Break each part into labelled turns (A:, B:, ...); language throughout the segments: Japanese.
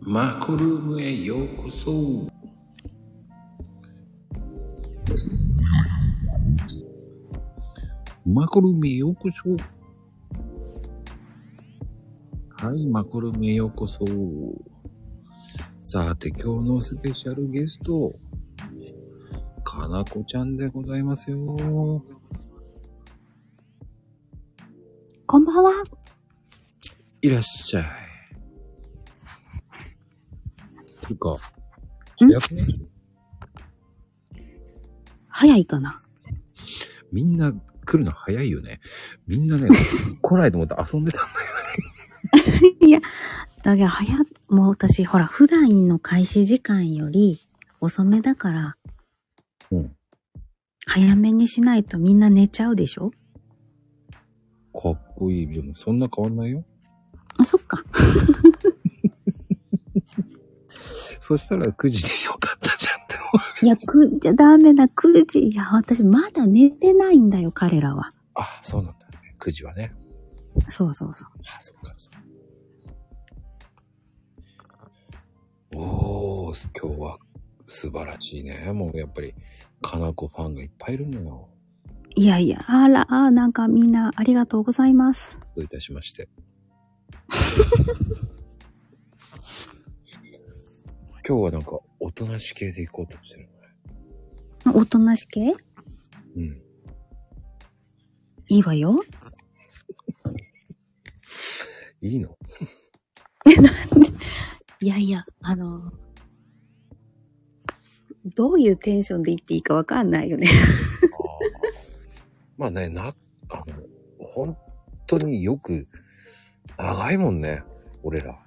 A: マコルームへようこそ。マコルームへようこそ。はい、マコルームへようこそ。さて、今日のスペシャルゲスト、かなこちゃんでございますよ。
B: こんばんは。
A: いらっしゃい。てか、
B: ん
A: 早くね
B: 早いかな。
A: みんな来るの早いよね。みんなね、来ないと思って遊んでたんだよ。
B: いや、だけど早、もう私、ほら、普段の開始時間より遅めだから、
A: うん。
B: 早めにしないとみんな寝ちゃうでしょ
A: かっこいい。でもそんな変わんないよ。
B: あ、そっか。
A: そしたら9時でよかったじゃんって思う。
B: いや、く、じゃダメだ、9時。いや、私まだ寝てないんだよ、彼らは。
A: あ、そうなんだね。9時はね。
B: そうそうそう。
A: あ、そうか、そうか。おー、今日は素晴らしいね。もうやっぱり、かなこファンがいっぱいいるのよ。
B: いやいや、あら、あなんかみんなありがとうございます。
A: どういたしまして。今日はなんか、おとなし系で行こうとしてる
B: おとなし系
A: のね。
B: いいわよ。
A: うん。いいの
B: いやいや、あの、どういうテンションで言っていいかわかんないよね。
A: あーまあね、な、あの、本当によく、長いもんね。俺ら。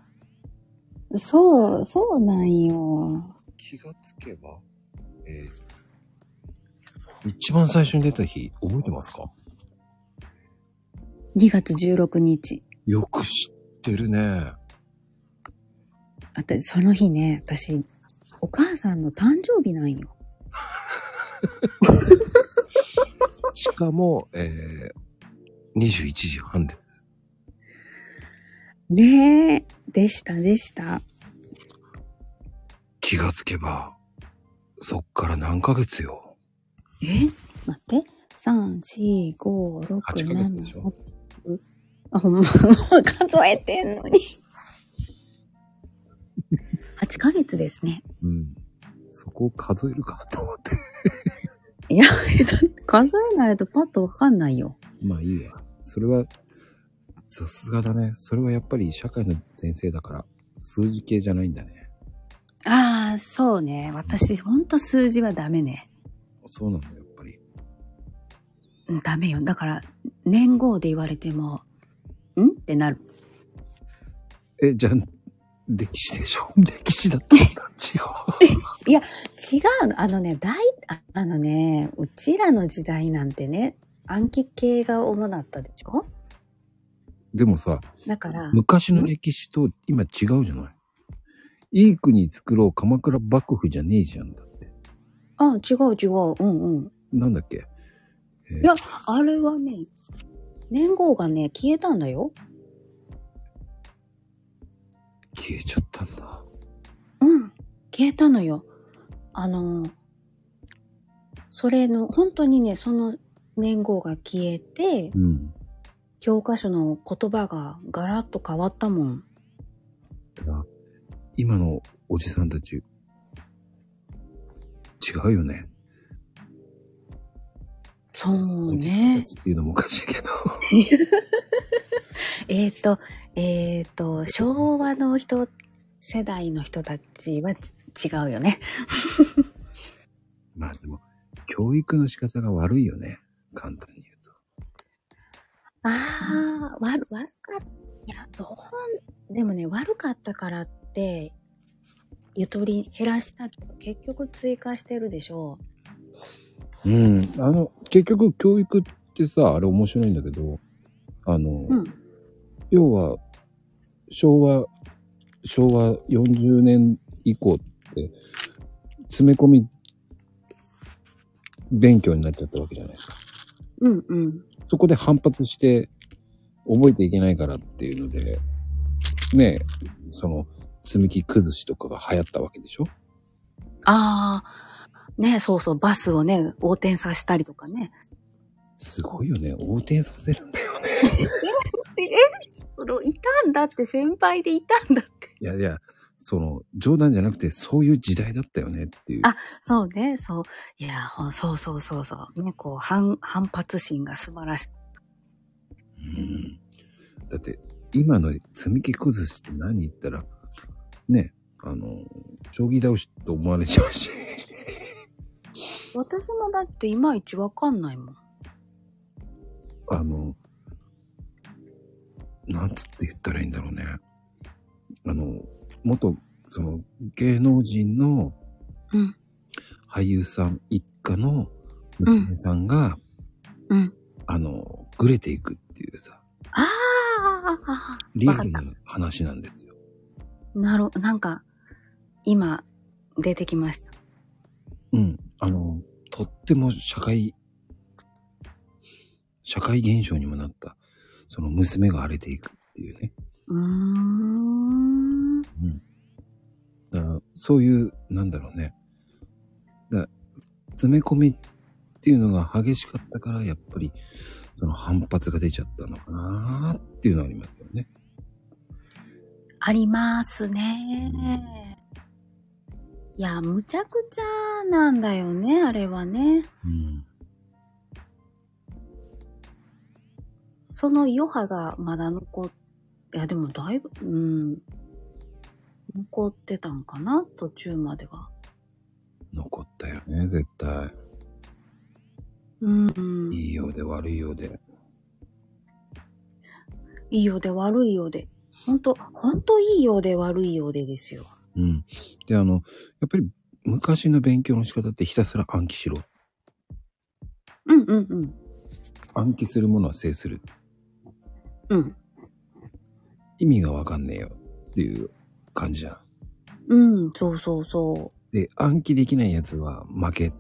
B: そう、そうなんよ。
A: 気がつけば、えー一番最初に出た日、覚えてますか
B: 2月16日。
A: よく知ってるね。
B: 私、その日ね、私、お母さんの誕生日なんよ。
A: しかも、えー、21時半で。
B: ねえ、でした、でした。
A: 気がつけば、そっから何ヶ月よ。
B: え待って。3、4、5、6、
A: 8ヶ月でし
B: 7、
A: ょ
B: 8。あ、ほんま、数えてんの に。8ヶ月ですね。
A: うん。そこを数えるかと思って。
B: 数えないとパッとわかんないよ。
A: まあいいわ。それは、さすがだね。それはやっぱり社会の先生だから、数字系じゃないんだね。
B: ああ、そうね。私、ほんと数字はダメね。
A: そうなんだ、やっぱり。
B: うんダメよ。だから、年号で言われても、んってなる。
A: え、じゃあ、歴史でしょ 歴史だったんだ。違う。
B: 違うの。あのね、大、ああのね、うちらの時代なんてね、暗記系が主だったでしょ
A: でもさ、
B: だから、
A: 昔の歴史と今違うじゃない。いい国作ろう鎌倉幕府じゃねえじゃんだって。
B: あ、違う違う、うんうん。
A: なんだっけえー
B: いやあれはね、年号がね、消えたんだよ。
A: 消えちゃったんだ。
B: うん、消えたのよ。あの、それの、本当にね、その年号が消えて、
A: うん。
B: 教科書の言葉がガラッと変わったもん。
A: だから、今のおじさんたち、違うよね。
B: そう
A: おじさんた
B: ね。
A: ちっていうのもおかしいけど。
B: えっ、と、えっ、と、昭和の人、世代の人たちはち違うよね。
A: まあでも、教育の仕方が悪いよね。簡単に言うと。
B: ああ、悪、悪かった。いや、どう、でもね、悪かったからって、ゆとり減らしたけど、結局追加してるでしょ
A: うん。あの、結局教育ってさ、あれ面白いんだけど、あの、
B: う。うん。
A: 要は、昭和、昭和40年以降って、詰め込み、勉強になっちゃったわけじゃないですか。
B: うんうん。
A: そこで反発して、覚えていけないからっていうので、ねえ、その、積み木崩しとかが流行ったわけでしょ
B: ああ、ね、そうそう、バスをね、横転させたりとかね。
A: すごいよね。横転させるんだよね。
B: え、そのいたんだって、先輩でいたんだって。
A: いやいや、その、冗談じゃなくて、そういう時代だったよねっていう。
B: あそうね、そう。いや、ほんそうそうそうそう。ね、こう、反、反発心が素晴らしい。
A: うんだって、今の積み木崩しって何言ったら、ね、あの、将棋倒しと思われちゃうし。
B: 私もだって、いまいちわかんないもん。
A: あの、なんつって言ったらいいんだろうね。あの、元、その、芸能人の
B: うん、
A: 俳優さん一家の娘さんが、
B: うん。
A: あの、ぐれていくっていうさ、
B: ああ、
A: リアルな話なんですよ。
B: なる、なんか、今、出てきました。
A: うん。あの、とっても社会、社会現象にもなった、その娘が荒れていくっていうね。
B: うーん。
A: だからそういう、なんだろうね。だから詰め込みっていうのが激しかったから、やっぱり、その反発が出ちゃったのかなーっていうのはありますよね。
B: ありますね。いや、むちゃくちゃなんだよね、あれはね。
A: うん。
B: その余波がまだ残っ、いや、でもだいぶ、うん、残ってたんかな、途中までは。
A: 残ったよね、絶対。
B: うん、うん。い
A: いいようで悪いようで。
B: いようで悪いようで。ほんと、ほんといいようで悪いようでですよ。
A: うん。で、あの、やっぱり昔の勉強の仕方ってひたすら暗記しろ。
B: うんうんうん。
A: 暗記するものは制する。
B: うん。
A: 意味がわかんねえよっていう感じじゃん。
B: うん、そうそうそ
A: で、暗記できないやつは負けっ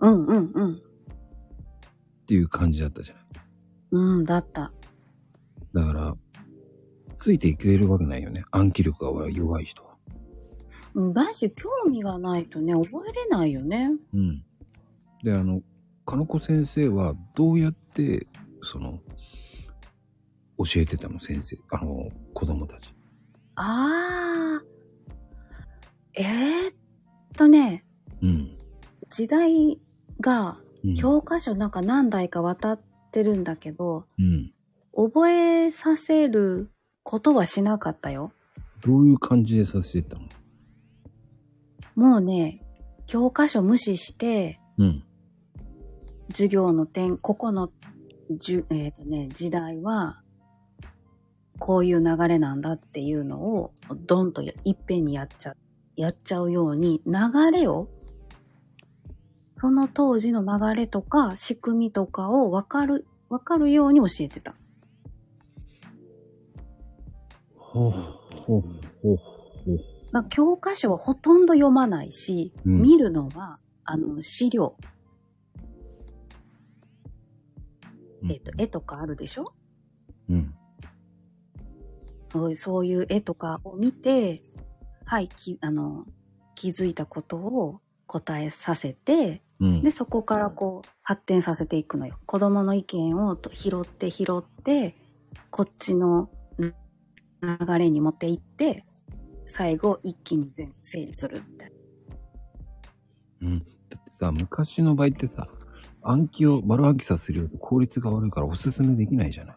B: う。うんうんうん。
A: ていう感じだったじゃない。
B: うん、だった。
A: だから、ついていけるわけないよね。暗記力が弱い人は。
B: うんだし、興味がないとね、覚えれないよね。
A: うん。で、あの、金子先生はどうやって、その、教えてたの先生、あの、子供たち。
B: ああ。えー、っとね、
A: うん。
B: 時代が
A: うん
B: 教科書なんか何台か渡ってるんだけど、
A: うん。
B: 覚えさせることはしなかったよ。
A: どういう感じでさせてたの
B: もうね、教科書無視して、
A: うん。
B: 授業の点、ここの、じゅえーっとね、時代は、こういう流れなんだっていうのを、ドンとやいっぺんにやっちゃ、やっちゃうように、流れを、その当時の流れとか、仕組みとかを分かる、分かるように教えてた。
A: ほうほうほうほう。
B: まあ教科書はほとんど読まないし、
A: うん
B: 見るのは、あの、資料。えっと、絵とかあるでしょ
A: うん。
B: そうそういう絵とかを見て、はい、きあの気づいたことを答えさせて、
A: うん
B: で、。そこからこう発展させていくのよ。子供の意見をと拾って拾って、こっちのん流れに持っていって、最後一気に全部整理するみたいな。
A: うん。だってさ、昔の場合ってさ、暗記を丸暗記させるより効率が悪いからおすすめできないじゃない。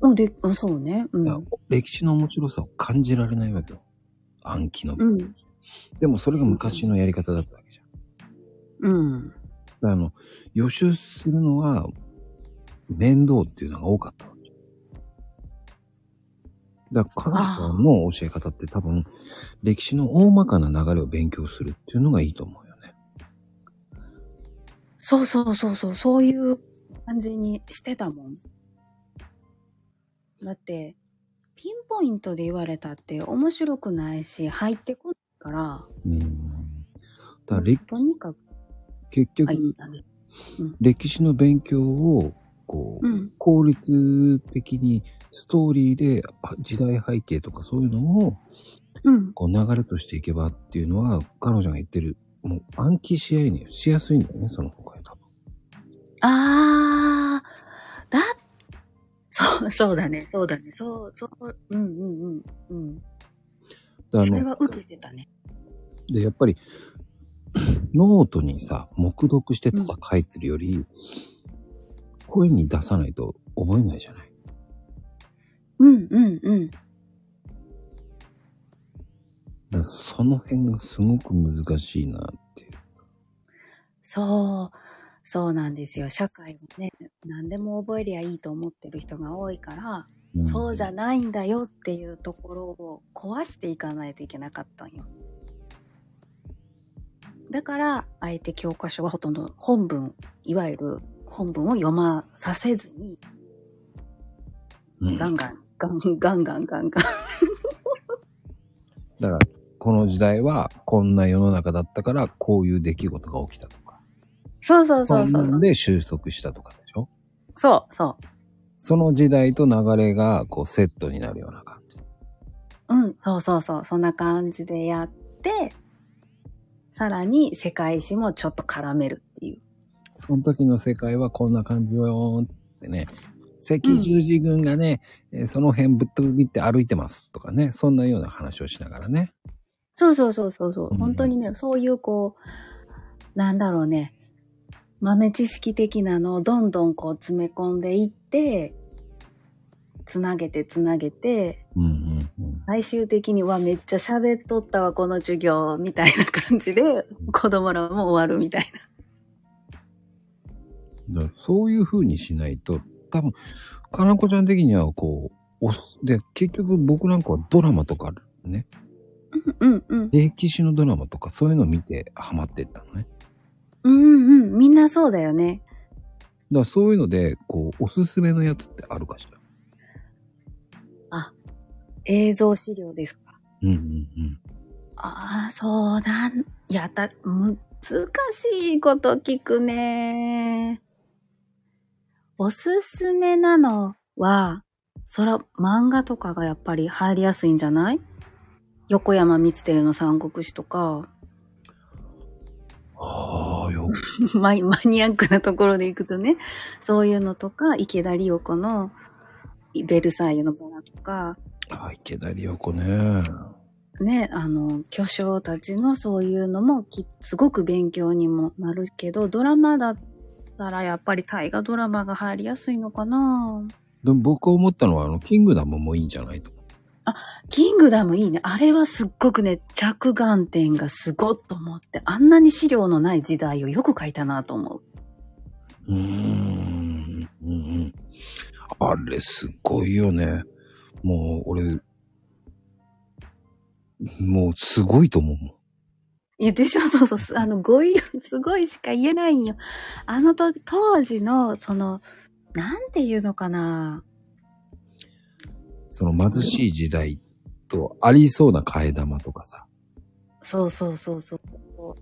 B: うん、で、うんそうね。う
A: だから
B: ん。
A: 歴史の面白さを感じられないわけよ。暗記の。
B: うん。
A: でもそれが昔のやり方だったわけじゃん。
B: うん。
A: だからあの、予習するのが面倒っていうのが多かったわけ。だから、彼女さんの教え方って多分、歴史の大まかな流れを勉強するっていうのがいいと思うよね。
B: そうそうそうそう、そういう感じにしてたもん。だって、ピンポイントで言われたって面白くないし、入ってこないか
A: うん。だから
B: ら、
A: れ、
B: とにかく
A: 結局、
B: 入ったね。
A: 歴史の勉強をこう、
B: うん。
A: 効率的にストーリーであ時代背景とかそういうのを
B: うん。
A: こう流れとしていけばっていうのは彼女が言ってる、もう暗記し合いにしやすいんだよね、その方が多分。
B: あー、だ、そう、そうだね、そうだね、そう、そう、うんうんうん、う
A: で
B: ん。
A: あ
B: それ
A: の
B: は受けてたね。
A: で、やっぱり、ノートにさ、黙読してただ書いてるより、声に出さないと覚えないじゃない。
B: うんうんうん。
A: だからその辺がすごく難しいなっていう。
B: そう、そうなんですよ。社会もね、何でも覚えりゃいいと思ってる人が多いから、
A: うん
B: そうじゃないんだよっていうところを壊していかないといけなかったんよ。だから、あえて教科書はほとんど本文、いわゆる本文を読まさせずに、
A: うん
B: ガンガン、ガンガンガンガンガン。
A: だから、この時代はこんな世の中だったから、こういう出来事が起きたとか、
B: そうそうそ
A: そ
B: うんそ
A: な
B: う。そ
A: ん
B: う
A: で収束したとかでしょ
B: そうそ
A: その時代と流れがこうセットになるような感じ。
B: う。うん、そうそうそう。そんな感じでやって、さらに世界史もちょっと絡めるっていう。
A: その時の世界はこんな感じよーってね、赤十字軍がね、えーその辺ぶっ飛びって歩いてますとかね、そんなような話をしながらね。
B: そうそうそうそうそうう。
A: ん
B: 本当にね、そういうこう、なんだろうね、豆知識的なのをどんどんこう詰め込んでいって、つなげてつなげて、
A: うんうんうん。
B: 最終的にはめっちゃ喋っとったわ、この授業、みたいな感じで、子供らも終わるみたいな。
A: だからそういう風にしないと、多分、かなこちゃん的にはこう、おすで、結局僕なんかはドラマとかね、
B: うんうん。
A: 歴史のドラマとかそういうのを見てハマってったのね。
B: うんうん。みんなそうだよね。
A: だからそういうので、こう、おすすめのやつってあるかしら。
B: 映像資料ですか。
A: うんうんうん。
B: ああ、そうなん、いやだ、難しいこと聞くね。おすすめなのは、そら、漫画とかがやっぱり入りやすいんじゃない横山光輝の三国志とか、
A: ああ、よく。
B: マイマニアックなところで行くとね、そういうのとか、池田理代子のベルサイユのバラとか、
A: あー池田理代子ね。
B: ね、あの、巨匠たちのそういうのもきすごく勉強にもなるけど、ドラマだったらやっぱり大河ドラマが入りやすいのかな
A: でも僕思ったのは、あの、キングダムもいいんじゃないと。
B: キングダムいいね。あれはすっごくね、着眼点がすごっと思って、あんなに資料のない時代をよく書いたなと思う。
A: うーん。うんうん。あれ、すごいよね。もう、俺、もう、すごいと思うもん。
B: いや、でしょそうそうす。あの、語彙 力すごいしか言えないんよ。あのと、当時の、その、なんていうのかな
A: その貧しい時代と、ありそうな替え玉とかさ。
B: そうそうそうそう。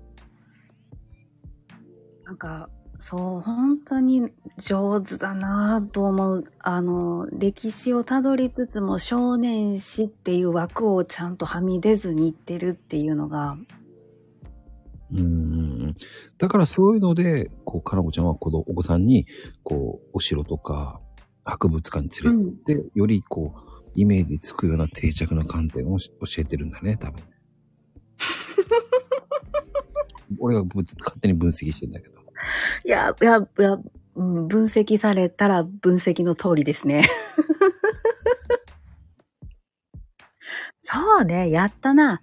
B: なんか、そう、本当に上手だなぁと思う。あの、歴史をたどりつつも少年史っていう枠をちゃんとはみ出ずにいってるっていうのが、
A: うんうんうん。だからそういうので、こう、かなこちゃんはこのお子さんに、こう、お城とか、博物館に連れて行って、よりこう、イメージつくような定着の観点をし教えてるんだね、多 分。俺がぶ勝手に分析してんだけど。
B: いや、いや、いや、うん分析されたら分析の通りですね。 そうね、やったな。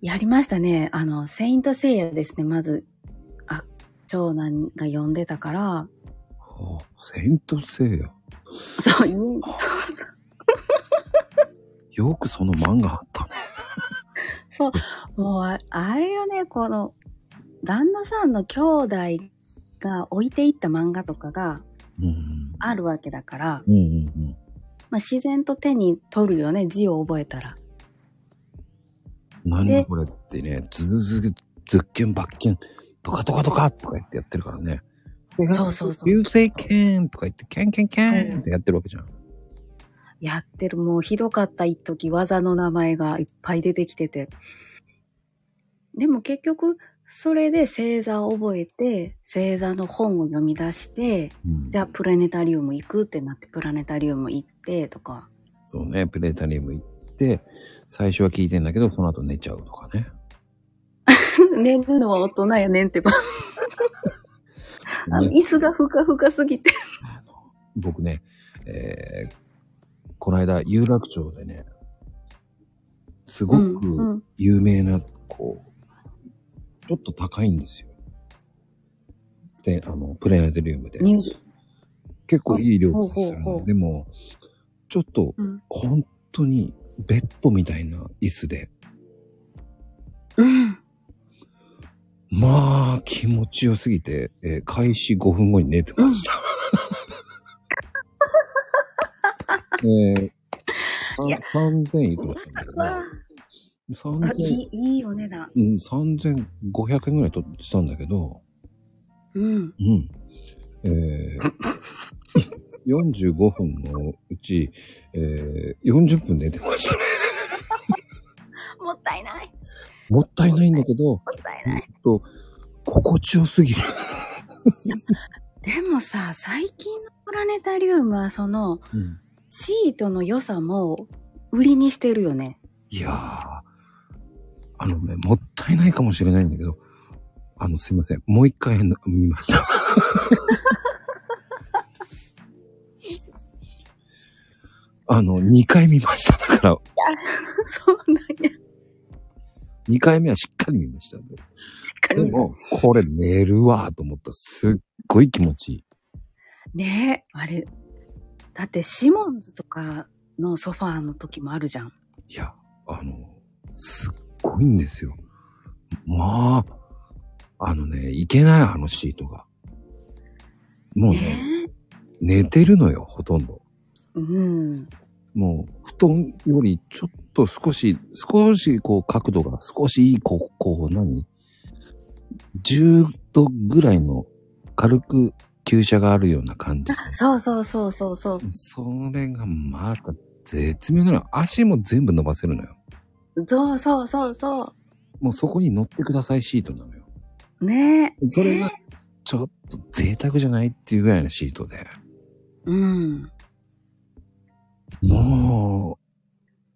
B: やりましたね。あの、セイントセイヤですね、まず。あ、長男が呼んでたから。
A: はあ、セイントセイヤ。
B: そう、家
A: よくその漫画あったね。
B: そう、もうあ、あれよね、この、旦那さんの兄弟が置いていった漫画とかが
A: うん。
B: あるわけだから、
A: うんうん
B: まあ、自然と手に取るよね、字を覚えたら。
A: うん。何これってね、ズズズズ、ズッキュンバッキュン、とかとかとかとか言ってやってるからね。
B: そうそうそう
A: 流星ケンとか言って、ケンケンケンってやってるわけじゃん。
B: やってる、もうひどかった一時技の名前がいっぱい出てきてて。でも結局、それで星座を覚えて、星座の本を読み出して、
A: うん
B: じゃあプラネタリウム行くってなって、プラネタリウム行ってとか。
A: そうね、プレータリウム行って、最初は聞いてんだけど、その後寝ちゃうとかね。
B: 寝るのは大人やねんってば。あの
A: ね
B: 椅子がふかふかすぎて。
A: 僕ね、えー、この間、有楽町でね、すご
B: うん
A: く
B: うん
A: 有名な、こう、ちょっと高いんですよ。で、あの、プレータリウムで。
B: ニュー
A: 結構いい料金する
B: ほう
A: の。
B: ほうほう
A: でも、ちょっと、
B: うん
A: 本当に、ベッドみたいな椅子で、
B: うん。
A: まあ、気持ちよすぎて、えー開始5分後に寝てました。えー
B: い や
A: さん3000いくらだったんだ
B: わあ
A: よね。
B: あい
A: 3000
B: い、いいお値段。
A: うん、3500円ぐらい取ってたんだけど、
B: うん。
A: うん。え ー、45分のうち、えー、40分寝てましたね。
B: もったいない。
A: もったいないんだけど、
B: もったい
A: え
B: な
A: っ
B: い。
A: と、心地よすぎる。
B: でもさ、最近のプラネタリウムはその、
A: うん
B: シートの良さも売りにしてるよね。
A: いやー、あのね、もったいないかもしれないんだけど、あの、すいません。もう一回の見ま した。あの、2回見ました。だから、
B: そうなんや。
A: 2回目はしっかり見ました。
B: か
A: でも、これ寝るわーと思った。すっごい気持ちいい。
B: ねえ、あれ。だってシモンズとかのソファーの時もあるじゃん。
A: いや、あの、すっごいんですよ。まあ、あのね、いけない、あのシートが。もうね
B: ねえ。
A: 寝てるのよ、ほとんど。
B: うん。
A: もう、布団よりちょっと少し、少しこう角度が少しいい、こう、こう何 ?10 度ぐらいの軽く急斜があるような感じで。
B: そうそうそうそうそう。
A: それがまた絶妙なの。足も全部伸ばせるのよ。
B: そうそうそうそ
A: もうそこに乗ってくださいシートなのよ。
B: う。ねえ。
A: それがちょっと贅沢じゃないっていうぐらいのシートで。
B: うん。
A: も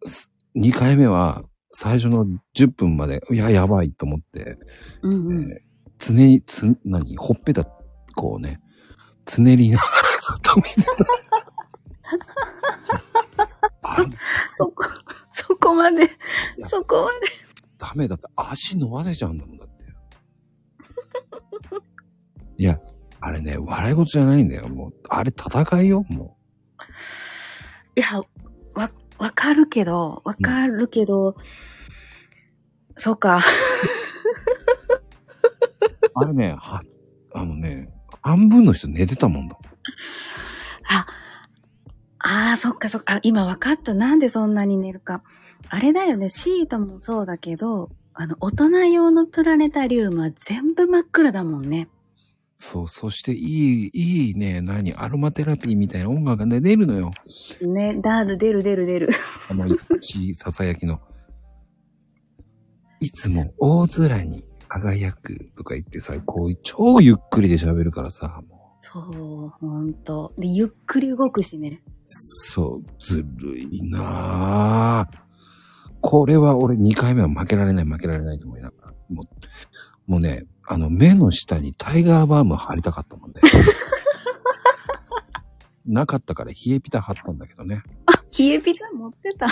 A: う、す2回目は最初の10分まで、いや、やばいと思って、
B: うんうん。
A: えー常に、つ、何、ほっぺた、こうね、つねりながらずっと見てた。 あれ、
B: そこ、そこまで
A: いや、
B: そこまで。
A: ダメだって足伸ばせちゃうんだもんだって。いや、あれね、笑い事じゃないんだよ。もう、あれ戦いよ、も
B: いや、わ、わかるけど、わかるけど、そうか。
A: う。あれね、は、あのね、半分の人寝てたもんだ。
B: あ、ああ、そっかそっか。あ今わかった。なんでそんなに寝るか。あれだよね。シートもそうだけど、あの、大人用のプラネタリウムは全部真っ暗だもんね。
A: そう、そしていい、いいね、何、アロマテラピーみたいな音楽がね、出るのよ。
B: ね、ダール出る出る出る。
A: あの、一、ささやきの。いつも大空に輝くとか言ってさ、こう、超ゆっくりで喋るからさ、も
B: そう、ほんと。で、ゆっくり動くしね。
A: う、そう、ずるいなぁ。これは俺2回目は負けられない負けられないと思いながら。もう、もうね、あの、目の下にタイガーバーム貼りたかったもんね。 なかったから冷えピタ貼ったんだけどね。
B: 冷えピザ持ってた。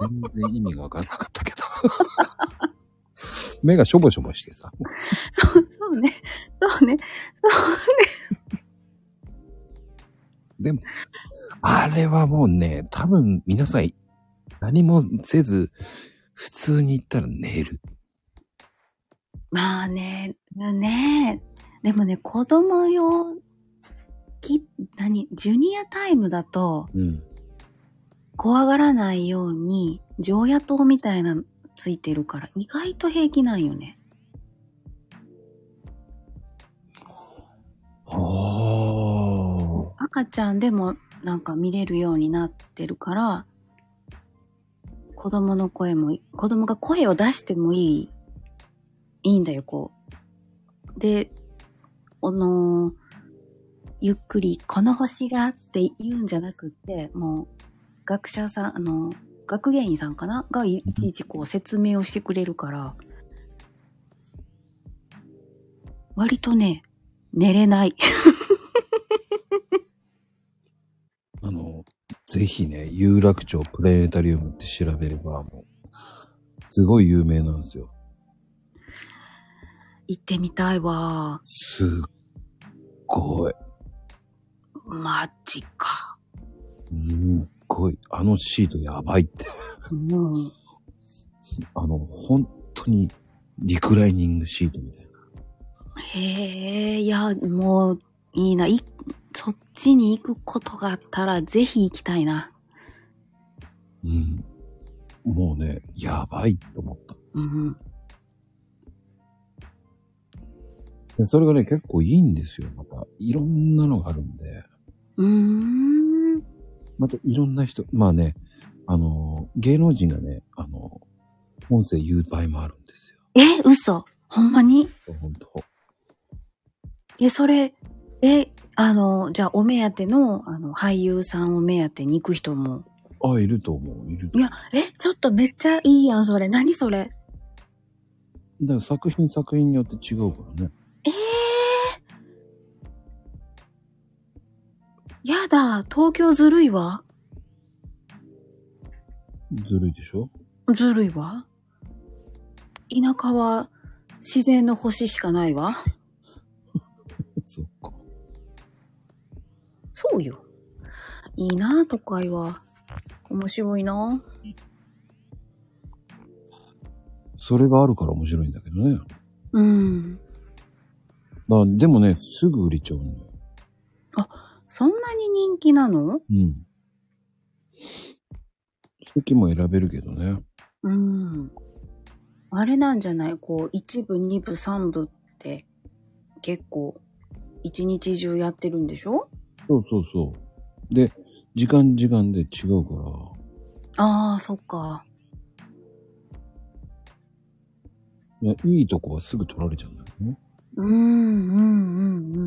A: 全然意味がわからなかったけど。 目がしょぼしょぼしてさ。
B: そうね。そうね。
A: でも、あれはもうね、多分皆さん何もせず、普通に行ったら寝る。
B: まあね、ねでもね、子供用、き、何、ジュニアタイムだと、
A: うん。
B: 怖がらないように、常夜灯みたいなのついてるから、意外と平気なんよね。
A: あ
B: 赤ちゃんでもなんか見れるようになってるから、子供の声も、子供が声を出してもいい、いいんだよ、こう。で、あのーゆっくり、この星がって言うんじゃなくって、もう、学者さん、あのー学芸員さんかながいいちいちこう説明をしてくれるから、割とね、寝れない。
A: あ。あの、ぜひね、有楽町プラネタリウムって調べれば、もう、すごい有名なんですよ。
B: 行ってみたいわ。
A: すっごい。
B: マジか。
A: すっごい。あのシートやばいって。
B: もう、
A: あの、本当に、リクライニングシートみたいな。
B: へえ、いや、もう、いいな。い、そっちに行くことがあったら、ぜひ行きたいな。
A: うん。もうね、やばいと思った。
B: うん。
A: でそれがね、結構いいんですよ、また。いろんなのがあるんで。
B: うーん。
A: またいろんな人、まあね、あの、芸能人がね、あの、音声言う場合もあるんですよ。
B: え、嘘。ほんまに
A: 本当
B: え、それ、え、あの、じゃあ、お目当ての、あの、俳優さんを目当てに行く人も。
A: あ、いると思う、いると
B: い
A: 思
B: や、え、ちょっとめっちゃいいやん、それ。何それ。
A: う。だから作品作品によって違うからね。
B: ええやだ、東京ずるいわ。
A: ずるいでしょ
B: ずるいわ。田舎は自然の星しかないわ。
A: そっか。
B: そうよ。いいなあ都会は。面白いなあ
A: それがあるから面白いんだけどね。だか
B: うん。
A: らでもね、すぐ売れちゃうんだよ。
B: そんなに人気なの
A: うん。席も選べるけどね。
B: うん。あれなんじゃないこう、一部、二部、三部って、結構、一日中やってるんでしょ
A: そうそうそう。で、時間時間で違うから。
B: ああ、そっか。
A: いやいいとこはすぐ取られちゃうんだけどね。
B: うん、うん、うん、う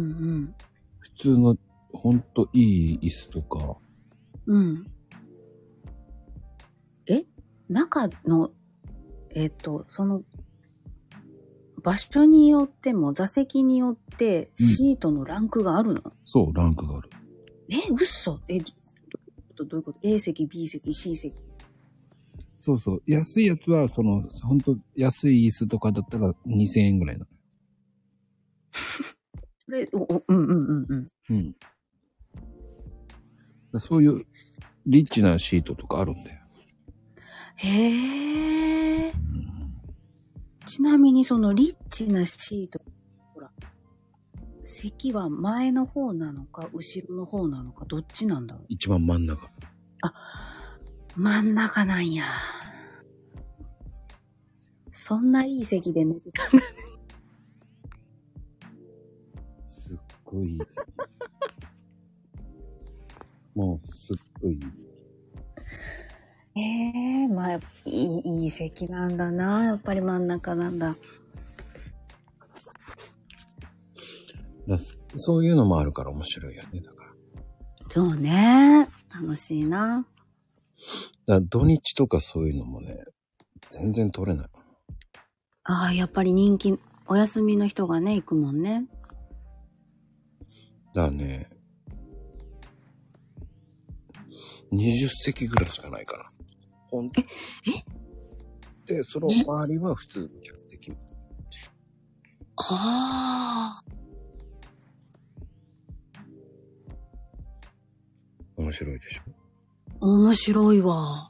B: ん、
A: 普通の、ほんといい椅子とか、
B: うん。うん。え中の、えっ、と、その、場所によっても、座席によって、
A: うん
B: シートのランクがあるの、
A: そう、ランクがある。
B: え、嘘え、どどういうこと ?A 席、B 席、C 席。
A: そうそう。安いやつは、その、ほんと安い椅子とかだったら2000円ぐらいな
B: それ、お、おうんうんうんうん。
A: の。うん。だそういう、リッチなシートとかあるんだよ。
B: へえ。ちなみにそのリッチなシート、ほら、席は前の方なのか、後ろの方なのか、どっちなんだろ
A: 一番真ん中。
B: う。真ん中なんや。そんないい席で寝てた。
A: すっごいいい 席。もう、すっごいいい席。
B: ええまあ、いい、いい席なんだな。やっぱり真ん中なんだ。
A: だすそういうのもあるから面白いよね、だから。
B: そうね。楽しいな。
A: だから土日とかそういうのもね、全然取れない。
B: ああ、やっぱり人気、お休みの人がね、行くもんね。
A: だからね、20席ぐらいしかないかな。ほんと。えで、その
B: ね
A: 周りは普通の客席。
B: ああ。
A: 面白いでしょ
B: 面白いわ。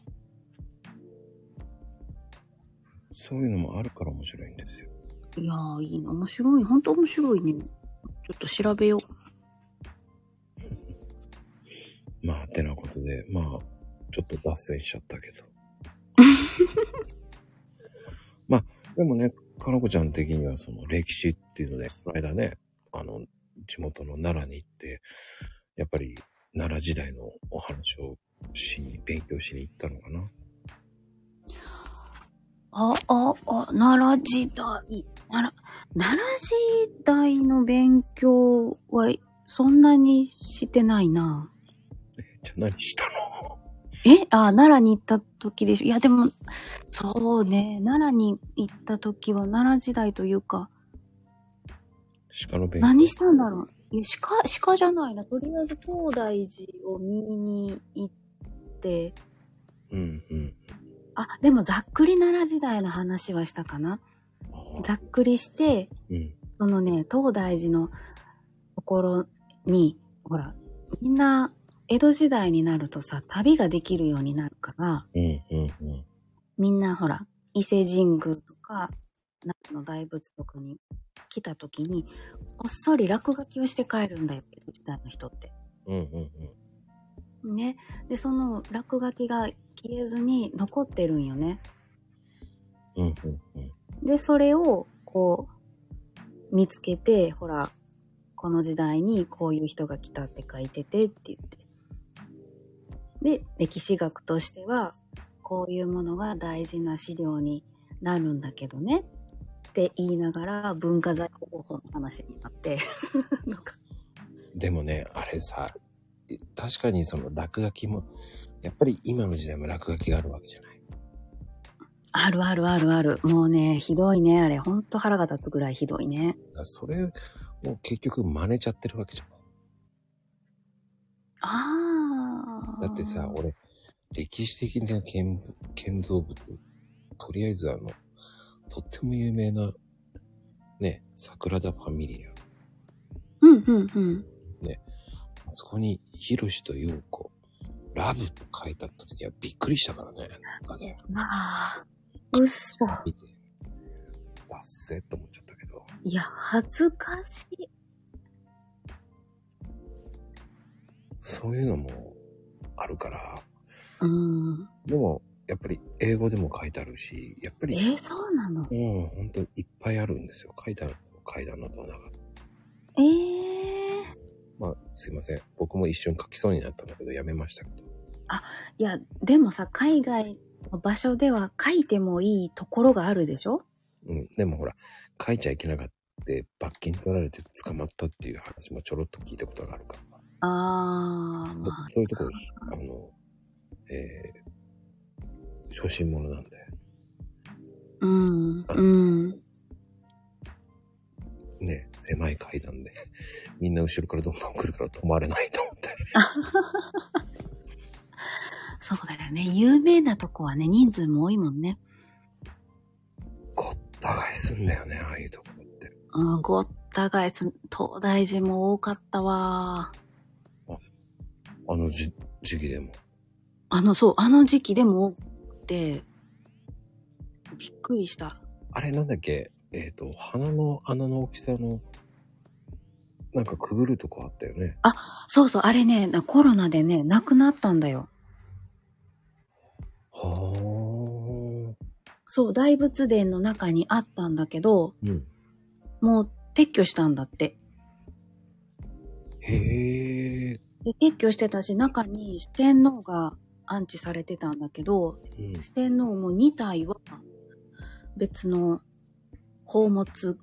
A: そういうのもあるから面白いんですよ。
B: いやー、いいな。面白い。ほんと面白いね。ちょっと調べよう。
A: まあ、てなことで、まあ、ちょっと脱線しちゃった けど。まあ、でもね、かのこちゃん的にはその歴史っていうので、この間ね、あの、地元の奈良に行って、やっぱり奈良時代のお話をしに、勉強しに行ったのかな。
B: あ、あ、あ、奈良時代、奈良、奈良時代の勉強はそんなにしてないな。
A: じゃあ何したの
B: えあ、奈良に行った時でしょ。いや、でも、そうね、奈良に行った時は奈良時代というか、
A: 鹿の勉強。
B: 何したんだろう。いや鹿、鹿じゃないな。とりあえず東大寺を見に行って、
A: うんうん。
B: あ、でもざっくり奈良時代の話はしたかな。
A: あ
B: ざっくりして、
A: うん。
B: そのね、東大寺のところに、ほら、みんな、江戸時代になるとさ、旅ができるようになるから、
A: うんうんうん。
B: みんなほら、伊勢神宮とか、奈良の大仏とかに来た時に、こっそり落書きをして帰るんだよ、江戸時代の人って。
A: うんうん
B: ね。で、その落書きが消えずに残ってるんよね。
A: うん。うんうんうん。
B: で、それを、こう、見つけて、ほら、この時代にこういう人が来たって書いててって言って。で、歴史学としては、こういうものが大事な資料になるんだけどね。って言いながら、文化財保護法の話になって。 なんか
A: でもね、あれさ、え確かにその落書きも、やっぱり今の時代も落書きがあるわけじゃない。
B: あるあるあるある。もうね、ひどいね。あれ、ほんと腹が立つぐらいひどいね。
A: だからそれを結局真似ちゃってるわけじゃない。
B: ああ。
A: だってさ、俺、歴史的な建建造物、とりあえずあの、とっても有名な、ね、桜田ファミリア。
B: うんうんうん。
A: あそこに、ヒロシとヨーコ、ラブと書いてあった時はびっくりしたからね。なんかね、
B: まあ、うっそ。
A: 見て、だっせと思っちゃったけど。
B: いや、恥ずかしい。
A: そういうのもあるから、
B: うん。
A: でも、やっぱり英語でも書いてあるし、やっぱ
B: え
A: り、
B: ー、そうなの
A: うん、本当にいっぱいあるんですよ。書いてあるんですよ階段のドアが。
B: ええ
A: まあ、すいません。僕も一瞬書きそうになったんだけど、やめましたけど。
B: いや、でもさ、海外の場所では書いてもいいところがあるでしょ
A: うん。でもほら、書いちゃいけなかった。罰金取られて捕まったっていう話もちょろっと聞いたことがあるから。
B: あー、まあ。
A: そういうところ、あの、えー、初心者なんで。
B: うん、うん。
A: ね、狭い階段で、みんな後ろからどんどん来るから止まれないと思って。
B: そうだよね。有名なとこはね、人数も多いもんね。
A: ごった返すんだよね、ああいうところって。
B: うん、ごった返す、東大寺も多かったわ。
A: あのじ時期でも。
B: あの、そう、あの時期でも多くて、びっくりした。
A: あれなんだっけえっ、と、鼻の穴の大きさの、なんかくぐるとこあったよね。
B: そうそう、あれね、なコロナでね、亡くなったんだよ。
A: はあ。うん。
B: そう、大仏殿の中にあったんだけど、
A: うん
B: もう撤去したんだって。
A: へえ。
B: で撤去してたし、中に四天王が安置されてたんだけど、
A: うん。
B: 四天王も2体は別の宝物館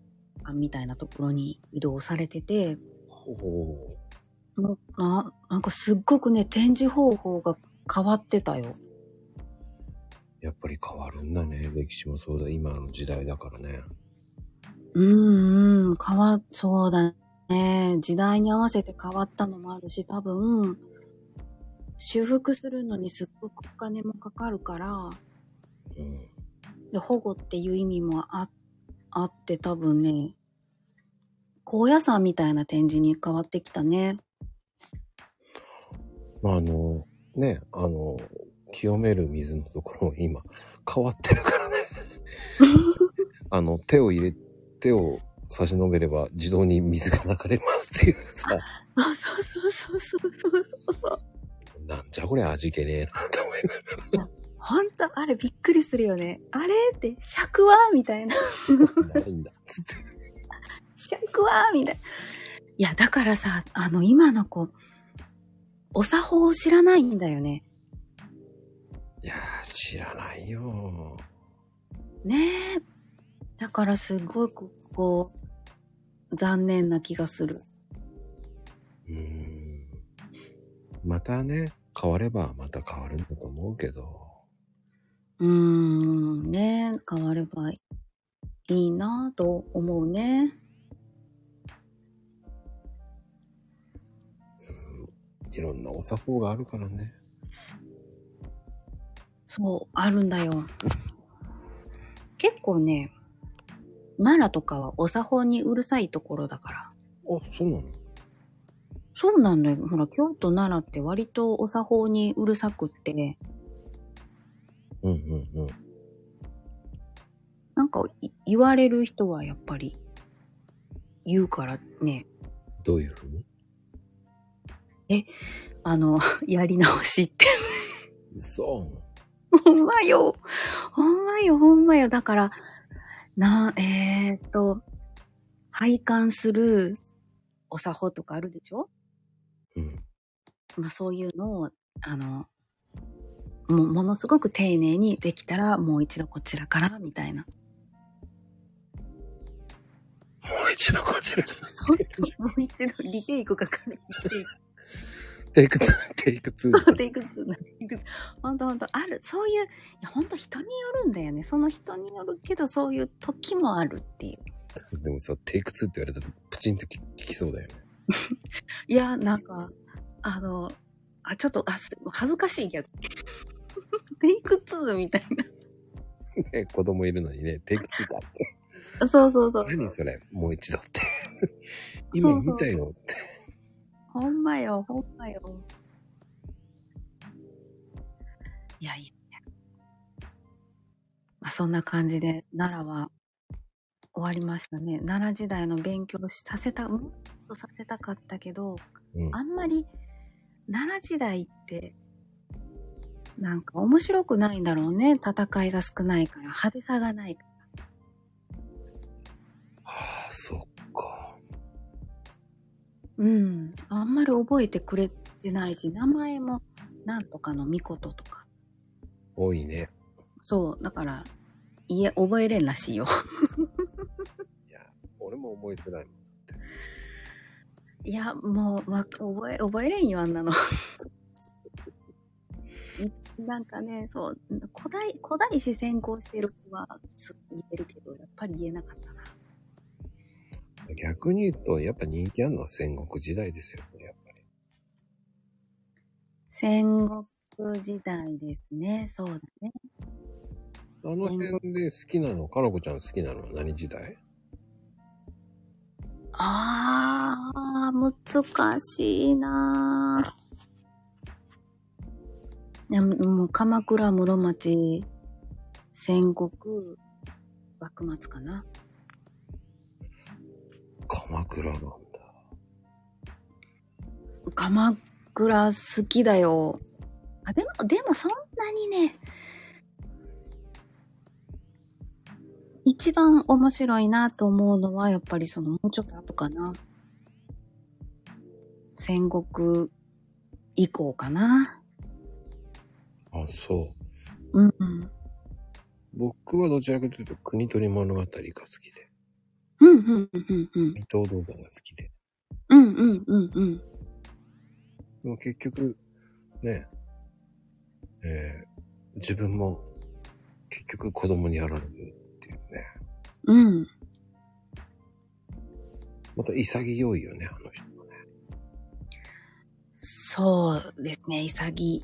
B: みたいなところに移動されてて、
A: ほう。
B: もうななんかすっごくね、展示方法が変わってたよ。
A: やっぱり変わるんだね。歴史もそうだ。今の時代だからね。
B: うんうん、変わ、そうだね。時代に合わせて変わったのもあるし、多分、修復するのにすっごくお金もかかるから、
A: うん。
B: で保護っていう意味もああって多分ね、高野山みたいな展示に変わってきたね。
A: まあ、あの、ね、あの、清める水のところも今、変わってるからね。あの、手を入れ、手を差し伸べれば自動に水が流れますっていうさ。
B: あ、そうそうそうそうそうそう。
A: なんじゃこれ味気ねえなと思いなが
B: ほんと、あれびっくりするよね。あれって、尺はみたいな。
A: ら、ないんだっつって。
B: 尺はみたいな。いや、だからさ、あの、今の子、お作法を知らないんだよね。
A: いやー、知らないよ
B: ねえ。だからすごくこう、残念な気がする。
A: ー。うーん。またね、変わればまた変わるんだと思うけど。
B: うーん、ねえ、変わればいいなぁと思うね。
A: いろんなお作法があるからね。
B: そう、あるんだよ。結構ね、奈良とかはお作法にうるさいところだから。
A: あ、そうなの
B: そうなんだよ。ほら、京都奈良って割とお作法にうるさくって、
A: うんうんうん。
B: なんかい言われる人はやっぱり言うからね、
A: どういうふうに
B: あの、 やり直しって。
A: 嘘。
B: ほんまよ。ほんまよ、ほんまよ。だから、な、えー、っと、拝観するお作法とかあるでしょ
A: うん。
B: まあそういうのを、あの、もうものすごく丁寧にできたらもう一度こちらからみたいな。
A: もう一度こちら。
B: もう一度リテイクかかる。リテイク
A: テイク2、テイク2。
B: っていくつなっていくほんとほんとあるそういういやほんと人によるんだよねその人によるけどそういう時もあるってい う
A: でもさ、テイク2って言われたらプチンとき聞きそうだよね。
B: いやなんかあのあちょっとあす恥ずかしいけど テイク2みたい
A: ね、子供いるのにね、テイク2だって。
B: なそうそう そう
A: 何それもう一度 って。今見たよって。
B: ほんまよほんまよいやいいねまあそんな感じで奈良は終わりましたね奈良時代の勉強をさせたもっとさせたかったけど
A: うん。
B: あんまり奈良時代ってなんか面白くないんだろうね戦いが少ないから派手さがないから
A: ああ、そっか。
B: うんあんまり覚えてくれてないし名前もなんとかの御事とか
A: 多いね。
B: そうだからいえ覚えれんらしいよ
A: 俺も覚えてないもん。
B: いやもう、ま、覚え覚えれんよあん なのなんかねそう古代古代史専攻してる子はす言えるけどやっぱり言えなかったな
A: 逆に言うと、やっぱ人気あるのは戦国時代ですよね、やっぱり。
B: 戦国時代ですね。そうだね。
A: あの辺で好きなの、かのこちゃん好きなのは何時代
B: あー、難しいなぁ。でももう鎌倉室町、戦国、幕末かな。
A: 鎌倉なんだ。
B: 鎌倉好きだよ。あ、でも、でもそんなにね、一番面白いなと思うのは、やっぱりその、もうちょっと後かな。戦国以降かな。
A: あ、そう。
B: うん、うん。
A: 僕はどちらかというと、国取り物語が好きで、
B: うん、うん、うん、うん。
A: 伊藤道山が好きで。
B: うん、うん、うん、うん。
A: でも結局、ね、えー自分も結局子供にやられるっていうね。
B: うん。
A: また潔いよね、あの人。
B: そうですね、潔い。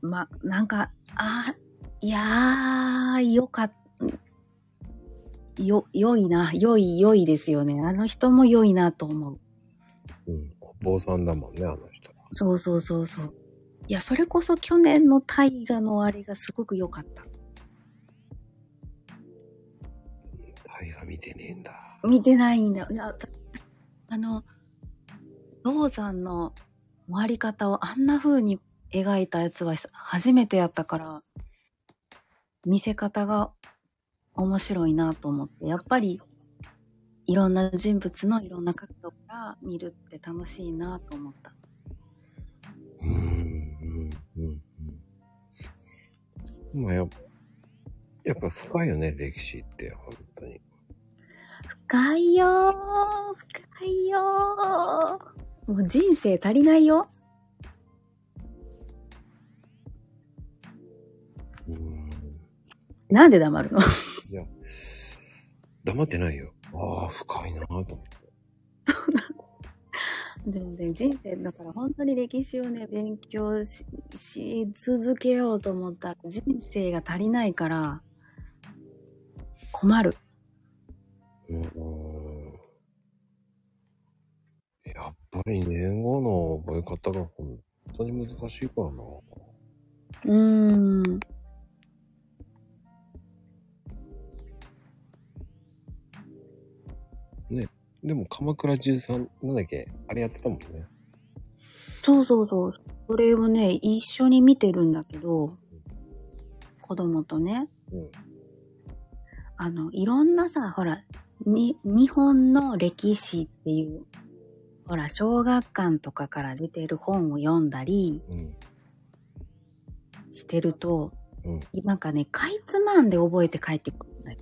B: ま、なんか、あ、いやー、よかっ、よ、良いな、良い、良いですよね。あの人も良いなと思う。
A: うん。お坊さんだもんね、あの人は。
B: そうそうそうそう。いや、それこそ去年の大河のあれがすごく良かった。
A: 大河見てねえんだ。
B: 見てないんだ。いやあの、銅山の回り方をあんな風に描いたやつは初めてやったから、見せ方が面白いなと思って、やっぱりいろんな人物のいろんな角度から見るって楽しいなと思った。
A: うん、うん、うん、うん。まあやっぱ、やっぱ深いよね、歴史って、本当に。
B: 深いよー深いよーもう人生足りないよ
A: うん。
B: なんで黙るの
A: いや、黙ってないよ。ああ、深いなぁと思って。
B: でもね、人生だから本当に歴史をね、勉強しし続けようと思ったら人生が足りないから困る。
A: うーん。やっぱり年号の覚え方が本当に難しいからな。
B: うーん。
A: でも、鎌倉13、なんだっけあれやってたもんね。
B: そうそうそう。それをね、一緒に見てるんだけど、子供とね、
A: うん。
B: あの、いろんなさ、ほら、に、日本の歴史っていう、ほら、小学館とかから出てる本を読んだり
A: うん。
B: してると、
A: うん
B: なんかね、かいつまんで覚えて帰ってくるんだよ。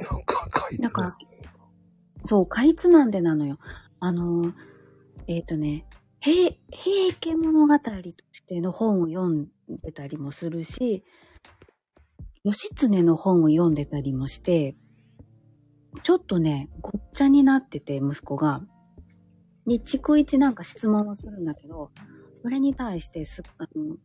A: そっか、かいつ
B: だか
A: ま
B: らそう、かいつまんでなのよ。あの、えっ、とね、平、平家物語としての本を読んでたりもするし、義経の本を読んでたりもして、ちょっとね、ごっちゃになってて、息子が。で、逐一なんか質問をするんだけど、それに対してす、あの、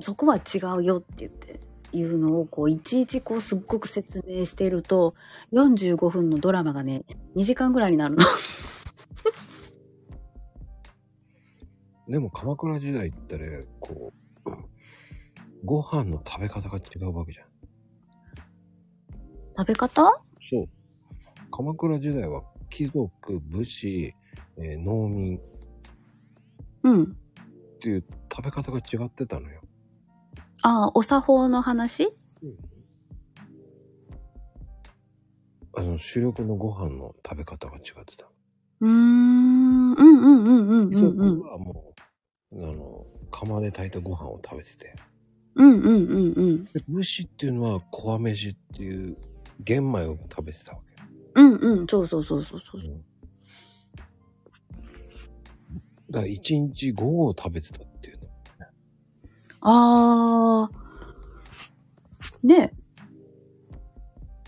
B: そこは違うよって言って、いうのを、こう、いちいちこう、すっごく説明してると、45分のドラマがね、2時間ぐらいになるの。
A: でも、鎌倉時代ってね、こう、ご飯の食べ方が違うわけじゃん。
B: 食べ方
A: そう。鎌倉時代は貴族、武士、えー農民っ
B: うん。
A: ていう食べ方が違ってたのよ。
B: ああ、お作法の話
A: あの、主力のご飯の食べ方が違ってた。
B: うーん。うんうんうんうんうん。
A: 貴
B: うん
A: 族はもう、あの、釜で炊いたご飯を食べてて。
B: うんうんうん。
A: で武士っていうのは小飯っていう玄米を食べてたわけ。
B: うんうん。そうそうそうそうそう。
A: だから一日午後を食べてたっていうの。
B: ああ。ねえ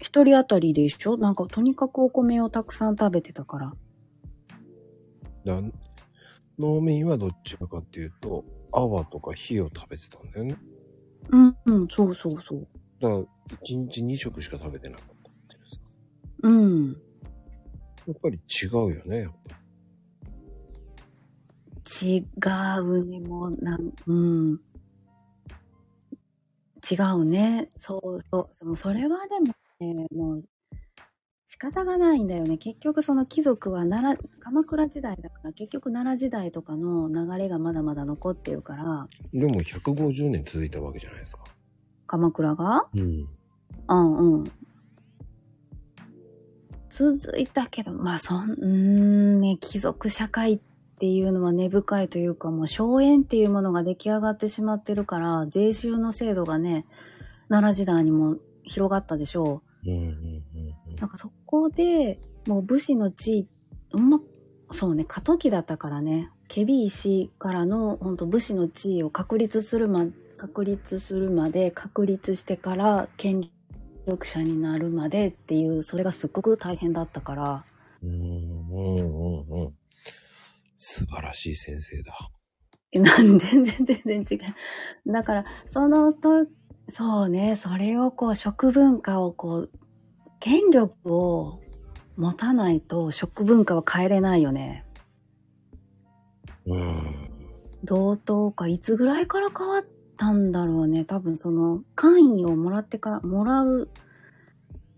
B: 一人当たりでしょなんかとにかくお米をたくさん食べてたから。
A: だから農民はどっちかっていうと、泡とか火を食べてたんだよね。
B: うんうん。そうそうそう。
A: だから、一日二食しか食べてなかったっていうさ。
B: うん。
A: やっぱり違うよね、やっぱ。
B: 違うね、もう、なん、うん。違うね。そうそう。でもそれはでもね、もう、仕方がないんだよね。結局その貴族は奈良、鎌倉時代だから、結局奈良時代とかの流れがまだまだ残ってるから、
A: でも150年続いたわけじゃないですか。
B: 鎌倉が
A: うん。
B: うんうん。続いたけど、まあそん、うーんね、貴族社会っていうのは根深いというか、もう荘園っていうものが出来上がってしまってるから、税収の制度がね、奈良時代にも広がったでしょ
A: うんうんうんうん
B: う。なんかそこで、もう武士の地位、ほんま、そうね、過渡期だったからね、検非氏からの、本当武士の地位を確立するま、確立するまで、確立してから、権力者になるまでっていう、それがすっごく大変だったから、
A: うんうんうんうん。素晴らしい先生だ。
B: えなん 全然全然違う。だから、そのと、そうね、それをこう、食文化をこう、権力を持たないと食文化は変えれないよね。
A: うん。
B: 同等か、いつぐらいから変わったんだろうね。多分その、官位をもらってから、もらう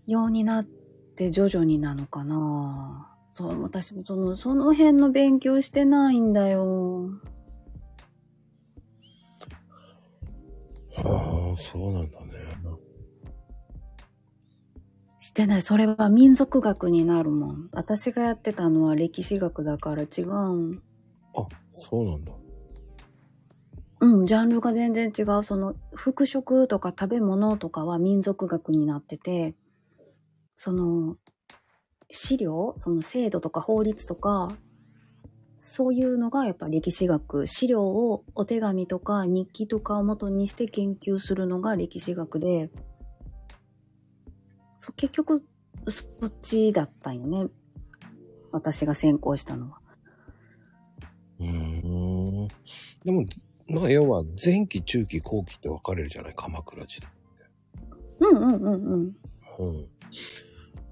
B: ようになって徐々になのかな。そう、私もその、その辺の勉強してないんだよ。
A: ああ、そうなんだね。
B: してない。それは民族学になるもん。私がやってたのは歴史学だから違うん。
A: あ、そうなんだ。
B: うん、ジャンルが全然違う。その、服飾とか食べ物とかは民族学になってて、その、資料その制度とか法律とか、そういうのがやっぱ歴史学。資料をお手紙とか日記とかを元にして研究するのが歴史学で、そう結局、そっちだったんよね。私が専攻したのは。
A: うーん。でも、まあ、要は前期、中期、後期って分かれるじゃない鎌倉時代。
B: うんうんうんうん。
A: うん。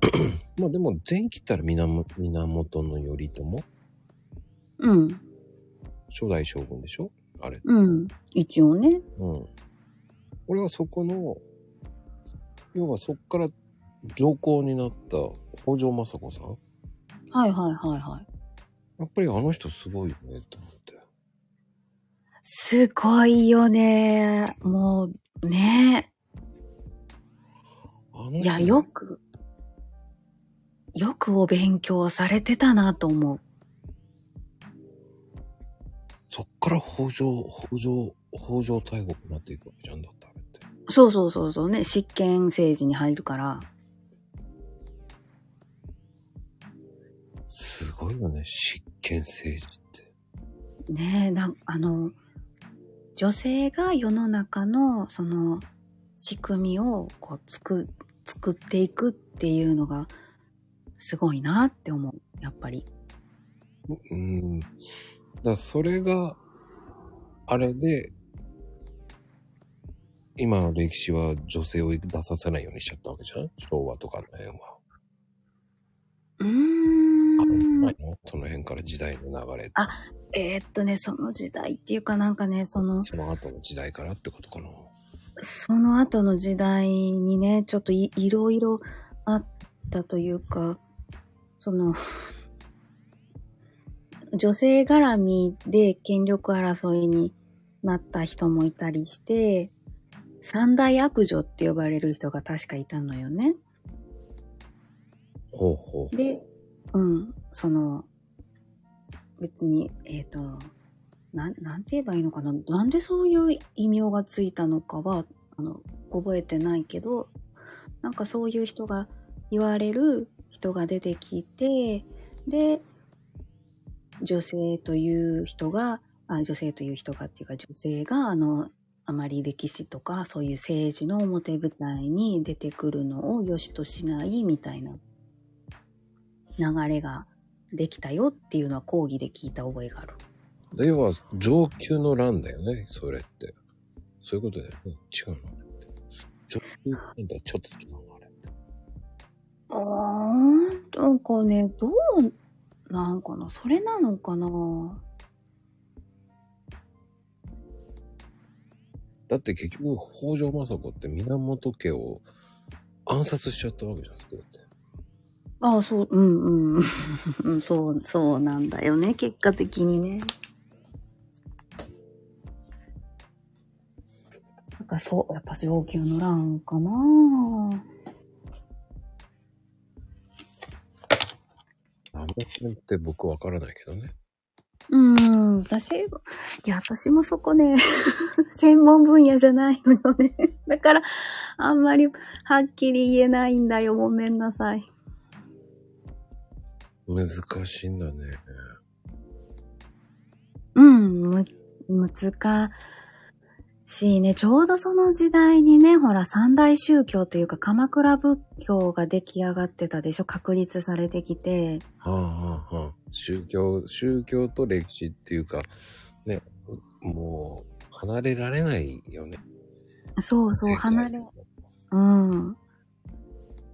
A: まあでも前期ったら源源頼朝
B: うん。
A: 初代将軍でしょあれ。
B: うん。一応ね。
A: うん。俺はそこの、要はそっから上皇になった北条政子さん
B: はいはいはいはい。
A: やっぱりあの人すごいよねと思って。
B: すごいよね。もう、ね
A: あの人
B: いや、よく、よくお勉強されてたなと思う。
A: そっから北条、北条、北条大国になっていくわけじゃんだってあれって。
B: そうそうそうそうね。執権政治に入るから。
A: すごいよね、執権政治って。
B: ねえ、なんあの、女性が世の中の、その、仕組みを、こう、つく、作っていくっていうのが、すごいなって思う。やっぱり。
A: うん。だからそれが、あれで、今の歴史は女性を出させないようにしちゃったわけじゃん昭和とかの辺は。
B: うー
A: あの
B: ん。
A: 前のその辺から時代の流れ。
B: あえーっとね、その時代っていうかなんかね、その、
A: その後の時代からってことかな。
B: その後の時代にね、ちょっといいろいろあったというか、その、 女性絡みで権力争いになった人もいたりして、三大悪女って呼ばれる人が確かいたのよね。
A: ほうほう。
B: で、うん、その、別に、えっ、と、なん、なんて言えばいいのかな。なんでそういう異名がついたのかは、あの、覚えてないけど、なんかそういう人が、言われる人が出てきて、で、女性という人が、あ女性という人がっていうか、女性が、あの、あまり歴史とか、そういう政治の表舞台に出てくるのを良しとしないみたいな流れができたよっていうのは講義で聞いた覚えがある。
A: で要は上級の乱だよね、それって。そういうことだよね。違うのあれって。上級の乱とはちょっと違うのあれって。
B: あー、なんかね、どう、なんかな、それなのかな
A: だって結局、北条政子って源家を暗殺しちゃったわけじゃん、だって。
B: ああ、そう、うんうんうん。 そう、そうなんだよね、結果的にね。なんかそう、やっぱ上級の欄かな
A: あの辺って僕わからないけどね。
B: うん、私、いや、私もそこね、 専門分野じゃないのよね。 だから、あんまりはっきり言えないんだよ。ごめんなさい。
A: 難しいんだね。
B: うん、む、難しいね。ちょうどその時代にね、ほら、三大宗教というか、鎌倉仏教が出来上がってたでしょ確立されてきて。
A: はあはあはあ。宗教、宗教と歴史っていうか、ね、もう、離れられないよね。
B: そうそう、
A: 世界
B: 離れ、うん。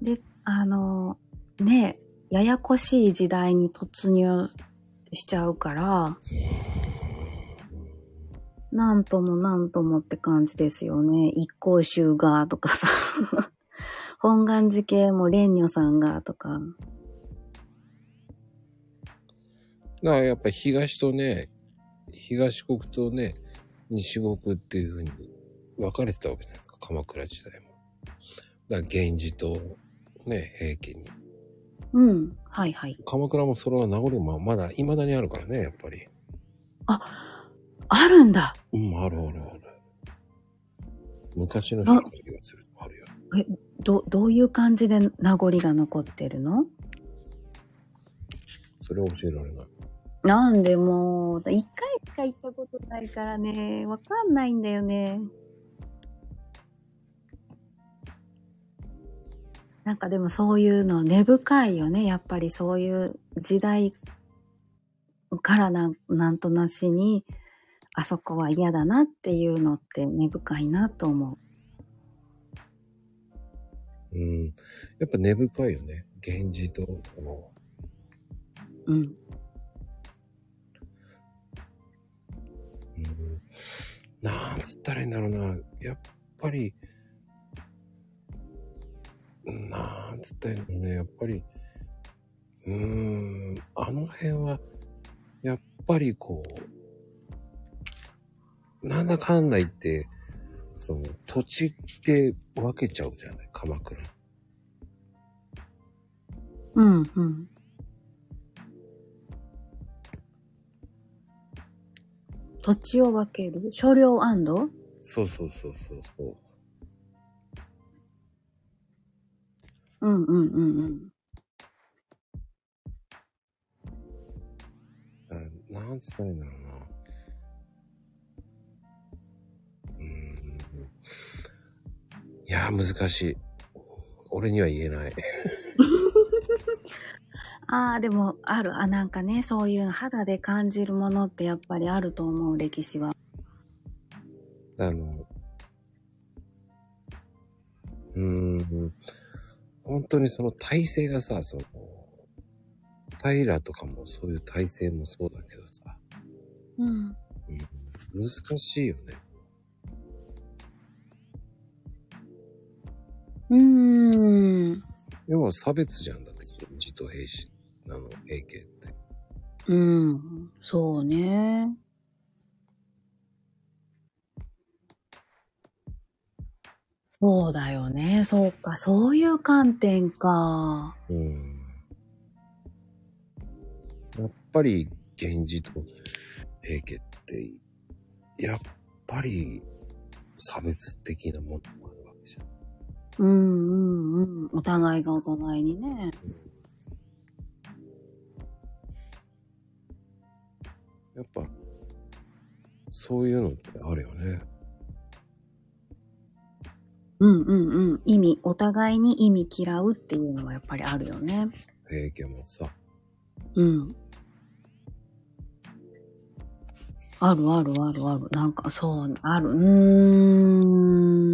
B: で、あの、ね、ややこしい時代に突入しちゃうから、なんともなんともって感じですよね。一向宗がとかさ。 本願寺系も蓮如さんがとか。
A: だからやっぱり東とね、東国とね、西国っていうふうに分かれてたわけじゃないですか、鎌倉時代も。だから源氏とね、平家に。
B: うん。はいはい。
A: 鎌倉もそれは名残もまだ未だにあるからね、やっぱり。
B: あ、あるんだ。
A: うん、あるあるある。昔の人の気がする。あるよ。
B: ど、どういう感じで名残が残ってるの
A: それは教えられない。
B: なんでもう、一回しか行ったことないからね、わかんないんだよね。なんかでもそういうの根深いよね。やっぱりそういう時代からなんなんとなしに、あそこは嫌だなっていうのって根深いなと思
A: う
B: う。
A: ん。やっぱ根深いよね。源氏と、この、
B: うん。
A: うんなんつったらいいんだろうな。やっぱり、なんつったらいいのね。やっぱり、うーん、あの辺は、やっぱりこう、なんだかんだ言って、その土地って分けちゃうじゃない、鎌倉。
B: うん、うん。土地を分ける少量安堵
A: そうそうそうそうそう。
B: うんうんうんうん。
A: あなんつったらいいんだろうな。うーん。いやー、難しい。俺には言えない。
B: ああ、でもある。あ、なんかね、そういう肌で感じるものってやっぱりあると思う、歴史は。
A: あの、うーん。本当にその体制がさ、その、平とかもそういう体制もそうだけどさ、
B: うん。
A: うん、難しいよね。
B: うーん。
A: 要は差別じゃんだって、源氏と平氏、あの、平家って。
B: うん。そうね。そうだよね。そうか。そういう観点か。
A: うんやっぱり源氏と平家って、やっぱり差別的なものもあるわけじゃん。
B: うんうんうん。お互いがお互いにね。
A: やっぱ、そういうのってあるよね。
B: うんうんうん。意味、お互いに意味嫌うっていうのはやっぱりあるよね。
A: 平家もさ。
B: うん。あるあるあるある。なんか、そう、ある。う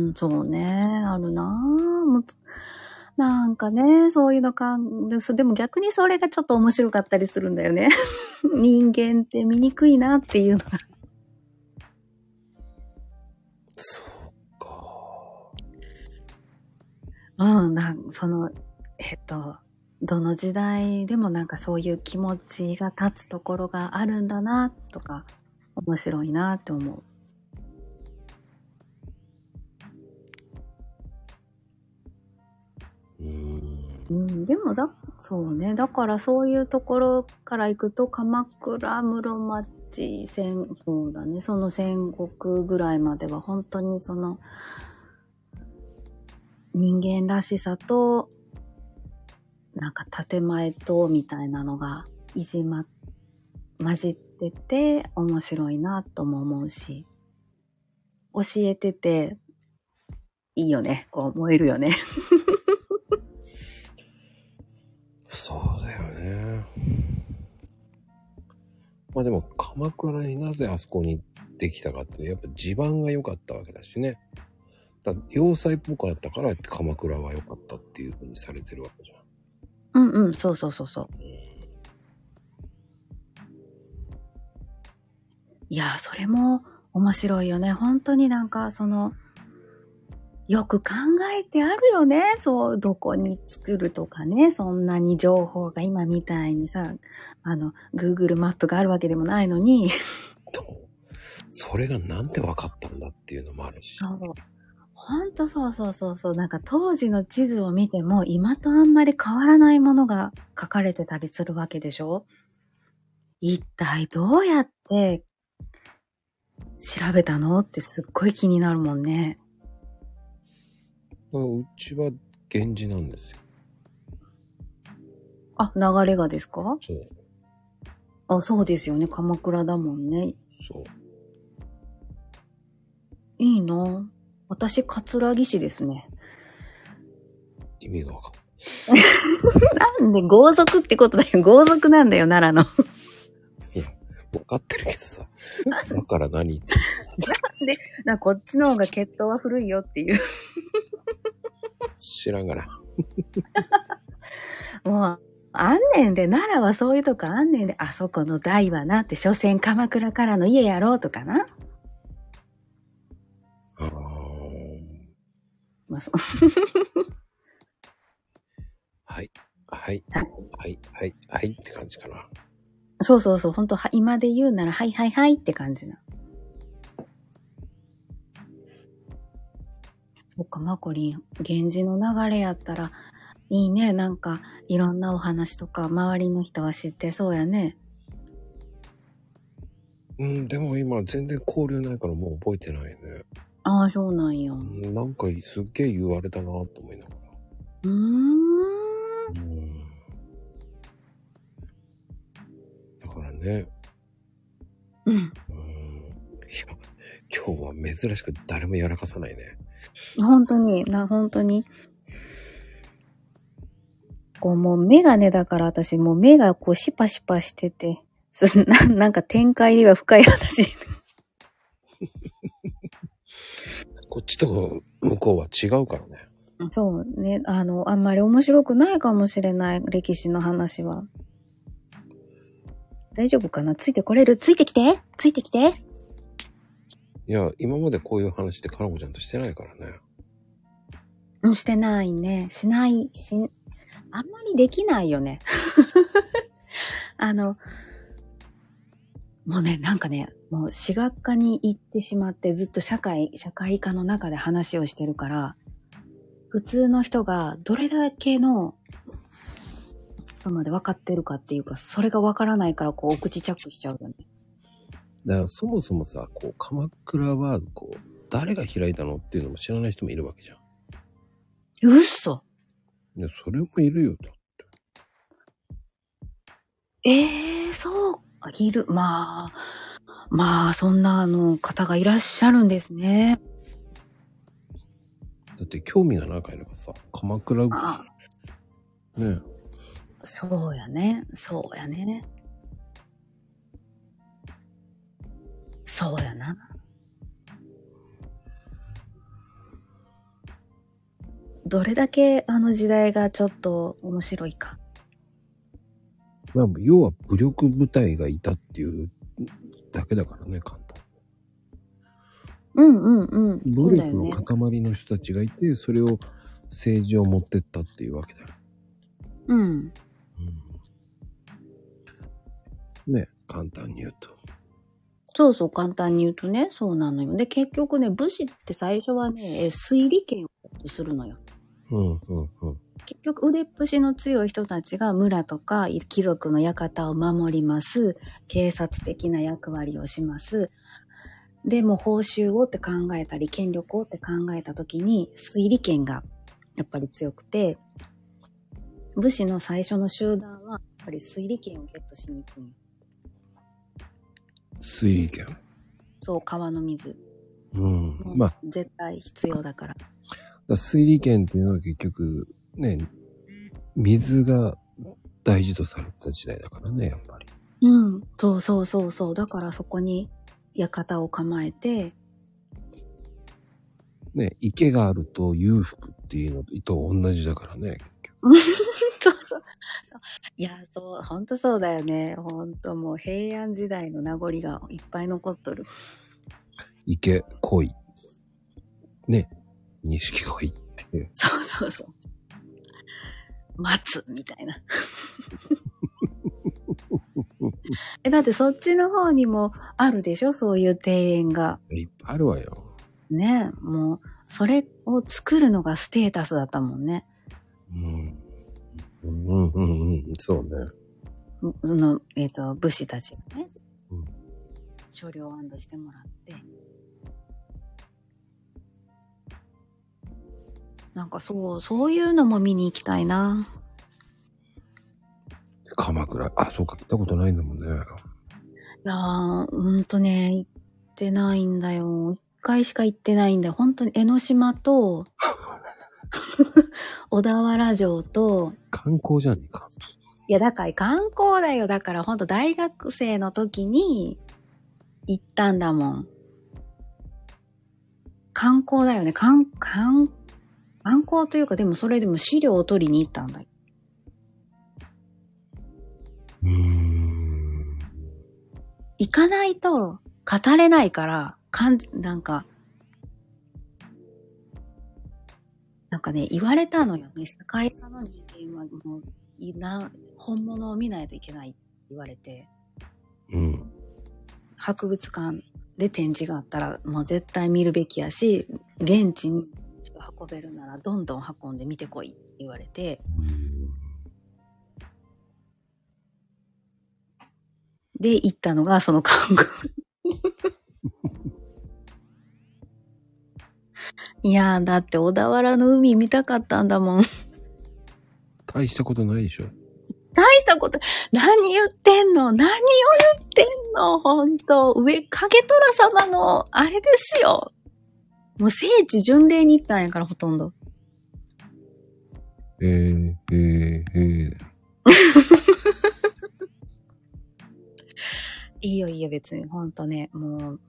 B: ーん、そうね。あるなぁ。むつなんかね、そういうのかんで、そでも逆にそれがちょっと面白かったりするんだよね。 人間って醜いなっていうのが。
A: そうか。
B: うん、なんその、えっと、どの時代でもなんかそういう気持ちが立つところがあるんだな、とか、面白いなって思う。
A: うーん。
B: うん、でもだ、そうね。だからそういうところから行くと、鎌倉、室町、戦、そうだね。その戦国ぐらいまでは本当にその、人間らしさと、なんか建前と、みたいなのが、いじま、混じってて、面白いなとも思うし、教えてて、いいよね。こう燃えるよね。
A: そうだよね。まあでも、鎌倉になぜあそこにできたかって、やっぱ地盤が良かったわけだしね。だ要塞っぽかったから、鎌倉は良かったっていう風にされてるわけじゃん。
B: うんうん、そうそうそうそう。いやー、それも面白いよね。本当になんか、その、よく考えてあるよね。そう、どこに作るとかね。そんなに情報が今みたいにさ、あの、Google マップがあるわけでもないのに。
A: そうそれがなんで分かったんだっていうのもあるし。
B: そう。ほんとそうそうそうそう。なんか当時の地図を見ても今とあんまり変わらないものが書かれてたりするわけでしょ一体どうやって調べたのってすっごい気になるもんね。
A: だからうちは源氏なんですよ。
B: あ、流れがですか
A: そう。
B: あ、そうですよね。鎌倉だもんね。
A: そう。
B: いいな私、葛城市ですね。
A: 意味がわかんない。
B: なんで豪族ってことだよ。 豪族なんだよ、奈良の。
A: わかってるけどさ。だから何って。
B: なこっちの方が血統は古いよっていう。
A: 知らんがら。
B: もう、あんねんで、奈良はそういうとこあんねんで、あそこの台はなって、所詮鎌倉からの家やろうとかな。
A: ああ。
B: まあ、そ
A: はい。はい。
B: はい
A: はい。はい。はい。って感じかな。
B: そうそうそう、ほんと、は今で言うなら、はいはいはいって感じな。そっか、マコリン、源氏の流れやったら、いいね。なんか、いろんなお話とか、周りの人は知ってそうやね。
A: うん、でも今全然交流ないからもう覚えてないね。
B: ああ、そうなんや。
A: う
B: うん
A: なんかすっげえ言われたなと思いなが
B: ーん。
A: ら。うん。だからね。
B: うん。
A: うん。いや、今日は珍しく誰もやらかさないね。
B: 本当に、な、本当に。こう、もう目がね、だから私、もう目がこう、シパシパしてて、 すななんか展開では深い話。
A: こっちと向こうは違うからね。
B: そうね、あの、あんまり面白くないかもしれない、歴史の話は。大丈夫かなついてこれるついてきてついてきて
A: いや、今までこういう話ってかなこちゃんとしてないからね。
B: うん、してないね。しない、しん、あんまりできないよね。 あの、もうね、なんかね、もう、私学科に行ってしまって、ずっと社会、社会科の中で話をしてるから、普通の人がどれだけの、まで分かってるかっていうか、それが分からないから、こう、お口チャックしちゃうよね。
A: だからそもそもさ、こう、鎌倉は、こう、誰が開いたのっていうのも知らない人もいるわけじゃ
B: 嘘
A: ん。いや、それもいるよと。
B: ええそう、あいる、まあ、まあ、そんな、あの、方がいらっしゃるんですね。
A: だって興味がなければさ、鎌倉、ね
B: あ
A: え、
B: そうやね、そうやね。そうやな。どれだけあの時代がちょっと面白いか。
A: まあ、要は武力部隊がいたっていうだけだからね、簡単。
B: うんうんうん。
A: 武
B: そうだ
A: 力
B: よ
A: の
B: ね。
A: 塊の人たちがいて、それを政治を持ってったっていうわけだよ。
B: うん。
A: うん、ねえ、簡単に言うと。
B: そうそう、簡単に言うとね、そうなのよ。で、結局ね、武士って最初はね、えー推理権をするのよ。
A: うん、うん、うん。
B: 結局腕っぷしの強い人たちが村とか貴族の館を守ります警察的な役割をしますでもう報酬をって考えたり権力をって考えた時に推理権がやっぱり強くて武士の最初の集団はやっぱり推理権をゲットしに行くんよ
A: 推理権。
B: そう川の水
A: うん
B: も。
A: まあ、だか
B: う絶対必要だから、
A: ら推理権っていうのは結局、ねえ、水が大事とされてた時代だからね、やっぱり。
B: うん、そうそうそうそうだからそこに館を構えて
A: ねえ、池があると裕福っていうのと同じだからね、結局。
B: そうそう。 いや、そう、ほんとそうだよね。ほんともう平安時代の名残がいっぱい残っとる。
A: 池、鯉。ねえ、錦鯉っていう。
B: そうそうそう。待つみたい な。え、だってそっちの方にもあるでしょそういう庭園が。
A: いっぱいあるわよ。
B: ねもう、それを作るのがステータスだったもんね。
A: うん。うんうんうん、そうね。
B: その、えっ、と、武士たちがね
A: うん、
B: 所領を安堵してもらって。なんかそう、そういうのも見に行きたいな。
C: 鎌倉。あ、そうか、来たことないんだもんね。
B: いやー、ほんとね、行ってないんだよ。一回しか行ってないんだよ。本当に江ノ 島と、小田原城と、
C: 観光じゃねえか。
B: いや、だから観光だよ。だからほんと大学生の時に行ったんだもん。観光だよね。観、観、観光というか、でもそれでも資料を取りに行ったんだよ。
A: うーん。
B: 行かないと語れないから、かん、なんか、なんかね、言われたのよね。世界遺産の人間はもう、いな、本物を見ないといけないって言われて、
A: うん。
B: 博物館で展示があったら、もう絶対見るべきやし、現地に運べるならどんどん運んで見てこいって言われて、で、行ったのがその韓国。 いやー、だって小田原の海見たかったんだもん。
C: 大したことないでしょ。
B: 大したこと、何言ってんの何を言ってんの本当上、影虎様の、あれですよ。もう聖地巡礼に行ったんやから、ほとんど。
C: えー、えー、えー。
B: いいよいいよ、別に。ほんとね、もう、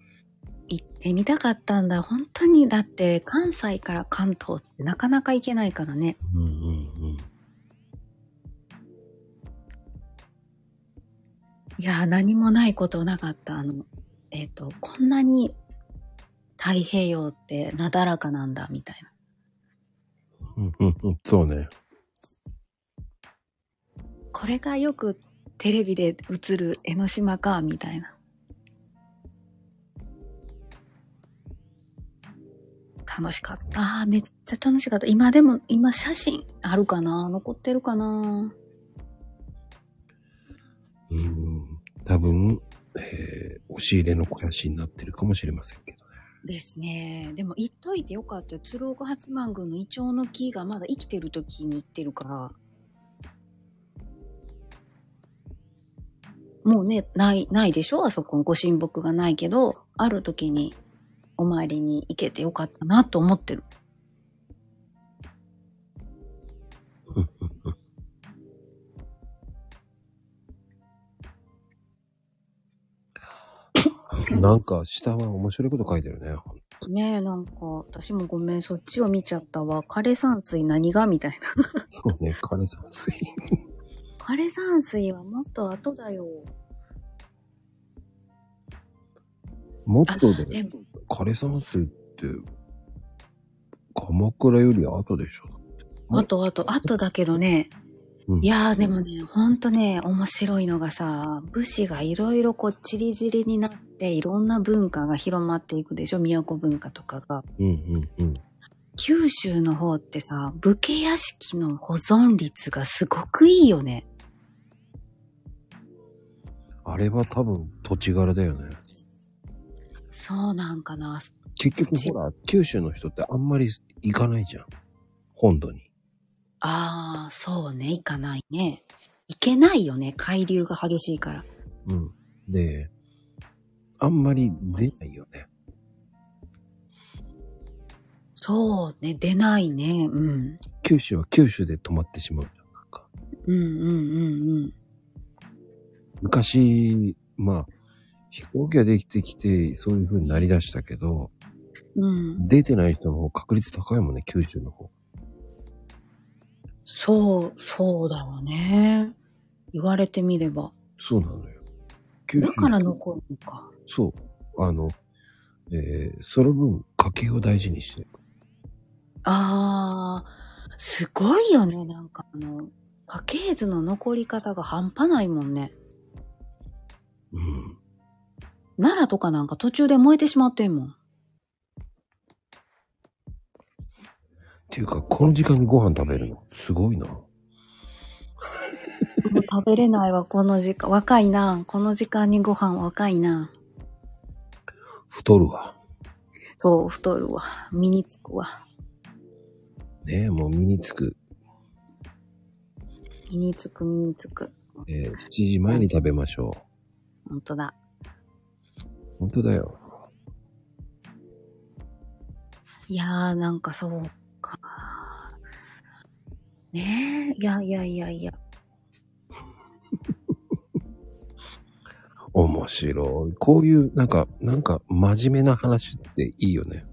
B: 行ってみたかったんだ。本当に、だって、関西から関東ってなかなか行けないからね。
A: うんうん
B: いやー、何もないことなかった。あの、えっ、と、こんなに太平洋ってなだらかなんだ、みたいな。
A: うん。うんうん、そうね。
B: これがよくテレビで映る江ノ島か、みたいな。楽しかった。めっちゃ楽しかった。今でも、今写真あるかな残ってるかな
A: うん。多分、えー、押し入れの肥やしになってるかもしれませんけどね。
B: ですね。でも行っといてよかったよ。鶴岡八幡宮のイチョウの木がまだ生きてる時に行ってるから。もうね、ない、ないでしょあそこ、ご神木がないけど、ある時にお参りに行けてよかったなと思ってる。
A: なんか、下は面白いこと書いてるね。
B: ねえ、なんか、私もごめん、そっちを見ちゃったわ。枯山水何がみたいな。
A: そうね、金さん、つい。
B: 枯山水はもっと後だよ。
A: もっとで、
B: でも、
A: 枯山水って、鎌倉より後でしょ。
B: あとあと、あとだけどね。
A: うん
B: いやーでもね、ほんとね、面白いのがさ、武士がいろいろこう、ちりぢりになって、いろんな文化が広まっていくでしょ都文化とかが。
A: うんうんうん。
B: 九州の方ってさ、武家屋敷の保存率がすごくいいよね。
A: あれは多分土地柄だよね。
B: そうなんかな。
A: 結局ほら、九州の人ってあんまり行かないじゃん。本土に。
B: あー、そうね、行かないね。行けないよね、海流が激しいから。
A: うん。で、あんまり出ないよね。
B: そうね、出ないね、うん。
A: 九州は九州で止まってしまうじゃん。なんか
B: うんうんうんうん。
A: 昔、まあ、飛行機ができてきて、そういう風になりだしたけど、
B: うん。
A: 出てない人の方確率高いもんね、九州の方。
B: そう、そうだよね。言われてみれば。
A: そうなのよ。九州
B: だから残るのか。
A: そう。あの、えー、その分、家計を大事にしてる。
B: あー、すごいよね。なんかあの、家系図の残り方が半端ないもんね。
A: うん。
B: 奈良とかなんか途中で燃えてしまってんもん。
A: ていうか、この時間にご飯食べるの、すごいな。
B: もう 食べれないわ、この時間。若いな。この時間にご飯若いな。
A: 太るわ。
B: そう、太るわ。身につくわ。
A: ねえ、もう身につく。
B: 身につく、身につく。
A: えー7時前に食べましょ
B: 本当だ。
A: う。本当だよ。
B: いやー、なんかそうか。ねえ、いやいやいやいや。
A: 面白い。こういう、なんか、なんか、真面目な話っていいよね。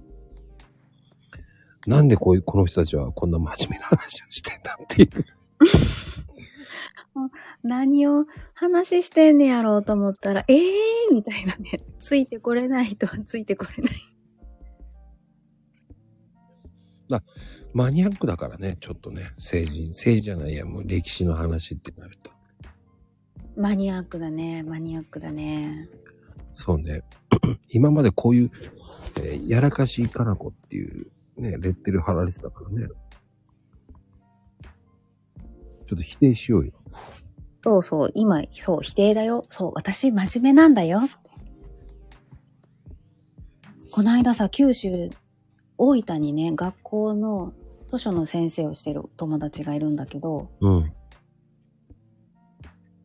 A: なんでこういう、この人たちはこんな真面目な話をしてんだっていう。
B: 何を話してんねやろうと思ったら、ええー、みたいなね。 ついてこれない人はついてこれない。
A: マニアックだからね、ちょっとね。政治、政治じゃないや、もう歴史の話ってなると。
B: マニアックだね、マニアックだね。
A: そうね。 今までこういう、えーやらかしいかなこっていう、ね、レッテル貼られてたからね。ちょっと否定しようよ。
B: そうそう、今、そう、否定だよ。そう、私、真面目なんだよ。この間さ、九州、大分にね、学校の図書の先生をしてる友達がいるんだけど、
A: うん。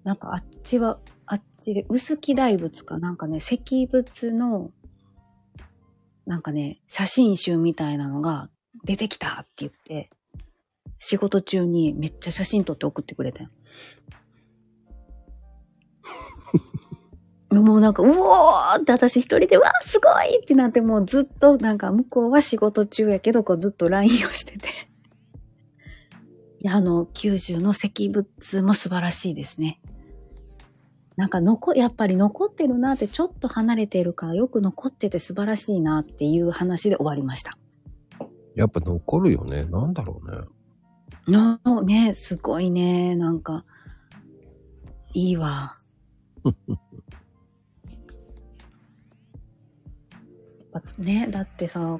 B: なんかあっちは、あっちで、薄木大仏かなんかね、石仏の、なんかね、写真集みたいなのが出てきたって言って、仕事中にめっちゃ写真撮って送ってくれたよ。 もうなんか、うおーって私一人で、わーすごいってなって、もうずっとなんか向こうは仕事中やけど、こうずっと LINE をしてて。いや、あの、九州の石仏も素晴らしいですね。なんか残、やっぱり残ってるなって、ちょっと離れてるから、よく残ってて素晴らしいなっていう話で終わりました。
A: やっぱ残るよね。なんだろうね。
B: のね、すごいね、なんか、いいわ。 やっぱね、だってさ、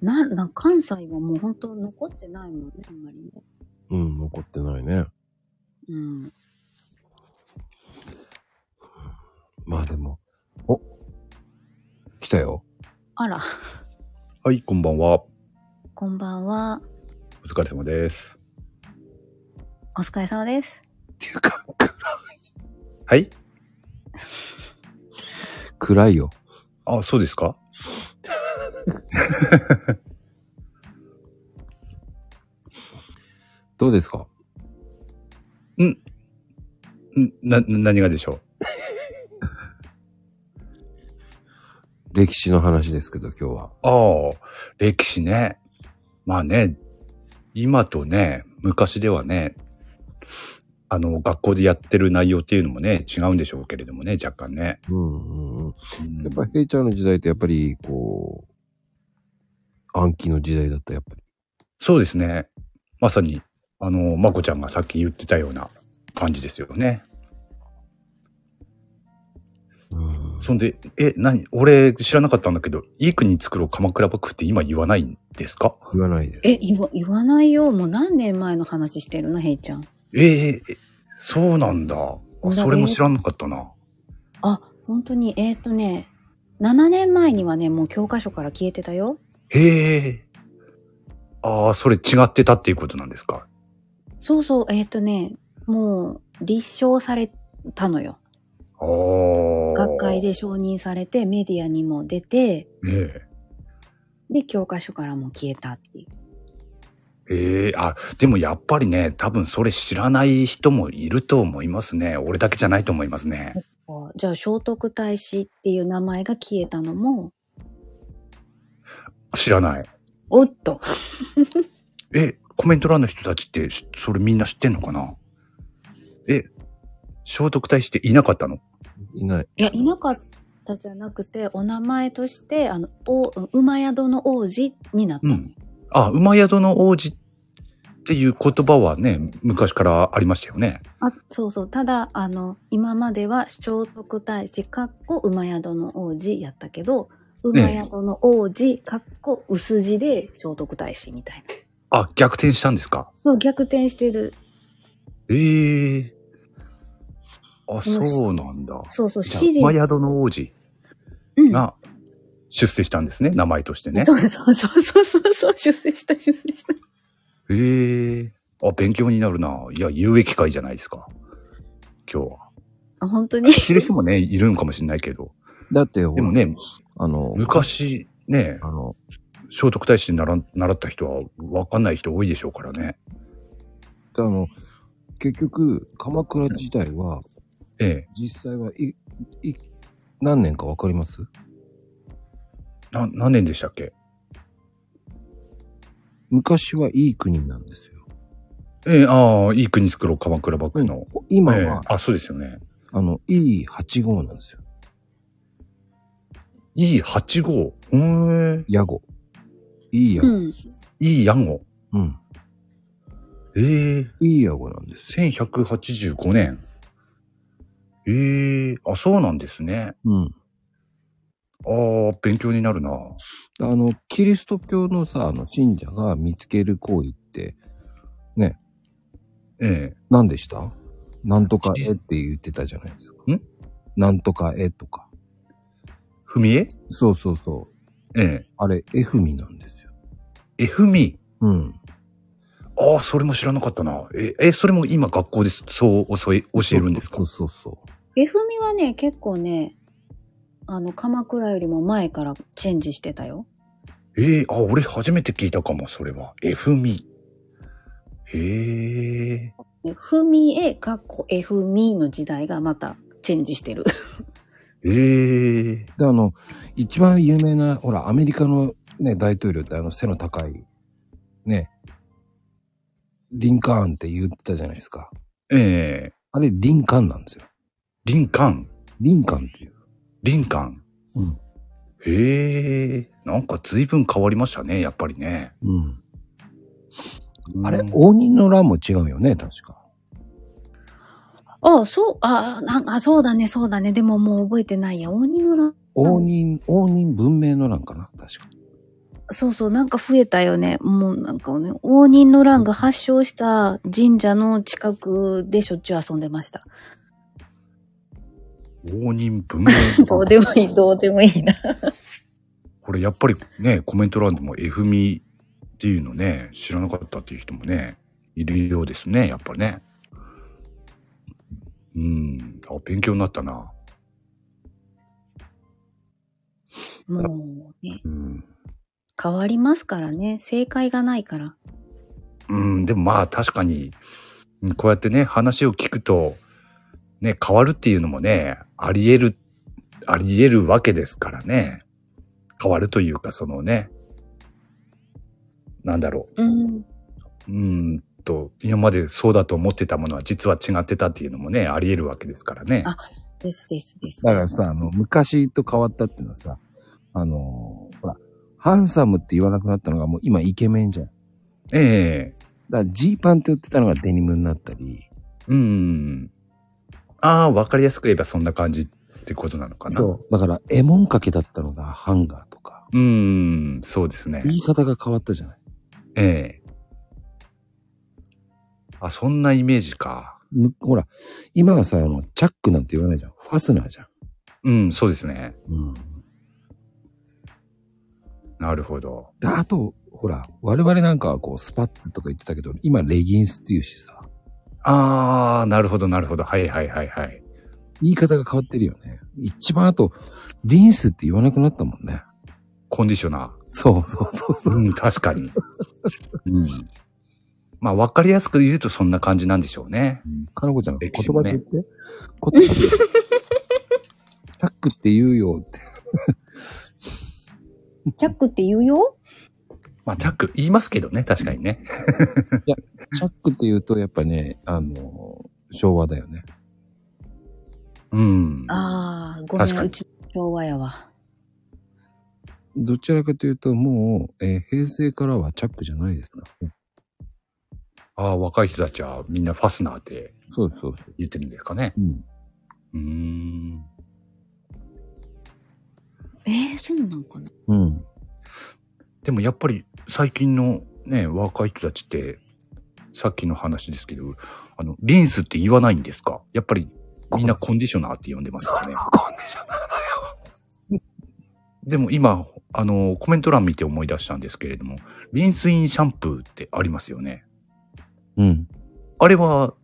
B: な、な、関西はもう本当残ってないもんね、あんまりね。
A: うん、残ってないね。
B: うん。
A: まあでも、お来たよ。
B: あら、
D: はい、こんばんは。
B: こんばんは。
D: お疲れ様です。
B: お疲れ様です。
A: っていうか、
D: はい
A: 暗いよ。
D: あ、そうですか
A: どうですか
D: ん、な、な何がでしょ
A: 歴史の話ですけど、今日は。
D: うああ、歴史ね。まあね、今とね、昔ではね、あの、学校でやってる内容っていうのもね、違うんでしょうけれどもね、若干ね。
A: うんうんうん。
D: うん
A: やっぱ平ちゃんの時代ってやっぱり、こう、暗記の時代だった、やっぱり。
D: そうですね。まさに、あの、まこちゃんがさっき言ってたような感じですよね。
A: うん
D: そんで、え、何俺知らなかったんだけど、いい国作ろう鎌倉幕府って今言わないんですか
A: 言わないです。
B: え、言わ、言わないよ。もう何年前の話してるの、ヘイちゃん。
D: えええそうなんだ。あそれも知らなかったな。
B: あ、本当に、えっ、ー、とね、7年前にはね、もう教科書から消えてたよ。
D: へえ。ああ、それ違ってたっていうことなんですか。
B: そうそう、えっ、ー、とね、もう立証されたのよ。
D: ああ。
B: 学会。で承認されて、メディアにも出て、
D: え
B: で、教科書からも消えたっていう。
D: え。ええあ、でもやっぱりね、多分それ知らない人もいると思いますね。俺だけじゃないと思いますね。
B: あじゃあ、聖徳太子っていう名前が消えたのも、
D: 知らない。
B: おっと
D: え、コメント欄の人たちって、しそれみんな知ってんのかなえ、聖徳太子っていなかったの
A: いない。
B: いや、いなかったじゃなくて、お名前として、あの、お、馬宿の王子になったのよ。
D: うんあ、馬宿の王子っていう言葉はね、昔からありましたよね。
B: あ、そうそう。ただ、あの、今までは聖徳太子、かっこ馬宿の王子やったけど、馬宿の王子、かっこ薄字で聖徳太子みたいな。
D: あ、逆転したんですか
B: そう逆転してる。
D: ええ
B: こ
D: あ、
B: の
D: そうなんだ。
B: そうそう、指
D: じ
B: 示
D: ゃあ、。馬宿の王子
B: うん。
D: が出世したんですね、名前としてね。
B: そうそうそうそうそうそう、出世した、出世した。
D: ええあ、勉強になるな。いや、有益会じゃないですか。今日は。
B: あ、本当に。
D: 知ってる人もね、いるんかもしれないけど。
A: だって、ほ
D: で
A: ら
D: もね、
A: あの、
D: 昔、ね、
A: あの、
D: 聖徳太子に習習った人は分かんない人多いでしょうからね。
A: あの、結局、鎌倉自体は、
D: ええ。
A: 実際は、い、い、何年かわかります
D: な、何年でしたっけ
A: 昔はいい国なんですよ。
D: ええ、ああ、いい国作ろう、鎌倉幕府の。
A: 今
D: ええ
A: は、
D: あ、そうですよね。
A: あの、E8 号なんですよ。
D: E8 号。うーん。
A: ヤゴ。いいヤ
B: う
A: ゴ。
B: ん。
D: いいやんご。
A: うん。
D: ええ
A: いいヤゴなんですよ。
D: 1185年。ええあ、そうなんですね。
A: うん。
D: ああ、勉強になるな。
A: あの、キリスト教のさ、あの、信者が見つける行為って、
D: え
A: 何でしたなんとか
D: キリ
A: 絵って言ってたじゃないですか。
D: ん
A: なんとか絵とか。
D: え。ふみえ
A: そうそうそう。
D: え
A: あれ、絵踏みなんですよ。
D: え。え、ふみ。
A: うん。
D: ああ、それも知らなかったな。え、え、それも今学校です。そう教え、教えるんですか
A: そうそうそう。
B: 絵踏みはね、結構ね、あの、鎌倉よりも前からチェンジしてたよ。
D: ええあ、俺初めて聞いたかも、それは。え、ふみ。へえ。
B: ね踏み絵、かっこ絵踏みの時代がまたチェンジしてる。
D: ええ。
A: で、あの、一番有名な、ほら、アメリカのね、大統領ってあの、背の高い、ね、リンカーンって言ってたじゃないですか。
D: ええ。
A: あれ、リンカーンなんですよ。
D: リンカン。
A: リンカーンっていう。
D: リンカン。
A: うん。
D: へえ。なんか随分変わりましたね、やっぱりね。
A: うん。あれ
D: うん、
A: 応仁の乱も違うよね、確か。
B: あ、そう、あ、なんか、あそうだね、そうだね。でももう覚えてないや。鬼の乱。
A: 応仁、応仁文明の乱かな、確か。
B: そうそう、なんか増えたよね。もうなんかね、応仁の乱が発祥した神社の近くでしょっちゅう遊んでました。
D: 応仁文
B: どう
D: 明。
B: でも いい、どうでもいいな。
D: これやっぱりね、コメント欄でも F みっていうのね、知らなかったっていう人もね、いるようですね、やっぱりね。うん。あ、勉強になったな。
B: もうね、
A: うん。
B: 変わりますからね。正解がないから。
D: うん、でもまあ確かに、うんこうやってね、話を聞くと、ね、変わるっていうのもね、あり得る、あり得るわけですからね。変わるというか、そのね、なんだろ
B: うん。
D: う。うーんと、今までそうだと思ってたものは実は違ってたっていうのもね、あり得るわけですからね。
B: あですですです。
A: だからさ、あの、昔と変わったっていうのはさ、あのーほら、ハンサムって言わなくなったのがもう今イケメンじゃん。だ
D: ええ
A: からジーパンって言ってたのがデニムになったり、
D: うん。ああ、わかりやすく言えばそんな感じってことなのかな。
A: そう。だから、エモンかけだったのがハンガーとか、
D: う。うん、そうですね。
A: 言い方が変わったじゃない。
D: ええあ、そんなイメージか。
A: むほら、今はさ、あの、チャックなんて言わないじゃん。ファスナーじゃん。
D: うん、そうですね。
A: うん。
D: なるほど。
A: であと、ほら、我々なんかはこう、スパッツとか言ってたけど、今レギンスっていうしさ、
D: あー、なるほど、なるほど。はいはいはいはい。
A: 言い方が変わってるよね。一番あと、リンスって言わなくなったもんね。
D: コンディショナ
A: そうそうそうそ
D: ー。
A: う。
D: うん、確かに。うん。まあ、わかりやすく言うとそんな感じなんでしょうね。
A: かなこちゃん、言
D: 歴史
A: 葉
D: も
A: で
D: ね
A: 言って。言葉で言 って。チャックって言うよって。
B: チャックって言うよ
D: まあ、タック言いますけどね、確かにね。
A: チャックって言うと、やっぱね、あの、昭和だよね。
D: うん。
B: ああ、ごめ
D: 確
B: ん、
D: かに
B: うち昭和やわ。
A: どちらかというと、もう、えー平成からはチャックじゃないですか。
D: ああ、若い人たちはみんなファスナーって
A: そうそうそう。
D: 言ってるんですかね。
A: うん。
D: うーん。
B: えー、そうなんかな
A: うん。
D: でもやっぱり最近のね、若い人たちって、さっきの話ですけど、あの、リンスって言わないんですかやっぱりみんなコンディショナーって呼んでますよね。
A: コンディショナーだよ。
D: でも今、あの、コメント欄見て思い出したんですけれども、リンスインシャンプーってありますよね。
A: うん。
D: あれは、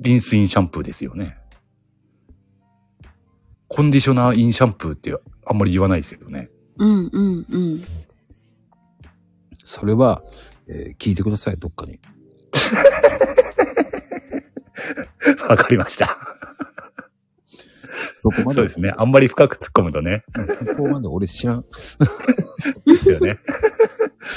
D: リンスインシャンプーですよね。コンディショナーインシャンプーってあんまり言わないですよ ね。
B: うんうんうん。
A: それは、えー聞いてください、どっかに。
D: わかりました。
A: そこまで。
D: そうですね。あんまり深く突っ込むとね。
A: そこまで俺知らん。
D: ですよ ね。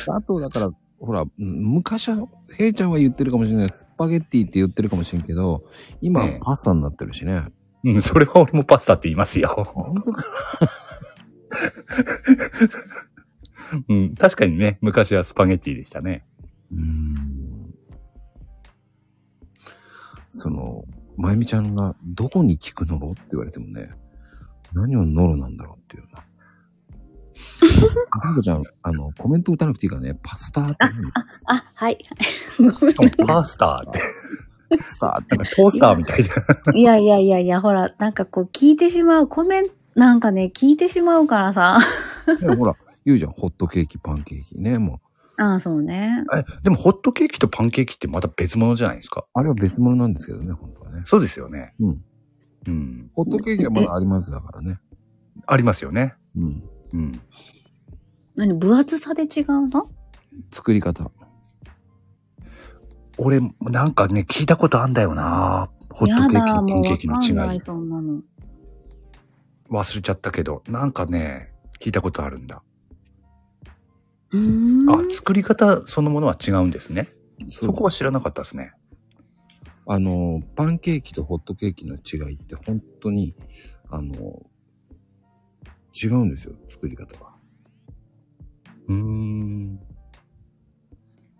A: あと、だから、ほら、うん昔は、ヘイちゃんは言ってるかもしれない。スパゲッティって言ってるかもしれんけど、今
D: ええ
A: はパスタになってるしね。
D: うん、それは俺もパスタって言いますよ。
A: 本当だ
D: うん、確かにね、昔はスパゲッティでしたね。
A: うーん。その、まゆみちゃんが、どこに効くのろって言われてもね、何をノロなんだろうっていうな。かんこちゃん、あの、コメント打たなくていいからね、パスタって 何
B: あ、はい。 ごめん
D: しかもパスタって、
A: パスタって
D: なん。かトースターみたいな。
B: いやいやいやいや、ほら、なんかこう聞いてしまう、コメント、なんかね、聞いてしまうからさ。
A: ねほら、言うじゃん、ホットケーキ、パンケーキね、もう。
B: ああ、そうね。
D: えでもホットケーキとパンケーキってまた別物じゃないですか。
A: あれは別物なんですけどね、本当はね。
D: そうですよね。
A: うん。
D: うん。
A: ホットケーキはまだありますだからね。
D: ありますよね。
A: うん。
D: うん。
B: 何、分厚さで違うの
A: 作り方。
D: 俺、なんかね、聞いたことあんだよなホットケーキとパンケー
B: や
D: キ
B: だもうわ
D: の
B: かんな
D: 違い
B: い。そんなの。
D: 忘れちゃったけど、なんかね、聞いたことあるんだ。
B: うーん
D: あ、。作り方そのものは違うんですね。
A: そ
D: そこは知らなかったですね。
A: あの、パンケーキとホットケーキの違いって本当に、あの、違うんですよ、作り方が。
D: うーん。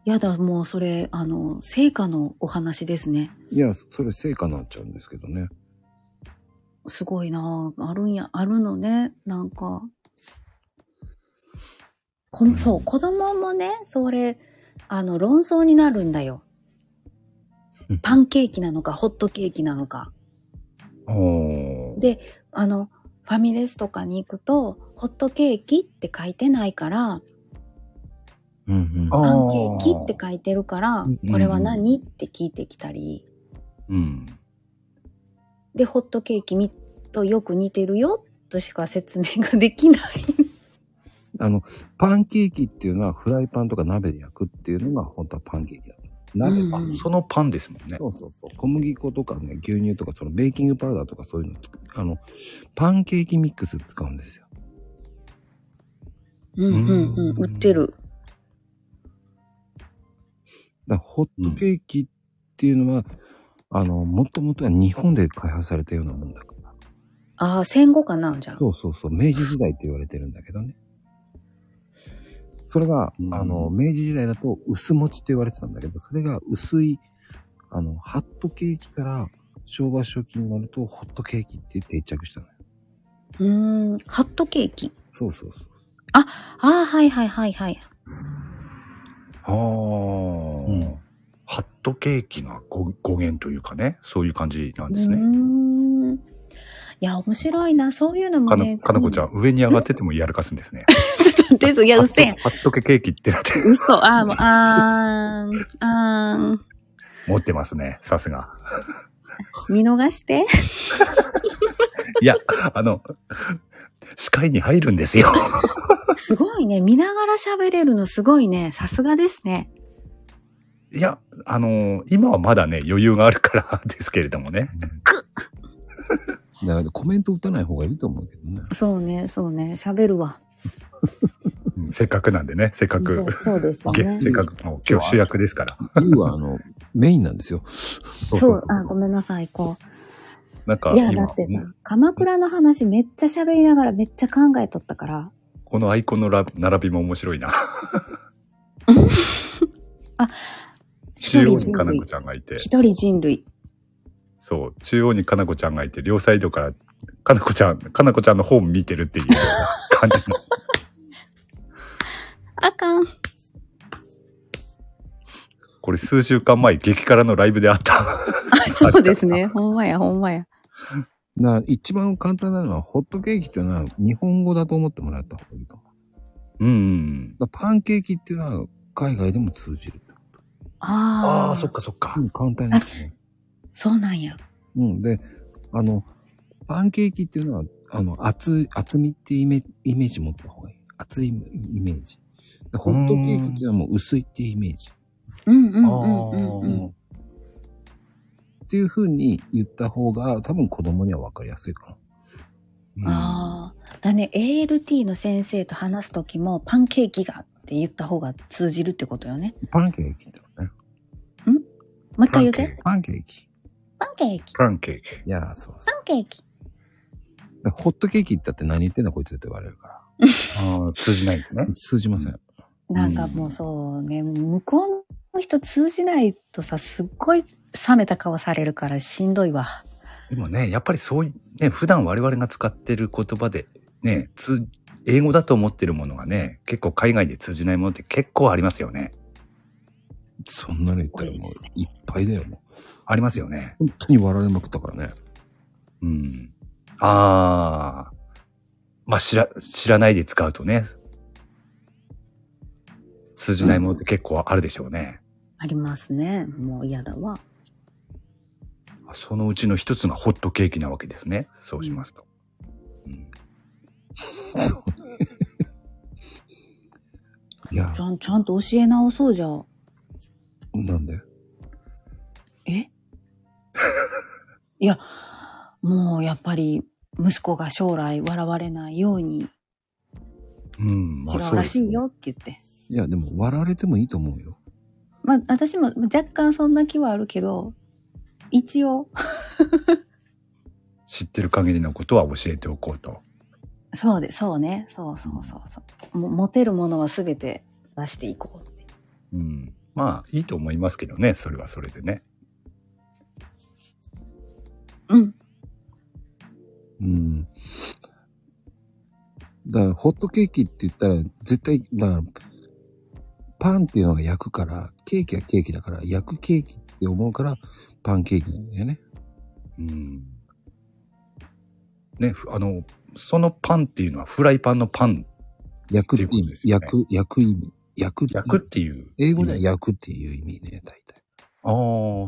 B: やだ、もうそれ、あの、成果のお話ですね。
A: いや、それ成果になっちゃうんですけどね。
B: すごいなああるんや、あるのね。なんか。こんそう、子供もね、それ、あの、論争になるんだよ
A: うん。
B: パンケーキなのか、ホットケーキなのか。
D: おー。
B: であの、ファミレスとかに行くと、ホットケーキって書いてないから、
A: うんうん。
D: あ
B: パンケーキって書いてるから
D: うんうん、
B: これは何って聞いてきたり、
D: うん。
B: で、ホットケーキみとよく似てるよ、としか説明がで きない。
A: あの、パンケーキっていうのはフライパンとか鍋で焼くっていうのが本当はパンケーキだ。鍋
B: うん
A: パン、
B: うん
D: そのパンですもんね
A: そ。うそうそう。小麦粉とかね、牛乳とか、そのベーキングパウダーとかそういうのつ、あの、パンケーキミックス使うんですよ。
B: うんうんうん、売ってる。
A: だからホットケーキっていうのは、あの、もともとは日本で開発されたようなもんだから。
B: ああ、戦後かな、じゃあ。
A: そうそうそう、明治時代って言われてるんだけどね。それが、
D: うん
A: あの、明治時代だと薄餅って言われてたんだけど、それが薄い、あの、ハットケーキから昭和初期になるとホットケーキって定着したのよ。
B: うーん、ハットケーキ。
A: そうそうそう。
B: ああ、はいはいはいはい。
D: ああ、
A: うん
D: ハットケーキが語語源というかね、そういう感じなんです
B: うー
D: ね。
B: ん。いや、面白いな、そういうのも
D: か
B: ね。
D: な、かなこち
B: ゃん。
D: ゃん、上に上がっててもやらかすんですね。
B: ちょっと待って、そういや、うっせえ。
D: ハットケケーキってなって、
B: 嘘、あーもうあーん、あーん、
D: 持ってますね、さすが。
B: 見逃して。
D: いや、あの、視界に入るんですよ。
B: すごいね、見ながら喋れるのすごいね、さすがですね。
D: いや、あの今はまだね、余裕があるからですけれどもね。
A: だからコメント打たない方がいいと思うけどね。
B: そうね、そうね、喋るわ。
D: うんせっかくなんでね、せっか
B: そ
D: く
B: う。そうですよね
D: げ。せっかくの今日主役ですから。
A: ユウはあの、メインなんですよ。
B: そう、あ、ごめんなさい、こ
D: なんか
B: う。いや、だ
D: 今
B: ってさ、鎌倉の話めっちゃ喋りながらめっちゃ考えとったから。
D: このアイコンのラ並びも面白 いな。
B: 一
D: 中央
B: 人
D: に
B: 人
D: かなこ
B: 類
D: ち。ゃんがいて、
B: 一人人類。
D: そう、中央にかなこちゃんがいて、両サイドからかなこちゃん、かなこちゃんの本見てるっていう 感じの。
B: あかん。
D: これ数週間前、激辛のライブであった。
B: あ、 そうですね。ほんまや、ほんまや。
A: な、一番簡単なのは、ホットケーキっていうのは日本語だと思ってもらった方がいいと思う。
D: うんうん。
A: だからパンケーキっていうのは海外でも通じる。
B: ああ、
D: っかそっか
A: うん簡単ですね。
B: そうなんや。
A: うん。で、あの、パンケーキっていうのは、あの、厚い、厚みってイメイメージ持った方がいい。厚いイメージ。でホットケーキっていうのはもう薄いっていうイメージ。
B: うんうんうんうんうん。
A: っていう風に言った方が、多分子供には分かりやすいか
B: ああ。だね、ALT の先生と話すときも、パンケーキがって言った方が通じるってことよね。
A: な。パンケーキってのね。
B: もう一回言うて。
A: パンケーキ。
B: パンケーキ。
D: パンケーキ。
A: いやー、そうそ
B: パンケーキ。
A: う。だからホットケーキだって何言ってんだこいつって言われるか
D: ああ、通じないですね。
A: ら。通じません。
B: なんかもうそうね、向こうの人通じないとさ、すっごい冷めた顔されるからしんどいわ。
D: でもね、やっぱりそういう、ね、普段我々が使ってる言葉で、ね、通英語だと思ってるものがね、結構海外で通じないものって結構ありますよね。
A: そんなの言ったらもういっぱいだよ。もう
D: ありますよね。
A: 本当に笑われまくったからね。
D: うん。ああ。まあ、知ら、知らないで使うとね、通じないものって結構あるでしょうね。
B: ありますね。もう嫌だわ。
D: そのうちの一つがホットケーキなわけですね。そうしますと。うん
A: そう。いや
B: ち、ゃん、ちゃんと教え直そうじゃあ。
A: なんで
B: えいや、もうやっぱり息子が将来笑われないように
D: うん。ま
B: 違
D: あ、
B: う
D: そう
B: ら
D: です
B: しい
D: ね
B: よって言って。
A: いや、でも笑われてもいいと思うよ。
B: まあ私も若干そんな気はあるけど、一応、
D: 知ってる限りのことは教えておこうと。
B: そうで、そうね。そうそうそうそう。も持てるものは全て出していこうって。
D: うん。まあ、いいと思いますけどね。それはそれでね。
B: うん。
A: うん。だから、ホットケーキって言ったら、絶対、だから、パンっていうのが焼くから、ケーキはケーキだから、焼くケーキって思うから、パンケーキなんだよね。
D: うん。ね、ふあの、そのパンっていうのはフライパンのパン、
A: 焼くって
D: ってい
A: 意
D: うことで
A: 味。
D: すよね
A: 焼く、焼く意味。焼くって
D: 焼くっていう。
A: 英語では焼くっていう意味ね、大体。
D: あ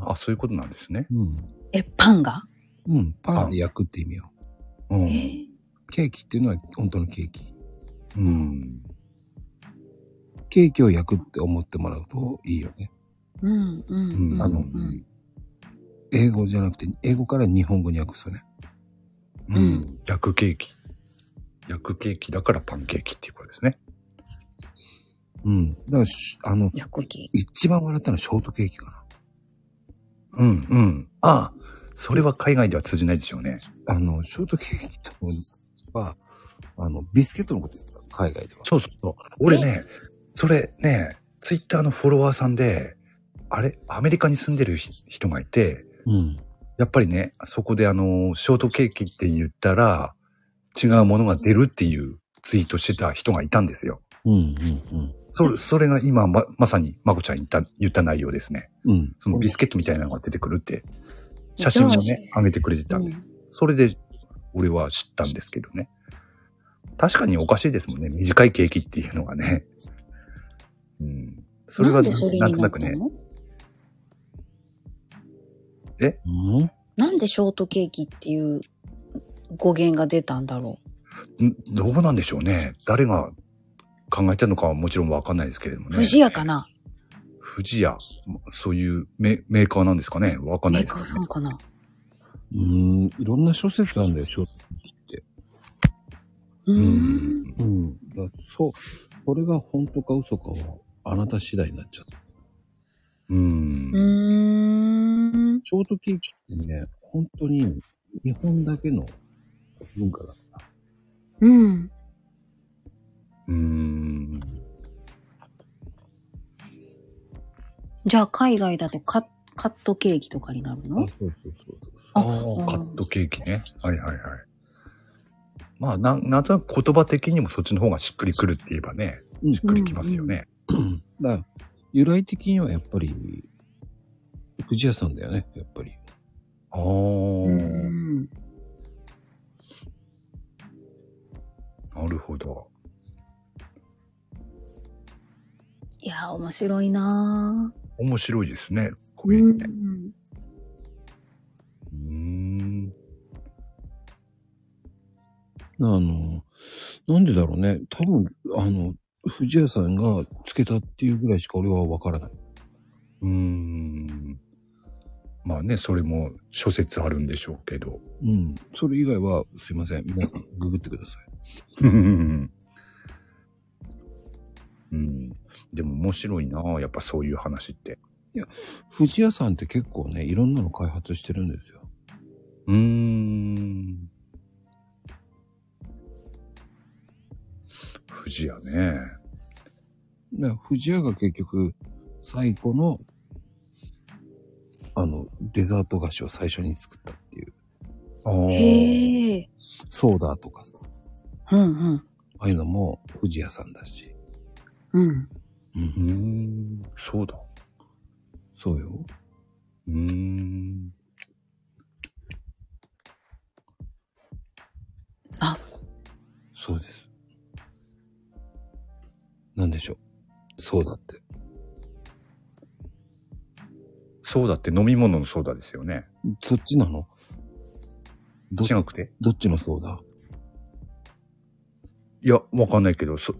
D: あ、あ、そういうことなんですね。
A: うん。
B: え、パンが
A: うん。パンで焼くって意味よ。
D: う
B: え
D: ん。
B: ー
A: ケーキっていうのは本当のケーキ。
D: うん。
A: ケーキを焼くって思ってもらうといいよね。
B: うん、うん、うん。
D: うん
A: あの
B: うん
A: 英語じゃなくて、英語から日本語に訳すとね。
D: うん。焼くケーキ。焼くケーキだからパンケーキっていうことですね。
A: うん。だからし、あの、
B: 焼く気。
A: 一番笑ったのはショートケーキかな。
D: うん、うん。ああ、それは海外では通じないでしょうね。
A: あの、ショートケーキとは、あの、ビスケットのことですか海外では。
D: そうそうそう。俺ね、それね、ツイッターのフォロワーさんで、あれ、アメリカに住んでるひ人がいて、
A: うん。
D: やっぱりね、そこであの、ショートケーキって言ったら、違うものが出るっていうツイートしてた人がいたんですよ。
A: うん、うん、
D: それ、それが今ま、まさに、まこちゃん言った、言った内容ですね。
A: うん。うん。
D: そのビスケットみたいなのが出てくるって、写真をね、上げてくれてたんです。それで、俺は知ったんですけどね。確かにおかしいですもんね。短いケーキっていうのがね。うん。それ
B: な
D: が
B: んでそれ
D: な
B: に
D: んと
B: な
D: な
B: った
D: くね、
B: の
A: うん
B: なんでショートケーキっていう語源が出たんだろ
D: んどうなんでしょうね。誰が考えたのかはもちろんわかんないですけれども
B: う。
D: ね。
B: 不二家かな
D: 富士屋、そういうメメーカーなんですかね。わかんな
B: メ
D: い
B: ー
D: です
B: カーさ
D: けどね
B: ん。かな
A: うん。いろんな諸説なんだよ、ショート
B: う。
D: うんん。
A: うん。だそう。これが本当か嘘かは、あなた次第になっちゃった。
D: うん
B: う。ーん。
A: ショートケーキってね、本当に日本だけの文化だから。
B: うん。
D: うん。
B: じゃあ海外だとカカットケーキとかになるの
A: そうそうそうそう。
D: ああ
B: うん
D: ー、カットケーキね。はいはいはい。まあ、なん、なんとなく言葉的にもそっちの方がしっくりくるって言えばね、
A: うん
D: しっくりきますよね。
A: だから由来的にはやっぱり、くじ屋さんだよね、やっぱり。
D: あー
B: うん
D: なるほど。
B: いやー、面白いなぁ。
D: 面白いですね。こう
B: う
D: いうんね。うーん。
A: あの、なんでだろうね。多分、あの、藤屋さんがつけたっていうぐらいしか俺はわからない。
D: うーん。まあね、それも諸説あるんでしょうけど。
A: うん。それ以外は、すいません。皆さん、ググってください。
D: うん。うんでも面白いなやっぱそういう話って。
A: 藤屋さんって結構ね、いろんなの開発してるんですよ。
D: うーん。富士屋ね。
A: だから藤屋が結局、最古の、あの、デザート菓子を最初に作ったっていう。
D: あー
B: へえ。
A: ソーダとかさ、
B: うんうん。
A: ああいうのも藤屋さんだし。
B: うん。
A: う。
D: うんーん。そうだ。
A: そうよ。
D: うーん。
A: そうです。なんでしょう。そうだって。
D: ソーダって飲み物のソーダですよね。
A: そっちなのど
D: 違くて
A: どっちのソーダ
D: いや、わかんないけど、そ、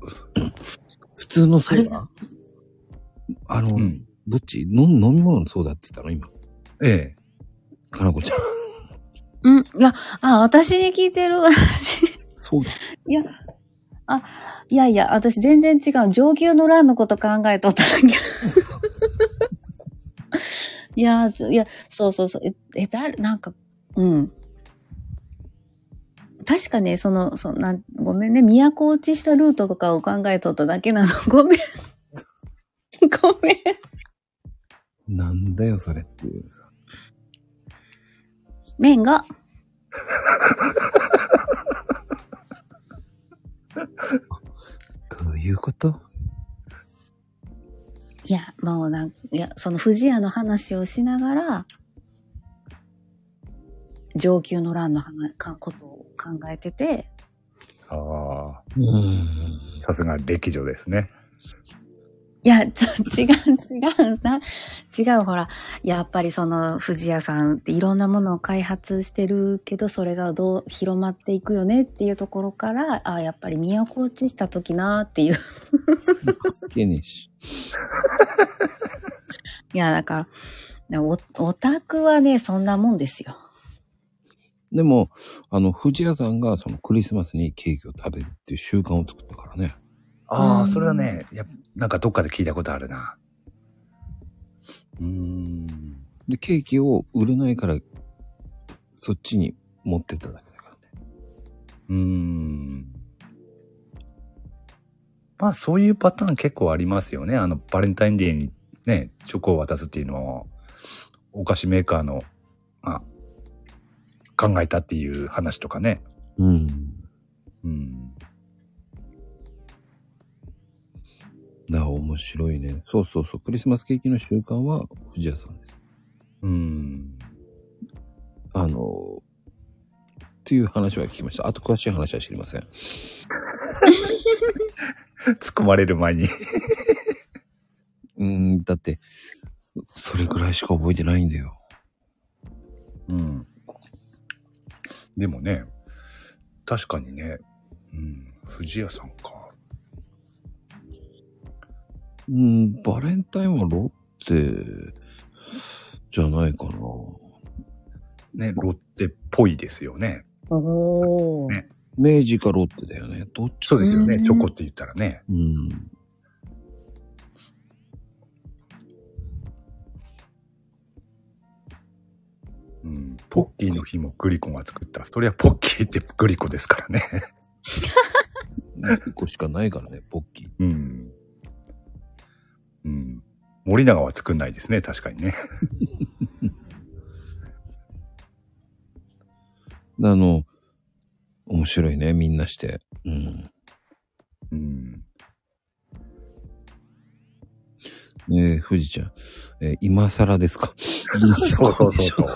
A: 普通のソー
B: あ
A: ダあの、
D: うん。
A: どっちの飲み物のソーダって言ったの今。
D: ええ。
A: かなこちゃん。
B: うん。いや、あ、私に聞いてる。私。
A: そうだ。
B: いや、あ、いやいや、私全然違う。上級の欄のこと考えとっただけ。 いや、ずいや、そうそうそう。え、え、誰、なんか、うん。確かね、その、そんな、ごめんね、都落ちしたルートとかを考えとっただけなの。 ごめん。ごめん。
A: なんだよ、それっていうさ。
B: 麺が。
A: どういうこと
B: いや、もうなんか、いや、その不二家の話をしながら、上級の欄の話かことを考えてて、
D: あ
A: うー
D: あ、さすが歴女ですね。
B: いや、ちょ、 違う、違うな。違う、ほら。やっぱりその、藤屋さんっていろんなものを開発してるけど、それがどう広まっていくよねっていうところから、あやっぱり都落ちした時なっていう。
A: ん。ケニシ。
B: いや、だから、お、オタクはね、そんなもんですよ。
A: でも、あの、藤屋さんがそのクリスマスにケーキを食べるっていう習慣を作ったからね。
D: あ
B: う
D: あ、
B: ん
D: それはね、やっぱなんかどっかで聞いたことあるな。うーん。
A: で、ケーキを売れないから、そっちに持ってっただけだからね。
D: うーん。まあそういうパターン結構ありますよね。あのバレンタインデーにね、チョコを渡すっていうのは、お菓子メーカーの、まあ、考えたっていう話とかね。
A: うん。
D: うん。
A: なあ、面白いね。そうそうそう。クリスマスケーキの習慣は藤屋さんです。
D: うん。
A: あの、っていう話は聞きました。あと詳しい話は知りません。
D: 突っ込まれる前に。
A: うん、だって、それぐらいしか覚えてないんだよ。
D: うん。でもね、確かにね、うん、藤屋さんか。
A: うん、バレンタインはロッテじゃないかな。
D: ね、ロッテっぽいですよね。
B: お
D: ー
A: 明治かロッテだよね。どっち
D: そうですよ
B: う
D: ね。
B: ん
D: チョコって言ったらね。
A: うん。
D: うん、ポッキーの日もグリコが作った。そりゃポッキーってグリコですからね。
A: 1個しかないからね、 ポッキー。
D: うん。うん。森永は作んないですね、確かにね。
A: あの、面白いね、みんなして。うん。
D: うん。
A: ねえ、富士ちゃん。えー今更です か
D: そうそうそうそう。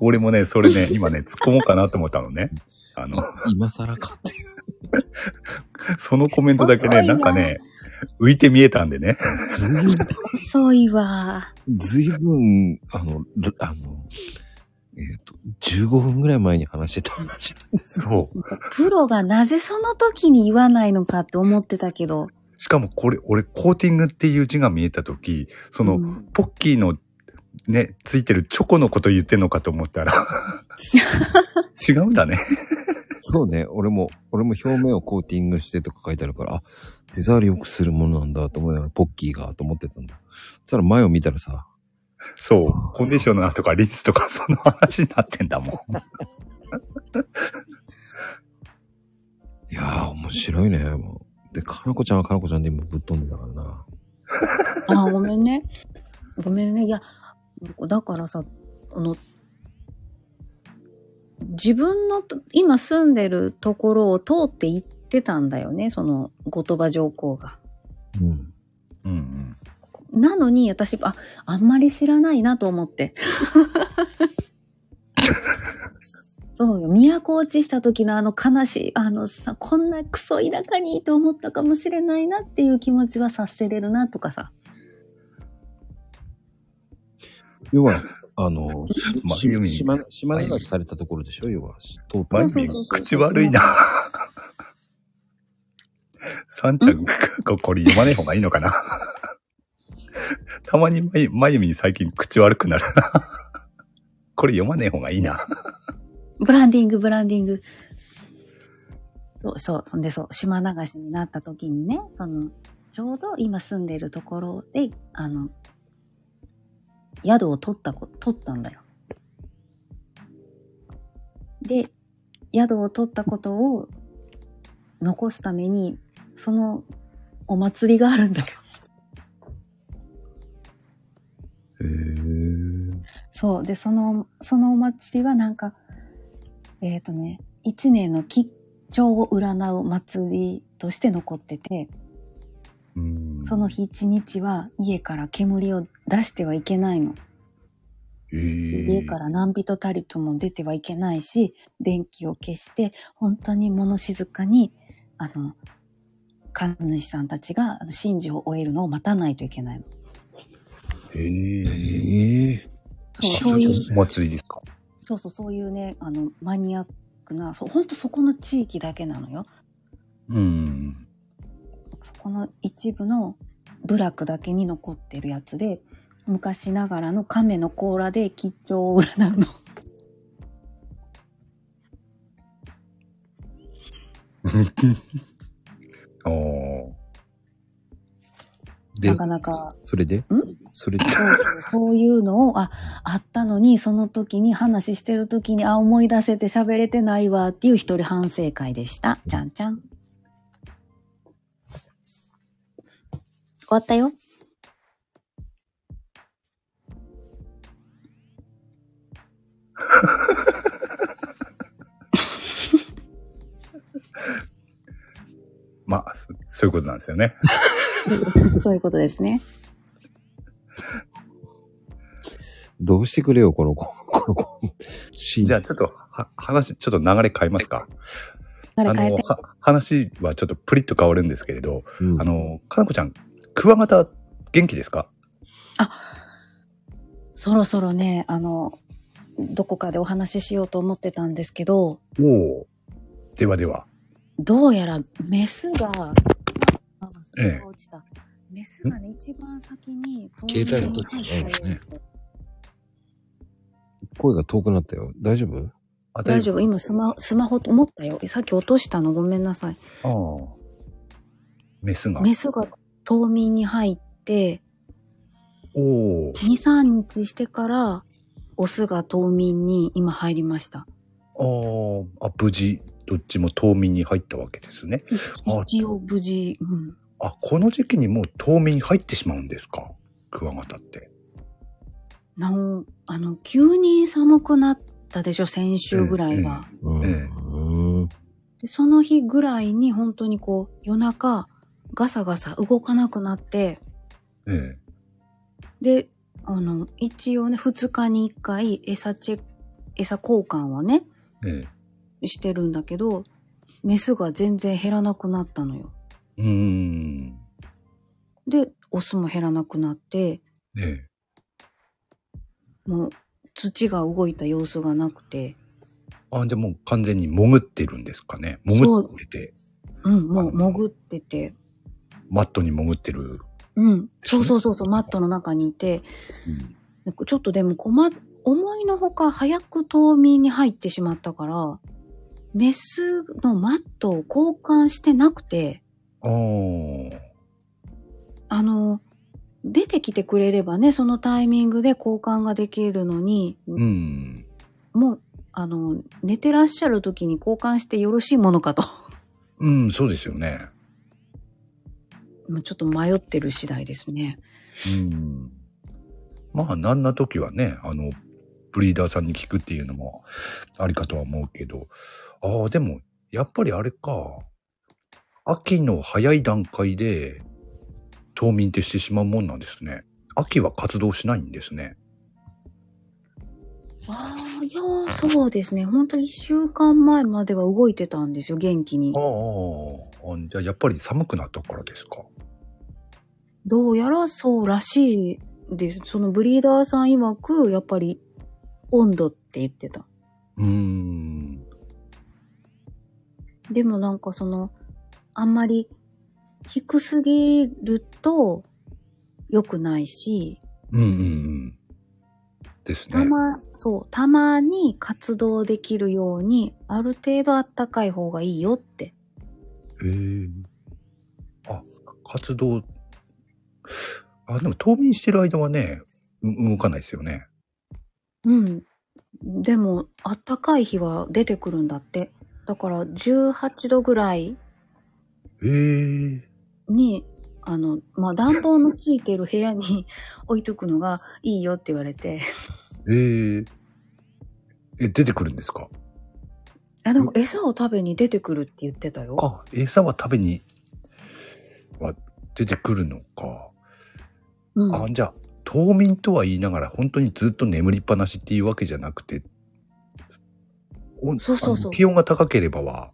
D: 俺もね、それね、今ね、突っ込もうかなと思ったのね。あの、
A: 今更かっていう。
D: そのコメントだけね、
B: 遅いな
D: なんかね、浮いて見えたんでね。
A: ずいぶん、
B: 遅いわ。
A: ずいぶん、あの、ルあの、えっ、と、15分ぐらい前に話してた話 なんです。
D: そう。
B: プロがなぜその時に言わないのかって思ってたけど。
D: しかもこれ、俺、コーティングっていう字が見えたとき、その、
B: うん
D: ポッキーのね、ついてるチョコのこと言ってんのかと思ったら、違うんだね。
A: そうね、俺も、俺も表面をコーティングしてとか書いてあるから、あ、手触り良くするものなんだと思いながら、ポッキーがと思ってたんだ。そしたら前を見たらさ、
D: そう
A: そう。
D: コンディショナーとかリンスとかその話になってんだもん。
A: いやー、面白いね。もうで、かなこちゃんはかなこちゃんで今ぶっ飛んでたからな。
B: あ、ごめんね。ごめんね。いや、だからさ、あの、自分のと今住んでるところを通って行ってたんだよね、その後鳥羽上皇が。
A: うん。
D: うんうん。
B: なのに私、あ、あんまり知らないなと思って。そうよ。都落ちした時のあの悲しい、あのさ、こんなクソ田舎にと思ったかもしれないなっていう気持ちは察せれるなとかさ。
A: 要 は、あの、
D: まあ
A: し
D: ユーミン
A: 島流しされたところでしょ、要は。とうと
D: マ
A: う
D: イミ
B: そうそうそうそう
D: 口悪いな。サンちゃん、ここれ読まない方がいいのかな。たまにまゆまゆみに最近口悪くなるな。これ読まない方がいいな。
B: ブランディング、ブランディング。そう、そう。そんで、そう、島流しになった時にね、その、ちょうど今住んでるところで、あの、宿を取ったこ、取ったんだよ。で、宿を取ったことを残すために、そのお祭りがあるんだよ。
A: へー
B: そう。で、その、そのお祭りはなんか、えっ、とね、一年の吉兆を占う祭りとして残ってて、
D: うん
B: その。日一日は家から煙を出してはいけないの。
D: え
B: で
D: ー
B: 家から何人たりとも出てはいけないし、電気を消して、本当に物静かに、あの、神主さんたちがあの神事を終えるのを待たないといけないの。
D: えー
A: へえ
B: そう、そういう。
D: お祭りですか。
B: そうそう、そういうね、あの、マニアックな、そう、ほんとそこの地域だけなのよ。
D: うん。
B: そこの一部の部落だけに残ってるやつで、昔ながらの亀の甲羅で吉兆を占うの。
D: おー
A: で
B: な、かなか、
A: それでそれで
B: そうそうそういうのを、あ、あったのに、その時に話してる時に、あ、思い出せて喋れてないわっていう一人反省会でした。じゃんじゃん。終わったよ。
D: まあ、そそういうことなんですよね。
B: そういうことですね。
A: どうしてくれよ、この子。この子。シ
D: じゃ
A: ーン。
D: あちょっとは、話、ちょっと流れ変えますか。
B: あれ
D: あ
B: 変え
D: の、
B: て。
D: は話はちょっとプリッと変わるんですけれど、
A: うん
D: あ、の、かなこちゃん、クワガタ元気ですか
B: そろそろね、あの、どこかでお話ししようと思ってたんですけど、
D: おおー。ではでは。
B: どうやらメスが、あ、
D: え
B: そ
D: え
B: こが落ちた。メスがね、一番先に、
C: 携帯の時
B: 透明
C: ね
B: 入ったよ
A: 声が遠くなったよ。大丈夫
D: あ
B: 大丈夫、今スマ、スマホと思ったよ。さっき落としたのごめんなさい。
D: 夫。ああ。メスが。
B: メスが冬眠に入って、
D: おおー。
B: 2、3日してから、オスが冬眠に今入りました。
D: あーあ、無事、どっちも冬眠に入ったわけですね。あ
B: 一応無事、うん。
D: あ、この時期にもう冬眠入ってしまうんですかクワガタって。
B: なお、あの、急に寒くなったでしょ、先週ぐらいが。
A: う
D: ええ
A: ん。
B: で、その日ぐらいに本当にこう夜中ガサガサ動かなくなって、
D: ええ。
B: で、あの、一応ね、2日に1回餌チェック、餌交換はね、
D: え
B: してるんだけど、メスが全然減らなくなったのよ。
D: え。うーん。
B: で、オスも減らなくなって、
D: ええ。
B: もう土が動いた様子がなくて、
D: あ、じゃあもう完全に潜ってるんですかね。潜ってて、
B: うん、もう潜ってて、
D: マットに潜ってる。
B: うん、そうそうそうそう、マットの中にいて、
D: うん
B: なんかちょっとでも困っ、思いのほか早く冬眠に入ってしまったから、メスのマットを交換してなくて、
D: ああ。
B: あの、出てきてくれればね、そのタイミングで交換ができるのに、
D: うん。
B: もう、あの、寝てらっしゃる時に交換してよろしいものかと。
D: うん、そうですよね。
B: もうちょっと迷ってる次第ですね。
D: うん。まあ、なんな時はね、あの、ブリーダーさんに聞くっていうのもありかとは思うけど、ああ、でも、やっぱりあれか、秋の早い段階で冬眠ってしてしまうもんなんですね。秋は活動しないんですね。
B: ああ、いやー、そうですね。ほんと一週間前までは動いてたんですよ、元気に
D: あ。あ、あじゃあやっぱり寒くなったからですか。
B: どうやらそうらしいです。そのブリーダーさん曰く、やっぱり温度って言ってた。
D: うーん。
B: でもなんかその、あんまり低すぎると良くないし、
D: うんうんうん。ですね。
B: たま、そう、たまに活動できるように、ある程度あったかい方がいいよって。
D: へえ。あ、活動。あ、でも冬眠してる間はね、う動かないですよね。
B: うん。でも、あったかい日は出てくるんだって。だから、18度ぐらい
D: へえ。
B: に、あの、まあ、暖房のついてる部屋に 置いとくのがいいよって言われて。
D: へえ。え、出てくるんですか
B: あ、でも餌を食べに出てくるって言ってたよ。
D: あ、餌は食べに、は出てくるのか。
B: うん。
D: あ、じゃあ、冬眠とは言いながら、本当にずっと眠りっぱなしっていうわけじゃなくて、お
B: そうそうそう
D: あの気温が高ければは、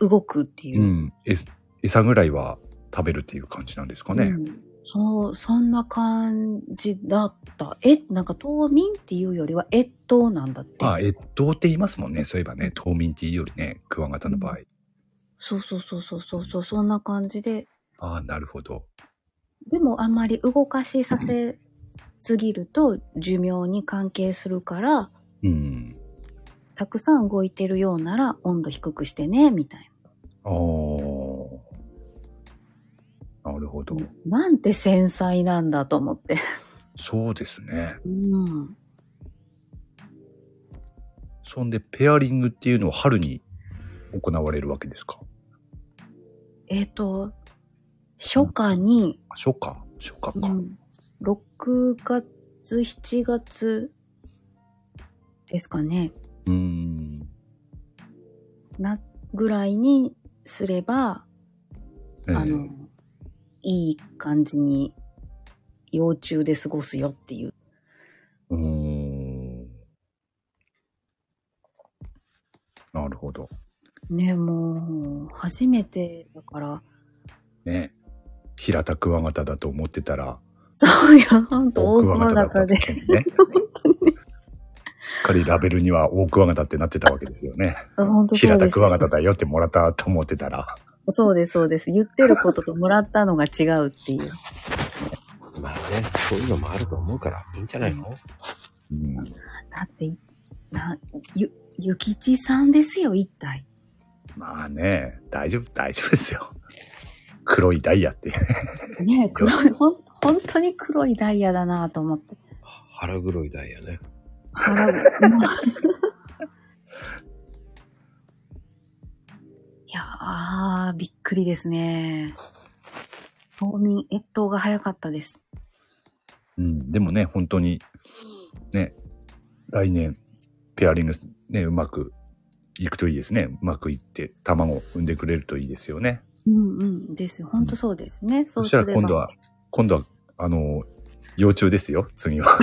B: 動くっていうう。
D: ん、え餌ぐらいは食べるっていう感じなんですかね。
B: うんそう、そんな感じだった。え、なんか冬眠っていうよりは越冬なんだって。
D: まあ、越冬って言いますもんね。そういえばね、冬眠っていうよりね、クワガタの場合。
B: そうそうそうそうそうそう、そんな感じで。
D: ああ、なるほど。
B: でもあんまり動かしさせすぎると寿命に関係するから、
D: うん。
B: たくさん動いてるようなら温度低くしてね、みたい
D: ああ。なるほど。
B: な。なんて繊細なんだと思って。
D: そうですね。
B: うん。
D: そんで、ペアリングっていうのは春に行われるわけですか
B: えっ、と、初夏に、
D: あ初夏初夏か。
B: うん、6月、7月ですかね、
D: うーん。
B: な、ぐらいにすれば、
D: ええ
B: あの、いい感じに幼虫で過ごすよっていう。
D: うーん。なるほど。
B: ね、もう、初めてだから。
D: ね。平田クワガタだと思ってたら、
B: そうよ、ほんと、大
D: 大クワ
B: 熊
D: ガタだっ
B: 中
D: たって
B: で。
D: いうね。しっかりラベルには大クワガタってなってたわけですよね。
B: ほんとそ
D: 平
B: う
D: 田
B: です
D: ク。ワガタだよってもらったと思ってたら。
B: そうです、そうです。言ってることともらったのが違うっていう。
A: まあね、そういうのもあると思うから、いいんじゃないの
D: うん、
B: だって、な、ゆ、ゆきちさんですよ、一体。
D: まあね、大丈夫、大丈夫ですよ。黒いダイヤって。
B: ねえ黒い、ほん、本当に黒いダイヤだなと思って。
A: 腹黒いダイヤね。
B: 腹がもういやー、びっくりですね。冬眠、越冬が早かったです。
D: うん、でもね、本当に、ね、来年、ペアリング、ね、うまくいくといいですね。うまくいって、卵を産んでくれるといいですよね。
B: うんうん。ですよ。ほんとそうですね。そ
D: そう
B: す
D: した
B: れば。
D: ら今度は、今度は、あの、幼虫ですよ、次 は。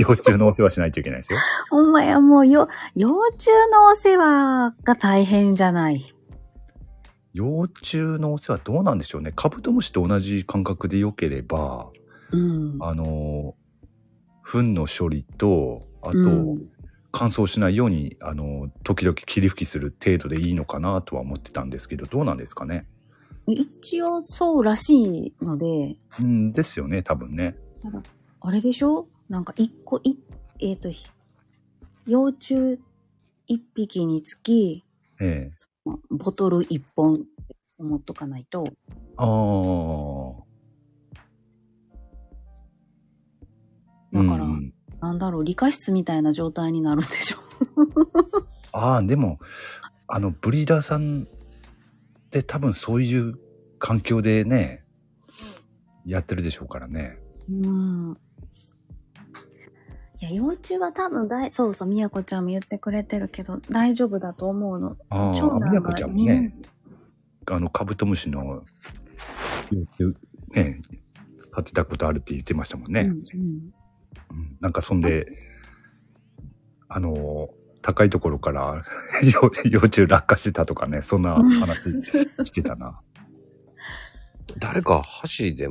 D: 幼虫のお世話しないといけないですよ。
B: ほんまや、もう、よ、幼虫のお世話が大変じゃない。
D: 幼虫のお世話どうなんでしょうね。カブトムシと同じ感覚で良ければ、
B: うん。
D: あの、糞の処理と、あと、
B: うん
D: 乾燥しないように、あの、時々霧吹きする程度でいいのかなとは思ってたんですけど、どうなんですかね。
B: 一応そうらしいので、
D: うん、ですよね、多分ね。
B: あれでしょなんか一個い、えっ、と、ひ幼虫一匹につき、
D: ええ。
B: ボトル一本って思っとかないと。
D: ああ。
B: だから、
D: うん
B: なんだろう、理科室みたいな状態になるんでしょ
D: ああ、でも、あの、ブリーダーさんって多分そういう環境でね、やってるでしょうからね。
B: うん。いや、幼虫は多分大、そうそう、みやこちゃんも言ってくれてるけど、大丈夫だと思うの。
D: あ
B: 長
D: あ、
B: 男
D: みやこちゃんも
B: が二
D: ね
B: 年、生
D: あの、カブトムシの、ね、飼ってたことあるって言ってましたもんね。
B: うんうん
D: うんなんかそんで、あの、高いところから 幼幼虫落下してたとかね、そんな話して たな。
A: 誰か箸で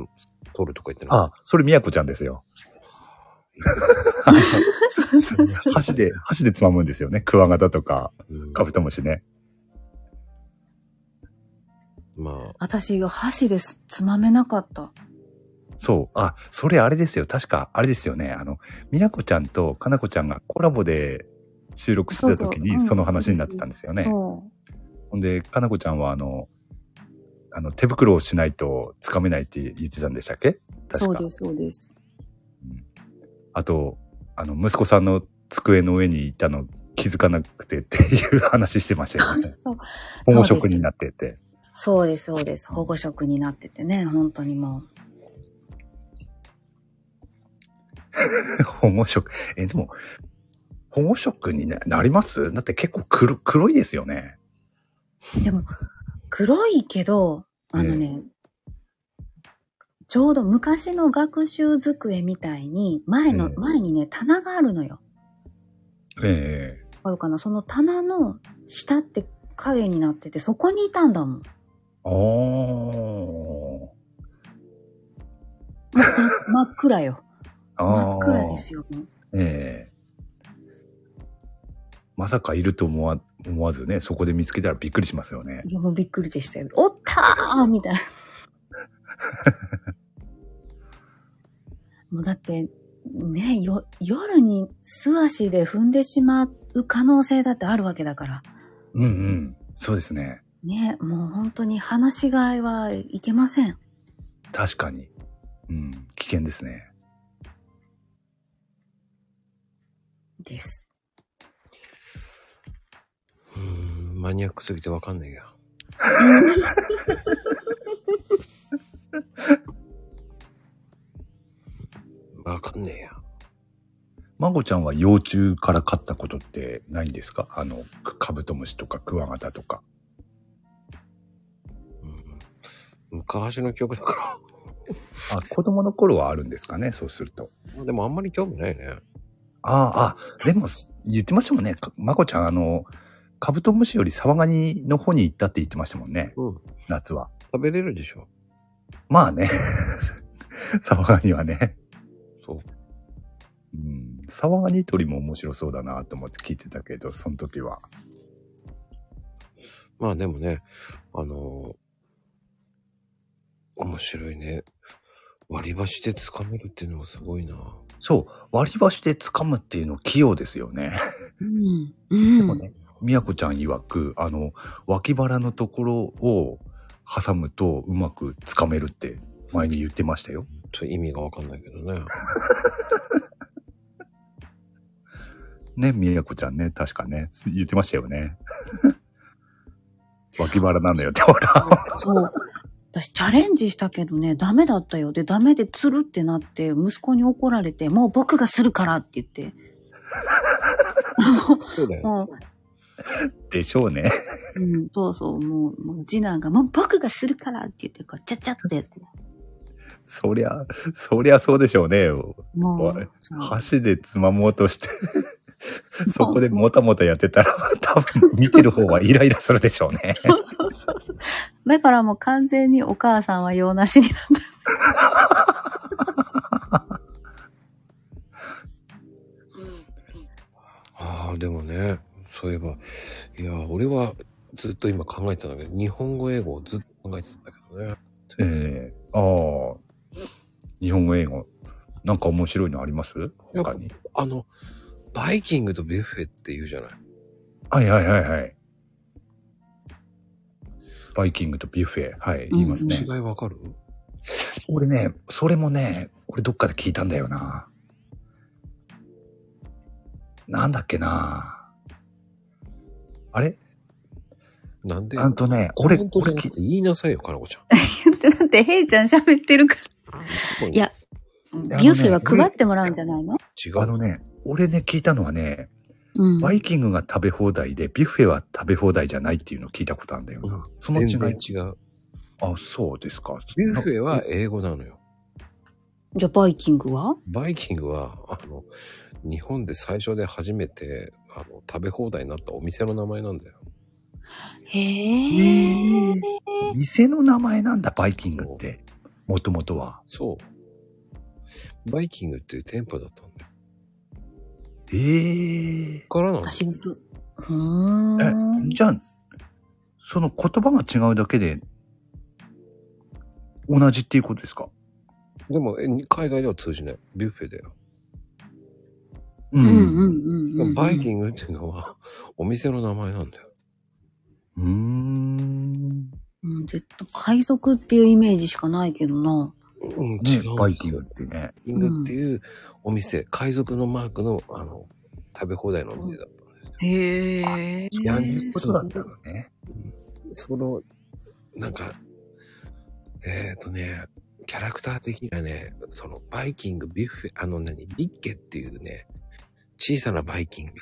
A: 取るとか言ってな
D: あ、それみやこちゃんですよ。箸で、箸でつまむんですよね。クワガタとか、
A: い、うん
D: カブトムシね。
A: まあ、
B: 私が箸ですつまめなかった。
D: そう。あ、それあれですよ。確か、あれですよね。あの、みやこちゃんとかなこちゃんがコラボで収録してた時
B: そうそうう
D: に、
B: ん
D: その話になってたんですよね。
B: そ
D: ほんで、かなこちゃんはあの、あの、手袋をしないとつかめないって言ってたんでしたっけ
B: う。
D: 確か
B: そうです、そうです。。
D: あと、あの、息子さんの机の上にいたの気づかなくてっていう話してましたよね
B: そう
D: 保護職になってて。
B: そうです、そうです。保護色になっててね、本当にも
D: 保護職。え、でも、保護職にななりますだって結構黒黒いですよね。
B: う。でも、黒いけど、あのね、ちょうど昔の学習机みたいに、前の、
D: ええ
B: 前にね、棚があるのよ。
D: ええ
B: わかるかなその棚の下って影になってて、そこにいたんだもん。
D: あー
B: 真っ暗よ。真
D: あ
B: っ
D: ー。
B: 暗ですよ。もう
D: ええまさかいると思わ思わずね、そこで見つけたらびっくりしますよね。
B: いや、もうびっくりでしたよ。おったーみたい な。もうだって、ね、よ、夜に素足で踏んでしまう可能性だってあるわけだから。
D: うんうん。そうですね。
B: ね、もう本当に話しがいはいけません。
D: 確かに。うん。危険ですね。
B: です。
A: うーん、マニアックすぎてわかんないや。わかんねえや。
D: マゴちゃんは幼虫から飼ったことってないんですかあの、カカブトムシとかクワガタとか。
A: うん昔の記憶だか
D: あ、子供の頃はあるんですかねそうすると。
A: ら。でもあ んまり興味ないね。
D: あーあ、でも言ってましたもんね。かマゴちゃん、あの、カブトムシよりサワガニの方に行ったって言ってましたもんね。
A: うん。
D: 夏は。
A: 食べれるでしょ。
D: まあね。 サワガニはね。
A: そう。
D: うん。サワガニ鳥も面白そうだなと思って聞いてたけど、その時は。
A: まあでもね、あのー面白いね。割り箸で掴めるっていうのもすごいな。
D: そう。割り箸で掴むっていうの器用ですよね。
B: うん。う
D: でも
B: ん。
D: ね、みやこちゃん曰く、あの、脇腹のところを挟むとうまくつかめるって前に言ってましたよ。
A: ちょっと意味がわかんないけどね。
D: ね、みやこちゃんね、確かね、言ってましたよね。 脇腹なんだよって、 ほら。
B: そう。私チャレンジしたけどね、ダメだったよ。で、ダメでつるってなって、息子に怒られて、もう僕がするからって言って。
A: そうだよ。
B: もう
D: でしょうね。
B: うん、そうそう、もう、もう次男が、もう僕がするからって言って、こう、ちゃっちゃってやって、
D: そりゃ、そりゃそうでしょうね。
B: も、
D: おいう
B: そう
D: 箸でつまもうとして、そこでもたもたやってたら、 多分見てる方はイライラするでしょうね。
B: だからもう完全にお母さんは用なしになった。
A: ああ、でもね、そういえば、いや、俺はずっと今考えてたんだけど、日本語英語をずっと考えてたんだけどね。
D: ええああ。日本語英語。なんか面白いのあります他に。
A: あの、バイキングとビュッフェって言うじゃない。
D: はいはいはいはい。バイキングとビュッフェ。はい、言いますね。
A: 違いわかる
D: 俺ね、それもね、俺どっかで聞いたんだよな。なんだっけな。あれ
A: なんで
D: あんとね、俺、
A: 本当
D: 俺
A: に
D: き、
A: 言いなさいよ、かなこちゃん。
B: だって、ヘイちゃん喋ってるから。いやビ
D: ね
B: ュッフェは配ってもらうんじゃないの
A: 違
D: あ
A: う
D: のね、俺ね、聞いたのはね、
B: うん。
D: バイキングが食べ放題で、ビュッフェは食べ放題じゃないっていうのを聞いたことあるんだよな。その
A: 全
D: 違
A: 然
D: い。
A: 違う。
D: あ、そうですか。
A: ビュッフェは英語なのよ。
B: じゃあ、バイキングは
A: バイキングは、あの、日本で最初で初めて、あの、食べ放題になったお店の名前なんだよ。
B: へ
D: へ
B: え
D: ー。店の名前なんだ、バイキングって。もともとは。
A: そう。バイキングっていう店舗だったんだよ。
D: ええ
A: からなんだ
B: 私もぶ、う
D: え
B: ーん。
D: じゃあ、その言葉が違うだけで、同じっていうことですか
A: でも、え海外では通じない。ビュッフェだよ。
D: う。
B: うんうんんうんうん。
A: バイキ
B: ン
A: ングっていうのは、お店の名前なんだよ。
D: うーん。
B: グ。うん、絶対、海賊っていうイメージしかないけどな。
A: うん、違うんです
D: ね
A: よ。
D: バイキングってね。
A: バイキングっていうお店、海賊のマークの、あの、食べ放題のお店だった。
B: へえ。
A: いやね
D: ことだったのね。
A: その、なんか、えっ、ー、とね、キャラクター的にはね、その、バイキング、ビュッフェ、あの何、ビッケっていうね、小さなバイキング、ね。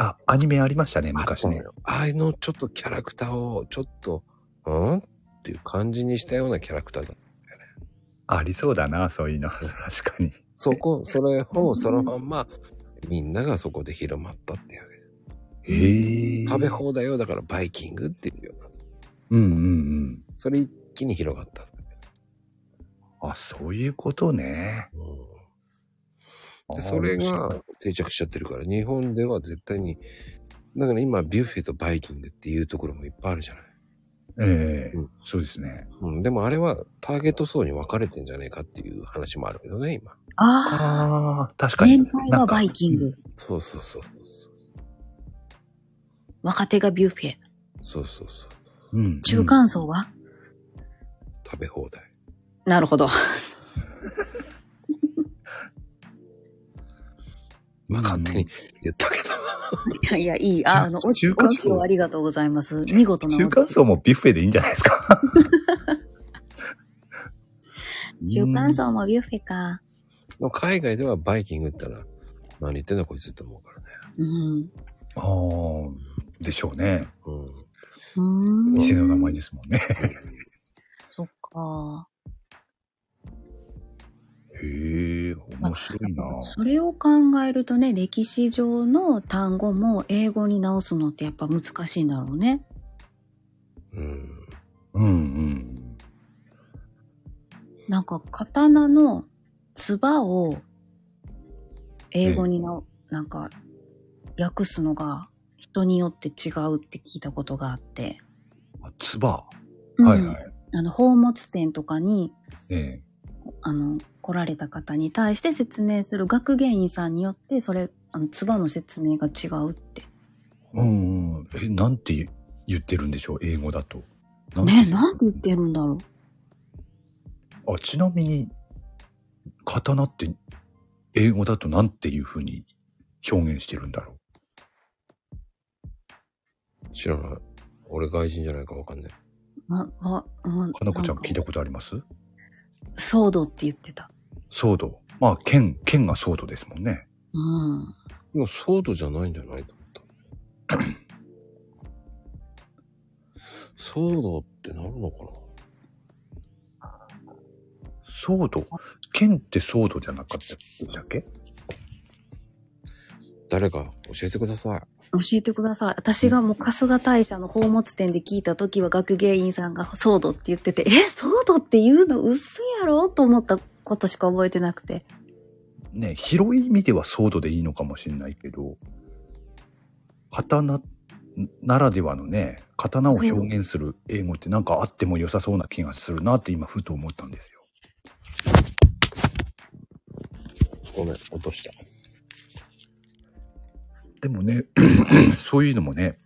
D: あ、アニメありましたね、
A: あっ
D: 昔
A: たの
D: ね。
A: よ、ああいうのちょっとキャラクターを、ちょっと、うんっていう感じにしたようなキャラクターだ
D: ありそうだな、そういうの。 確かに。
A: そこ、それをそのまんま、みんながそこで広まったっていうわけ。
D: へえ。
A: 食べ放題を、だからバイキングっていうような。
D: うんうん
A: それ一気に広がった。
D: うん。あ、そういうことね。
A: でそれが定着しちゃってるから、日本では絶対に、だから今、ビュッフェとバイキングっていうところもいっぱいあるじゃない。
D: ええ
A: うん
D: そうですね。
A: うん、でもあれはターゲット層に分かれてんじゃねえかっていう話もあるけどね、今。
B: あ
D: ああ、確
B: あ。
D: かに。
B: 年配はバイキン
D: なんか。
B: グ。
A: そうそうそうそう。
B: 若手がビュッフェ。
A: そうそうそう。
D: うんうん
B: 中間層は、
A: 食べ放題。
B: なるほど。
A: まあ、勝手に
D: う
A: 言ったけど。
B: い やいや、いい。
D: 中
B: あ、あの、お
D: 中間層
B: おちをありがとうございます。見事な。
D: 中間層。もビュッフェでいいんじゃないですか。
B: 中間層もビュッフェか。
A: でも海外ではバイキングって言ったら、何言ってんだこいつって思うからね。
B: うん。う
D: ああ、でしょうね。
A: うん。
B: ーん。
D: 店の名前ですもんね。
B: そっか。
D: へえ、面白いな。
B: それを考えるとね、歴史上の単語も英語に直すのってやっぱ難しいんだろうね。
A: うん。
D: うんうん。
B: なんか、刀の唾を英語にな、なんか、訳すのが人によって違うって聞いたことがあって。
D: あ、つば。はい
B: うん
D: はい。
B: あの、宝物店とかに、
D: え
B: あの、来られた方に対して説明する学芸員さんによって、それ、あの、唾の説明が違うって。
D: え。うんうん。え、なんて言ってるんでしょう、英語だと。な
B: ねえ、なんて言ってるんだろ
D: あ、ちなみに、刀って、英語だとなんていうふうに表現してるんだろ
A: 知らない。俺外人じゃないかわかんない。
B: う。わ、わ、うん
D: う。かなこちゃん
B: なか
D: 聞いたことあります
B: ソードって言ってた。
D: ソード。まあ、剣、剣がソードですもんね。
B: うん。
A: でもソードじゃないんじゃないと思った。騒動ってなるのかな
D: 騒動剣って騒動じゃなかったでしたっけ
A: 誰か教えてください。
B: 教えてください。私がもう春日大社の宝物店で聞いた時は学芸員さんがソードって言ってて、え、ソードって言うの嘘やろと思ったことしか覚えてなくて。
D: ね、広い意味では騒動でいいのかもしれないけど、刀ならではのね、刀を表現する英語ってなんかあっても良さそうな気がするなって今ふと思ったんですよ。
A: ごめん、落とした。
D: でもね、 そういうのもね、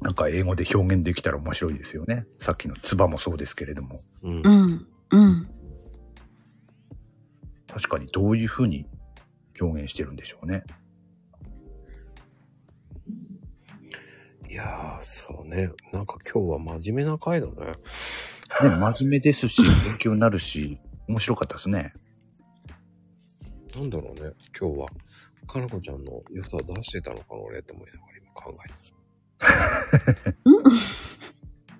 D: なんか英語で表現できたら面白いですよね。さっきのツバもそうですけれども、
A: うん
B: う。ん、うん。
D: 確かにどういうふうに表現してるんでしょうね。
A: いやー、そうね。なんか今日は真面目な回だね。
D: ね、真面目で すし、勉強になるし、面白かったですね。
A: なんだろうね。今日は、かなこちゃんの良さ出してたのかな、俺って思いながら今考えて た。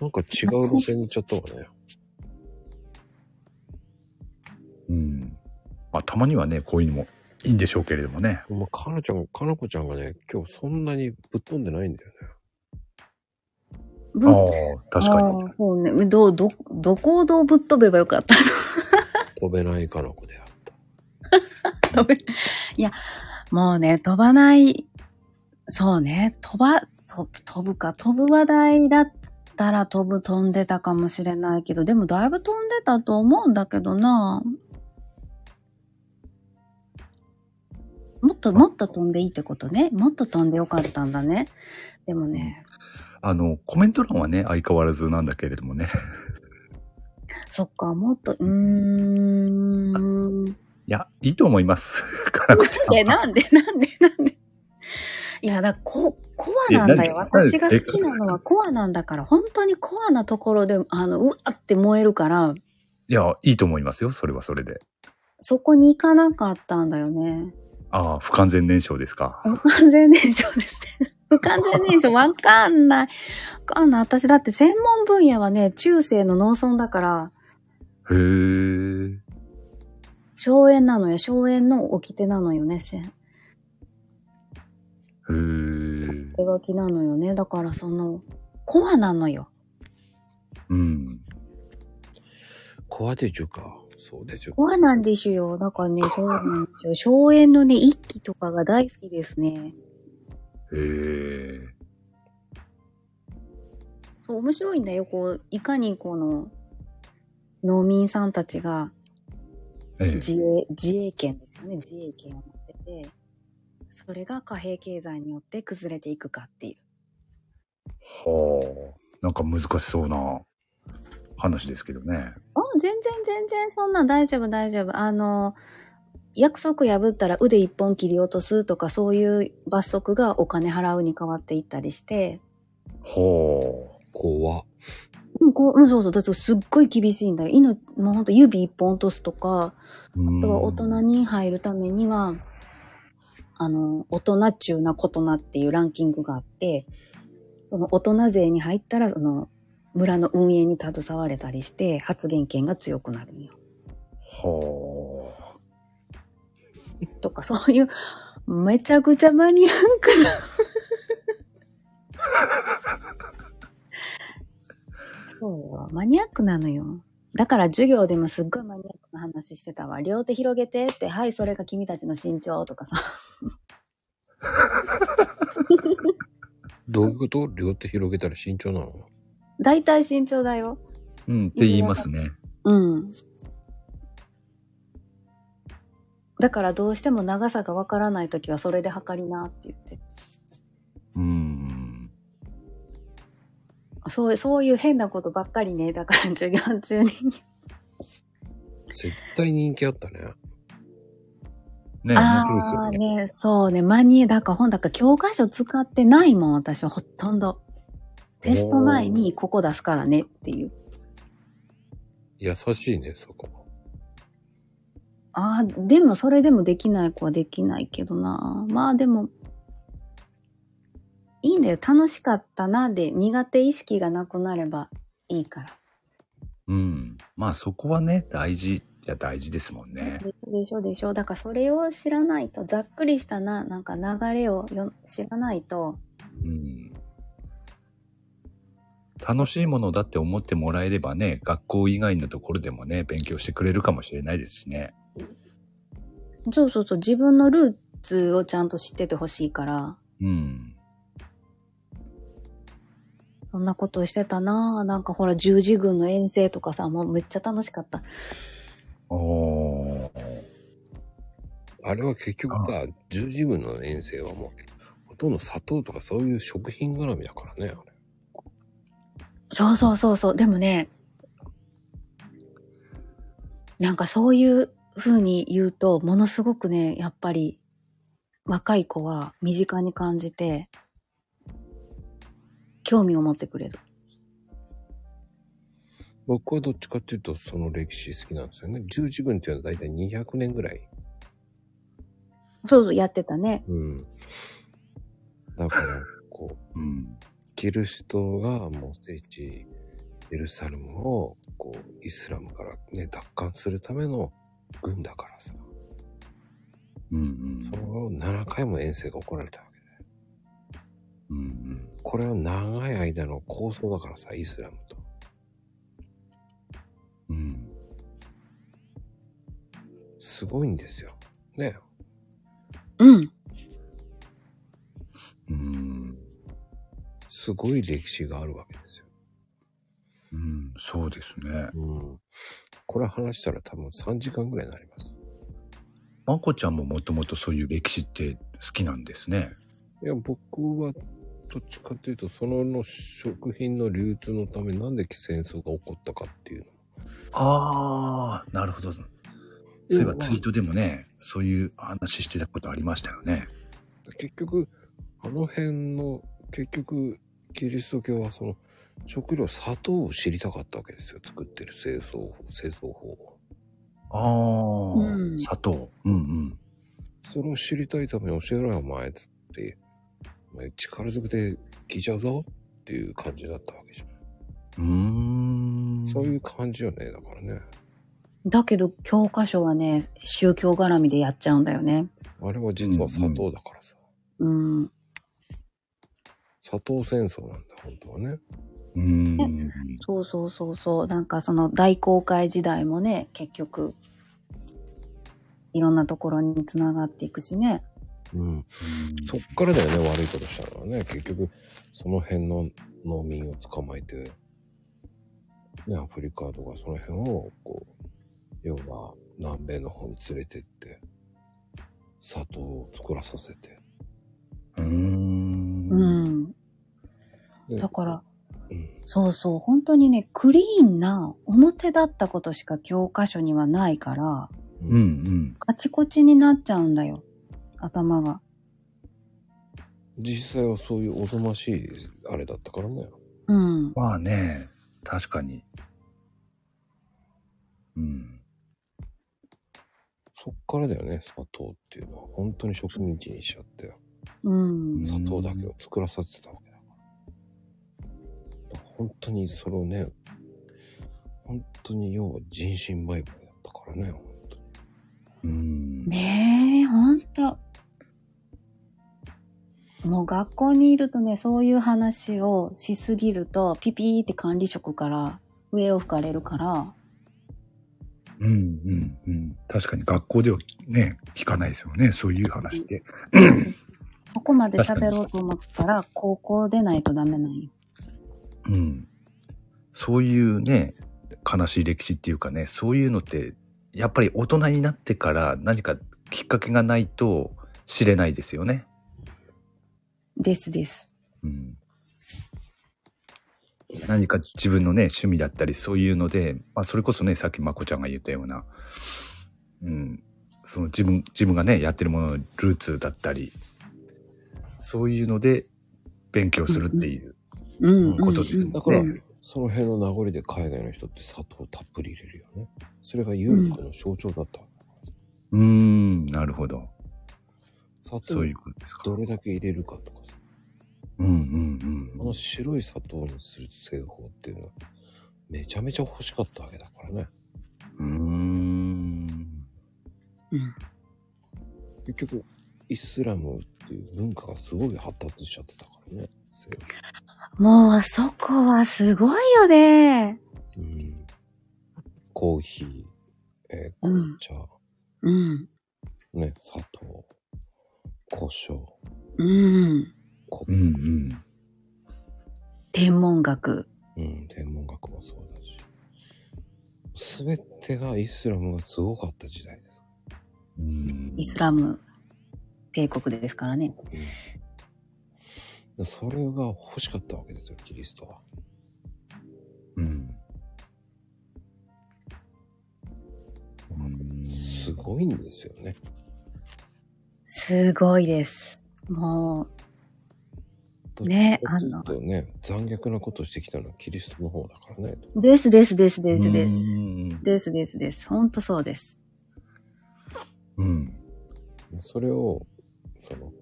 A: なんか違う路線に行っちゃったわね。
D: うん。まあ、たまにはね、こういうのもいいんでしょうけれどもね。
A: まあ、かなちゃん、かなこちゃんがね、今日そんなにぶっ飛んでないんだよね。
B: ぶ
D: ああ、確か
B: あ
D: に。
B: ーそうね。どう、ど、どこをどうぶっ飛べばよかった
A: 飛べないかなこであった。
B: 飛べ、いや、もうね、飛ばない、そうね、飛ば、飛飛ぶか、飛ぶ話題だったら飛ぶ飛んでたかもしれないけど、でもだいぶ飛んでたと思うんだけどな。もっともっと飛んでいいってことね。もっと飛んでよかったんだね。でもね、
D: あの、コメント欄はね、相変わらずなんだけれどもね。
B: そっか、もっと、うーん。
D: いや、いいと思 います。かなこちゃんは。
B: え、なん でなんでなんでいや、だからこ、コアなんだよ。
D: えなんで
B: 私が好きなのはコアなんだから、本当にコアなところで、あの、うわって燃えるから、
D: いや、いいと思いますよ。それはそれで。
B: そこに行かなかったんだよね。
D: ああ、不完全燃焼ですか。
B: 不完全燃焼ですね。 不完全燃焼わかんない。わかんない。私だって専門分野はね、中世の農村だから、
D: へえ。
B: 荘園なのよ。荘園の掟なのよね。せん
D: へえ。
B: 手書きなのよね。だからその、コアなのよ。
D: うん。
A: 怖でちゅうか。そうでちゅうか。
B: そうなんですよ。なんかね、そうなんですよ。荘園のね、一期とかが大好きですね。
D: へえ。
B: そう、面白いんだよ。こう、いかにこの、農民さんたちが
D: ええ。
B: 自衛、自衛権ですよね。自衛権を持ってて、それが貨幣経済によって崩れていくかっていう。
D: はあ。なんか難しそうな話ですけどね。
B: あ、全然全然そんなん大丈夫大丈夫。あの、約束破ったら腕一本切り落とすとかそういう罰則がお金払うに変わっていったりして、
D: は
A: 怖。
B: うん、こう、うん、そうそう。だってすっごい厳しいんだよ。犬、もうほんと指一本落とすとか、
D: あ。うん
B: あとは大人に入るためには、あの、大人中な大人っていうランキングがあって、その大人勢に入ったら、その、村の運営に携われたりして、発言権が強くなるんよ。
D: はあ。
B: とか、そういう、めちゃくちゃマニアックな。そうよ。マニアックなのよ。だから授業でもすっごいマニアックな話してたわ。両手広げてって、はい、それが君たちの身長とかさ。
A: どういうこと両手広げたら慎重なの
B: 大体身長だよ。
D: うん、って言いますね。
B: うん。だからどうしても長さがわからないときはそれで測りなって言って。
D: うん。
B: そう、そういう変なことばっかりね。だから授業中に。
A: 絶対人気あったね。
D: ね面白いですよね。
B: あーね、そうね、マニア、だから本、だから教科書使ってないもん、私はほとんど。テスト前にここ出すからねっていう。
A: 優しいね、そこも。
B: ああ、でもそれでもできない子はできないけどな。まあでも、いいいんだよ。楽しかったなで苦手意識がなくなればいいから。
D: うん。まあそこはね、大事じゃ大事ですもんね。
B: でしょでしょ。だからそれを知らないと、ざっくりしたな、なんか流れをよ知らないと、
D: うん。楽しいものだって思ってもらえればね、学校以外のところでもね、勉強してくれるかもしれないですしね。
B: そうそうそう、自分のルーツをちゃんと知っててほしいから、
D: うん。
B: そんなことをしてたななんかほら、十字軍の遠征とかさ、もうめっちゃ楽しかった。
D: おー。
A: あれは結局さ、十字軍の遠征はもう、ほとんど砂糖とかそういう食品絡みだからね、あれ。
B: そうそうそうそう。でもね、なんかそういう風に言うと、ものすごくね、やっぱり若い子は身近に感じて、興味を持ってくれる。
A: 僕はどっちかっていうと、その歴史好きなんですよね。十字軍っていうのは大体200年ぐらい。
B: そうそう、やってたね。
A: うん。だから、こう、
D: うん。
A: キリストがもう聖地、エルサレムを、こう、イスラムからね、奪還するための軍だからさ。
D: うんうん。
A: その7回も遠征が起こられたわけだよ。
D: うんうん。
A: これは長い間の構想だからさ、イスラムと。
D: うん。
A: すごいんですよ。ね。
B: うん。
D: うん。
A: すごい歴史があるわけですよ。
D: うん。そうですね。
A: うん。これ話したら多分3時間ぐらいになります。
D: まこちゃんももともとそういう歴史って好きなんですね。
A: いや、僕は、どっちかっていうと、そのの食品の流通のため、なんで戦争が起こったかっていうの。
D: ああ、なるほど。そういえばツイートでもね、そういう話してたことありましたよね。
A: 結局、あの辺の、結局、キリスト教はその、食料、砂糖を知りたかったわけですよ。作ってる製造、製造法を。
D: ああ、
B: うん
D: 砂糖。うんうん。
A: それを知りたいために教えろよ、お前、つって。お前力ずくで聞いちゃうぞっていう感じだったわけじゃん。
D: うーん。
A: そういう感じよね、だからね。
B: だけど、教科書はね、宗教絡みでやっちゃうんだよね。
A: あれは実は砂糖だからさ。
B: うん。
A: 砂糖戦争なんだ、本当はね。
D: うーん。
B: そうそうそうそう。なんかその大航海時代もね、結局、いろんなところにつながっていくしね。
A: うん。そっからだよね、悪いことしたのはね。結局、その辺の農民を捕まえて、ね、アフリカとかその辺を、こう、要は南米の方に連れてって、砂糖を作らさせて。
D: うーん。
B: うん。
A: で
B: だから、
A: うん。
B: そうそう、本当にね、クリーンな表だったことしか教科書にはないから、
D: うんうん。
B: カチコチになっちゃうんだよ。頭が。
A: 実際はそういうおぞましい、あれだったからね。
B: うん。
D: まあね、確かに。うん。
A: そっからだよね、砂糖っていうのは。本当に植民地にしちゃって。
B: うん。
A: 砂糖だけを作らさせてたわけだから。本当にそれをね、本当に要は人身売買だったからね、本当に。
D: うん。
B: ねえ、ほんと。もう学校にいるとね、そういう話をしすぎると、ピピーって管理職から上を吹かれるから、
D: うんうんうん。確かに学校ではね、聞かないですよね。そういう話って。
B: そこまで喋ろうと思ったら、高校出ないとダメなんよ。
D: うん。そういうね、悲しい歴史っていうかね、そういうのって、やっぱり大人になってから何かきっかけがないと知れないですよね。
B: ですです。
D: うん。何か自分のね、趣味だったり、そういうので、まあ、それこそね、さっきまこちゃんが言ったような、うん、その自分、自分がね、やってるもののルーツだったり、そういうので勉強するっていう
B: うん、うん。
D: ことです
A: だ
D: も
A: か
D: んね。
A: ら、その辺の名残で海外の人って砂糖たっぷり入れるよね。それが裕福の象徴だったわけだから。
D: うーん、なるほど。
A: 砂
D: そういう
A: 糖
D: ことですか。
A: どれだけ入れるかとかさ。
D: うんうん
A: あ
D: うん
A: の。白い砂糖にする製法っていうのは、めちゃめちゃ欲しかったわけだからね。
D: うーん。
A: 結局、イスラムっていう文化がすごい発達しちゃってたからね。製法
B: もうあそこはすごいよね。
A: うん。コーヒー、えー
B: う
A: 紅
B: ん
A: 茶、
B: うん。
A: ね、砂糖、胡椒、
B: うん。
A: こ
D: うんうん。
B: 天文学。
A: うん、天文学もそうだし。すべてがイスラムがすごかった時代です。
D: うん
B: イスラム帝国ですからね。
A: でそれが欲しかったわけですよ、キリストは。
D: うん。うん
A: すごいんですよね。
B: すごいです。もう、ね、あ
A: ちょっ
B: の、
A: とね、残虐なことしてきたのはキリストの方だからね。
B: ですですですですです
D: う。ん
B: ですですです。ほんとそうです。
D: うん。
A: それを、その、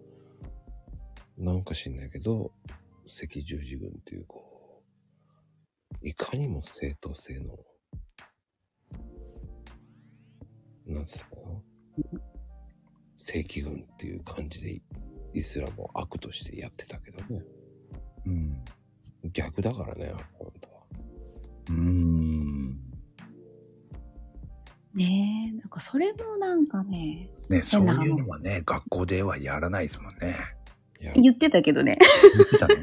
A: なんか知んないけど、赤十字軍っていう、こう、いかにも正当性の、なんつうのかな正規軍っていう感じで、イスラムを悪としてやってたけどね。
D: うん。
A: 逆だからね、本当は。
D: うん。
B: ねえ、なんかそれもなんかね、
D: ね、そ
B: 変
D: う
B: な
D: いうのはね、学校ではやらないですもんね。
A: いや、
B: 言ってたけどね。
D: 言ってたね。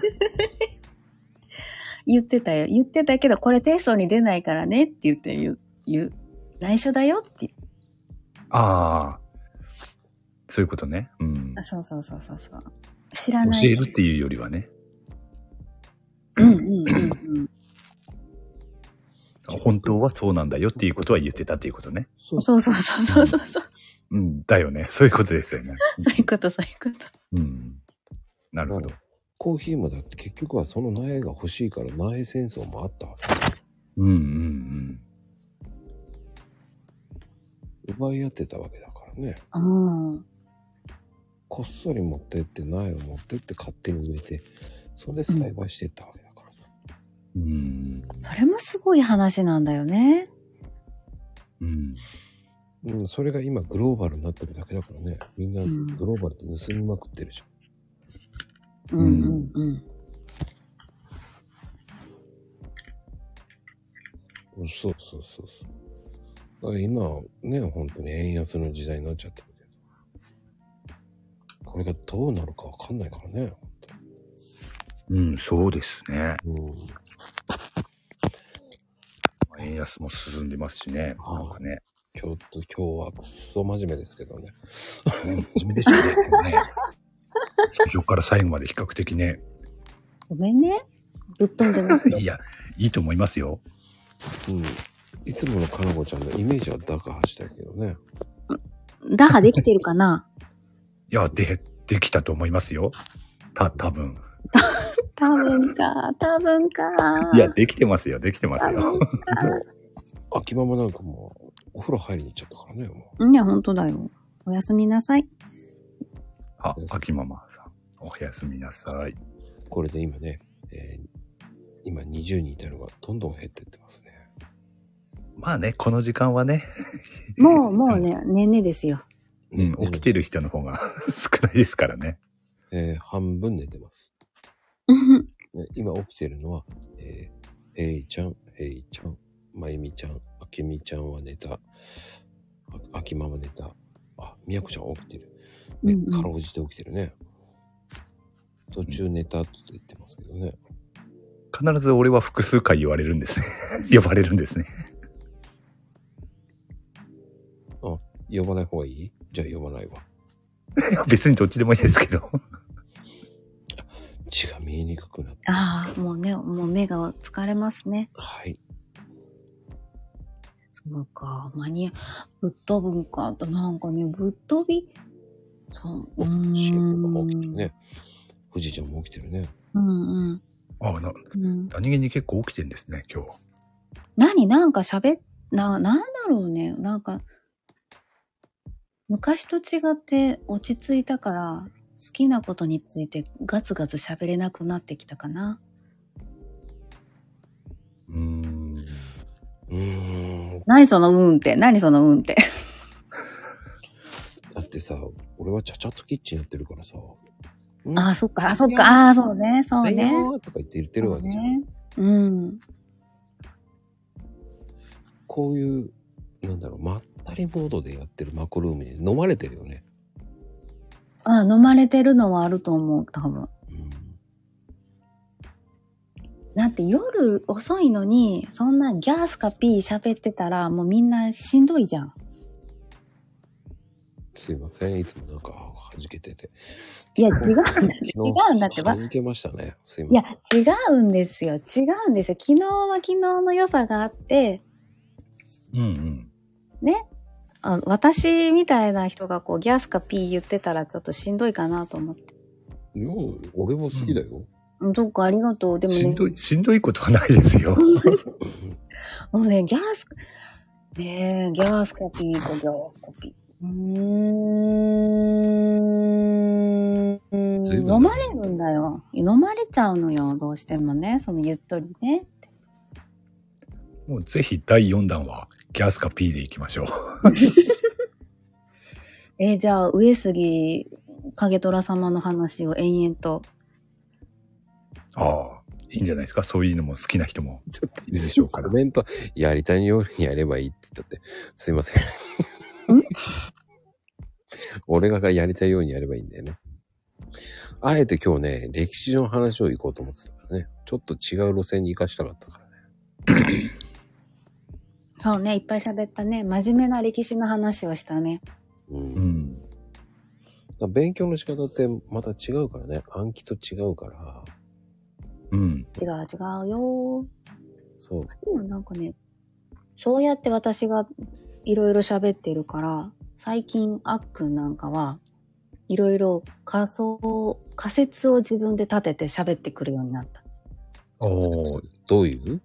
B: 言ってたよ。言ってたけど、これテストに出ないからねって言って言う、言う。内緒だよって言う
D: ああ。そういうことね。うん。
B: あそ
D: 教
B: うそうそうそうそう。知らない。
D: えるっていうよりはね、
B: うんうんうんうん。
D: 本当はそうなんだよっていうことは言ってたっていうことね。
A: そう
B: そうそうそうそうそうそう。
D: うん。だよね。そういうことですよね。
B: そういうことそういうこと。
D: うん。なるほど。
A: コーヒーもだって結局はその苗が欲しいから苗戦争もあったわけ。
D: うんうん
A: 奪い合ってたわけだからね。
B: うん。
A: こっそり持ってって苗を持ってって勝手に植えてそれで栽培していったわけだからさ、
D: うん。うん。
B: それもすごい話なんだよね。
D: うん。
A: うんそれが今グローバルになってるだけだからねみんな
B: うん
A: グローバルって盗みまくってるじ
B: うんうんうん。
A: ゃん、うんそうそうそうそうだから今はね本当に円安の時代になっちゃってるけどこれがどうなるかわかんないからね
D: うん、そうですね。
A: うん
D: 円安も進んでますしね。
A: はい
D: なんかね。
A: ちょっと今日はくっそ真面目ですけどね
D: 真面目でしたね。今ね最初から最後まで比較的ね。
B: ごめんね。ぶっ飛んでます
D: いや、いいと思いますよ。
A: うんいつものかなこちゃんのイメージは高橋だけどね
B: 打破できてるかない
D: や、で、できたと思いますよ。た、多分。
B: 多分か、多分か。
D: いや、できてますよ。できてますよ。
A: 秋ママなんかもうお風呂入りに行っちゃったからねもう
B: いや、本当だよ。おやすみなさい。
D: あ、秋ママさん。おやすみなさい。
A: これで今ね、えー今20人いたのがどんどん減ってってますね。
D: まあね、この時間はね、
B: もう、も うね、ねんねですよ。
D: うん、起きてる人の方が少ないですからね。
A: えー半分寝てます。
B: うん
A: ね今起きてるのは、えー、へいちゃん、へいちゃん、まゆみちゃん、あけみちゃんは寝た、ああきまま寝た、あ、みやこちゃん起きてる。ね
B: うんうん
A: かろうじて起きてるね。途中寝たって言ってますけどね。
D: 必ず俺は複数回言われるんですね。呼ばれるんですね。
A: 呼ばない方がいいじゃあ呼ばないわ。
D: いや別にどっちでもいいですけど。
A: 血が見えにくくなった。
B: ああ、もうね、もう目が疲れますね。
A: はい。
B: そうか、マニア、ぶっ飛ぶんか、なんかね、ぶっ飛び、そう、うーん。
A: CM が起きてるね。富士ちゃんも起きてるね。
B: うんうん。
D: あな
B: うん、
D: 何気に結構起きてんですね、今日。
B: 何、なんか喋っ、な、なんだろうね、なんか、昔と違って落ち着いたから、好きなことについてガツガツ喋れなくなってきたかな。
D: うーん。
A: うーん。
B: 何そのうんって、何そのうんって。
A: だってさ、俺はチャチャットキッチンやってるからさ。うん
B: ああ、そっか、あそっか、ああ、そうね、そう
A: はいよ
B: ね。
A: ーとか言って言ってるわけじゃん。
B: そうねうん。
A: こういう、なんだろう、まったりモードでやってるマコルームに飲まれてるよね。
B: ああ、飲まれてるのはあると思う、多分。
A: うん。
B: だって夜遅いのに、そんなギャースかピー喋ってたら、もうみんなしんどいじゃん。
A: すいません。いつもなんか、はじけてて。
B: いや、違うんだ。違うんだってば
A: は。じけましたね。すい
B: い
A: ま
B: や、違うんですよ。違うんですよ。昨日は昨日の良さがあって、
D: うんうん。
B: あ私みたいな人がこう、ギャースかピー言ってたらちょっとしんどいかなと思って。
A: せん。いや、俺も好きだよ。
B: うんどうかありがとう。でも
D: しん
B: ね、
D: どい、しんどいことはないですよ。
B: もうね、ギャース、ねえ、ギャースカピーとギャースカピー。うーん。
A: 随分だね
B: 飲まれるんだよ。飲まれちゃうのよ、どうしてもね。そのゆっとりね。
D: もうぜひ第4弾は、ギャスか P でいきましょう。
B: えーじゃあ、上杉影虎様の話を延々と。
D: ああ、いいんじゃないですか。そういうのも好きな人も。
A: ちょっと
D: いいでしょうから
A: コメント、やりたいようにやればいいって言ったって、すいません。 俺がやりたいようにやればいいんだよね。あえて今日ね、歴史の話を行こうと思ってたからね。ちょっと違う路線に行かしたかったからね。
B: そうね、いっぱい喋ったね。真面目な歴史の話をしたね。
A: うん。
D: う
A: だか
D: ん。
A: ら勉強の仕方ってまた違うからね。暗記と違うから。
D: うん。
B: 違う違うよ
A: そう。
B: でもなんかね、そうやって私がいろいろ喋ってるから、最近あっくんなんかはいろいろ仮想、仮説を自分で立てて喋ってくるようになった。
D: おー
A: どういう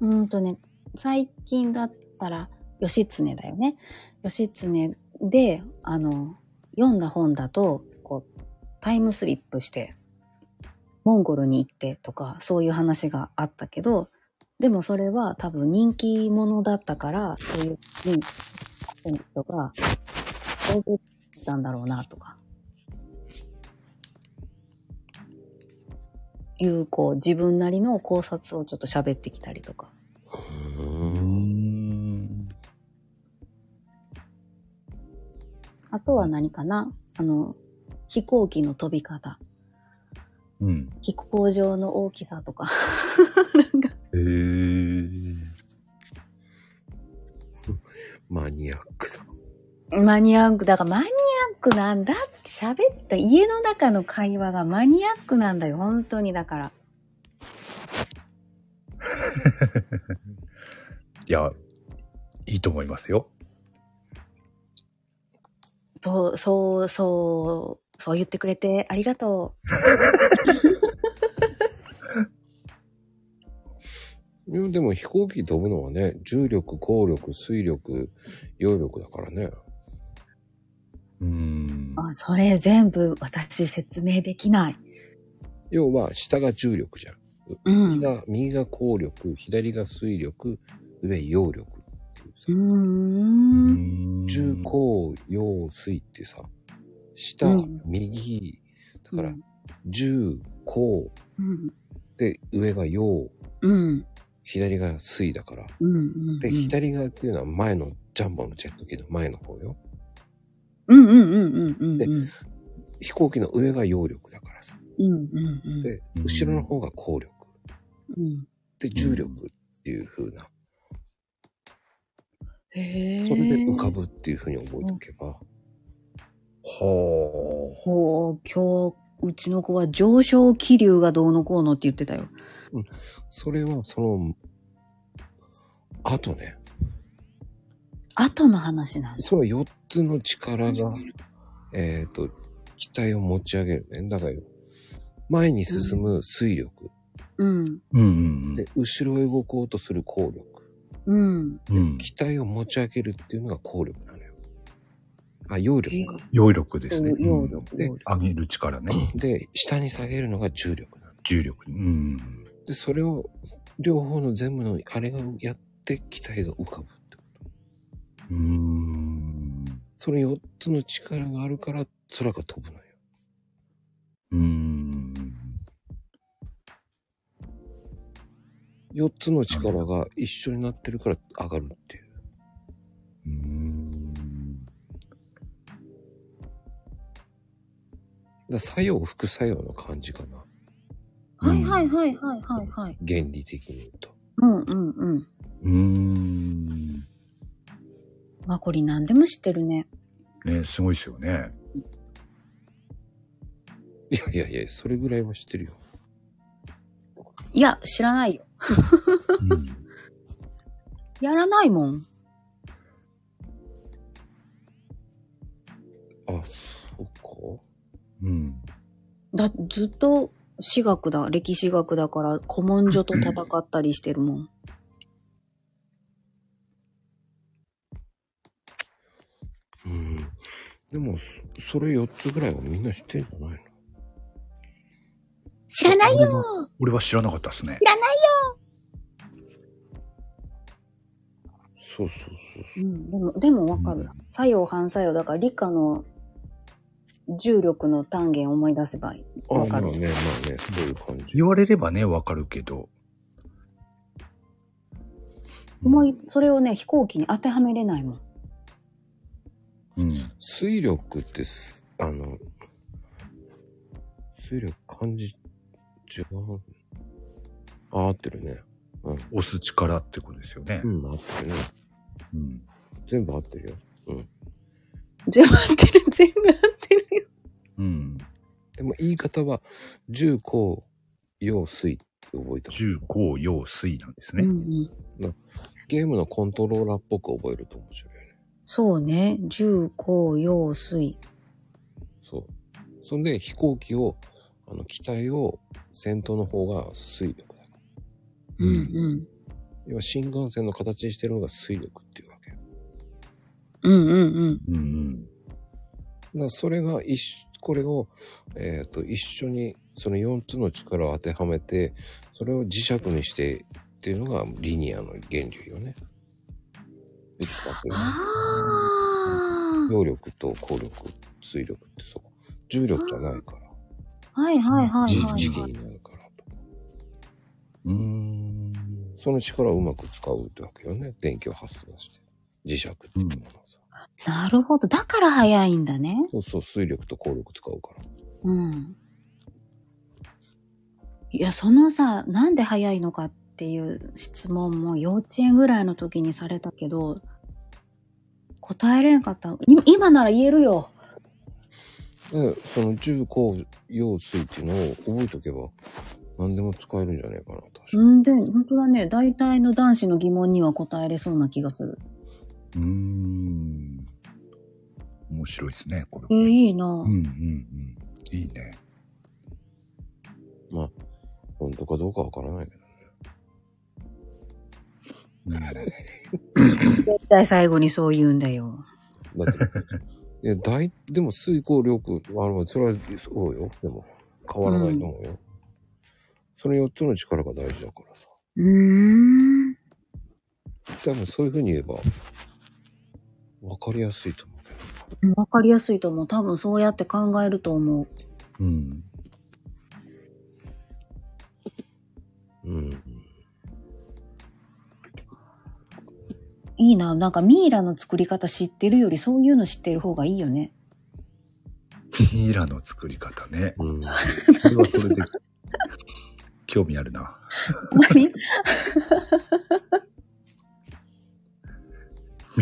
B: うーんとね、最近だったら、義経だよね。義経で、あの、読んだ本だと、こう、タイムスリップして、モンゴルに行ってとか、そういう話があったけど、でもそれは多分人気者だったから、そういう人気の人が、大勢いたんだろうなとか。いう、こう、自分なりの考察をちょっと喋ってきたりとか。
A: う
D: うー
A: ーん。
D: ん。
B: あとは何かなあの、飛行機の飛び方。
D: うん。
B: 飛行場の大きさとか。
D: へえ。
A: マニアックだ。
B: マニアック、だからマニアックなんだって喋った家の中の会話がマニアックなんだよ、本当に。だから。
D: いや、いいと思いますよ。
B: そう、そう、そう、そう言ってくれてありがと
A: いやでも飛行機飛ぶのはね、重力、効力、水力、揚力だからね。
D: うーん
B: う。。あ、それ全部私説明できない。
A: 要は下が重力じゃん。
B: うん。
A: 右が、右が効力、左が水力、上、揚力っていうさ
B: うー。。
D: うんん
A: 重高、揚、水ってさ、下、
B: うん
A: 右、だから
B: うん、
A: 重、高、
B: うん。
A: で、上が揚、
B: うん。
A: 左が水だから。
B: うん。うん。
A: で、左側っていうのは前のジャンボのジェット機の前の方よ。
B: うんうんうんうんうんうん。
A: で飛行機の上が揚力だからさ。
B: うんうんうん。
A: で、
D: うん
A: 後ろの方が効力。
B: うん。
A: で、重力っていう風な。
B: へえ。
A: それで浮かぶっていう風に覚えておけば。
D: ほう。
B: ほう、今日、うちの子は上昇気流がどうのこうのって言ってたよ。
A: それは、その、あとね、
B: 後の話なんです。
A: その4つの力が、えっ、と、機体を持ち上げるね。だから、前に進む水力。
B: うん。
D: うんうん
A: で、後ろへ動こうとする効力。
B: うん。
D: うん。うん。
A: 機体を持ち上げるっていうのが効力なのよ。あ、揚力か。
D: 揚力ですね。
B: 揚
D: うん
B: 力、
A: で
B: 揚力。
D: 上げる力 ね。
A: で、下に下げるのが重力なの。
D: 重力。うん。
A: で、それを、両方の全部の、あれがやって、機体が浮かぶってこと。
D: うーん。
A: その4つの力があるから、空が飛ぶのよ。
D: うーん。
A: 4つの力が一緒になってるから上がるっていう。
D: うーん。
A: だから作用、副作用の感じかな。
B: はいはいはいはいはいはい。
A: 原理的に言うと。
B: うんうんうん。
D: うーん。
B: マコリ何でも知ってるね。
D: ね、すごいですよね。
A: いやいやいや、それぐらいは知ってるよ。
B: いや、知らないよ。
D: うん
B: やらないもん。
A: あ、そうか。
D: うん。
B: だ、ずっと私学だ、歴史学だから古文書と戦ったりしてるもん。
A: うん。でも、そそれ4つぐらいはみんな知ってるんじゃないの
B: 知らないよ
D: 俺は知らなかったですね。
A: そうそうそうそ
B: うん、でも、でもわか
D: う
B: る
D: ん。
B: 作用反作用だから理科の重力の単元思い出せばいい。
A: う。
B: わかる
A: まあね、まあね、そういう感じ。
D: 言われればね、わかるけど。
B: 思い、それをね、飛行機に当てはめれないもん。
D: うん。
A: 水力ってす、あの、水力感じ、違う。あ、合ってるね。
D: 押す力ってことですよね
A: う。ん、合ってるね。
D: うん。
A: 全部合ってるよ。
B: 全部合ってる、全部合ってるよ。
D: うん。
A: でも言い方は、重、高、陽、水って覚えた。
D: 重、高、陽、水なんです
B: うん
D: ね。
B: うん。
A: ゲームのコントローラーっぽく覚えると面白いよね。
B: そうね。重、高、陽、水。
A: そう。そんで飛行機を、あの、機体を先頭の方が水力だ。
B: うんうん。
A: 要は新幹線の形にしてるのが水力っていうわけ。だか
B: うんうんうん。
D: うんうん。
A: らそれが一緒、これを、えっ、と、一緒にその4つの力を当てはめて、それを磁石にしてっていうのがリニアの原理よね。一発目
B: ああ。
A: 揚力と効力、水力ってそう。重力じゃないから。
B: はいはいはい
A: じ
B: はい、はい。
A: 磁気になるからと。
D: うーん。
A: その力をうまく使うってわけよね。電気を発生して。磁石っていうものをさ。
B: なるほど。だから早いんだね。
A: そうそう、水力と効力使うから。
B: うん。いや、そのさ、なんで早いのかっていう質問も幼稚園ぐらいの時にされたけど、答えれんかった。い今なら言えるよ。
A: で、その重工用水っていうのを覚えとけば、何でも使えるんじゃないかな、確かに。
B: うんで、本当だね。大体の男子の疑問には答えれそうな気がする。
D: うーん。面白いですね、これ
B: え
D: は。
B: ー、いいなぁ、
D: うんうんうん。いいね。
A: まあ、本当かどうかわからないけど。
D: うん
B: 絶対最後にそう言うんだよ。
A: だって、 いや、大、でも水効力、あの、それは、そうよ。でも、変わらないと思うよ。その4つの力が大事だからさ。
B: うーん。
A: 多分そういう風に言えば、わかりやすいと思うけど。
B: わかりやすいと思う。多分そうやって考えると思う。
D: うん。
A: うん。
B: いいな。なんかミイラの作り方知ってるより、そういうの知ってる方がいいよね。
D: ミイラの作り方ね。
A: うん
D: それはそれで、 興味あるな。ミ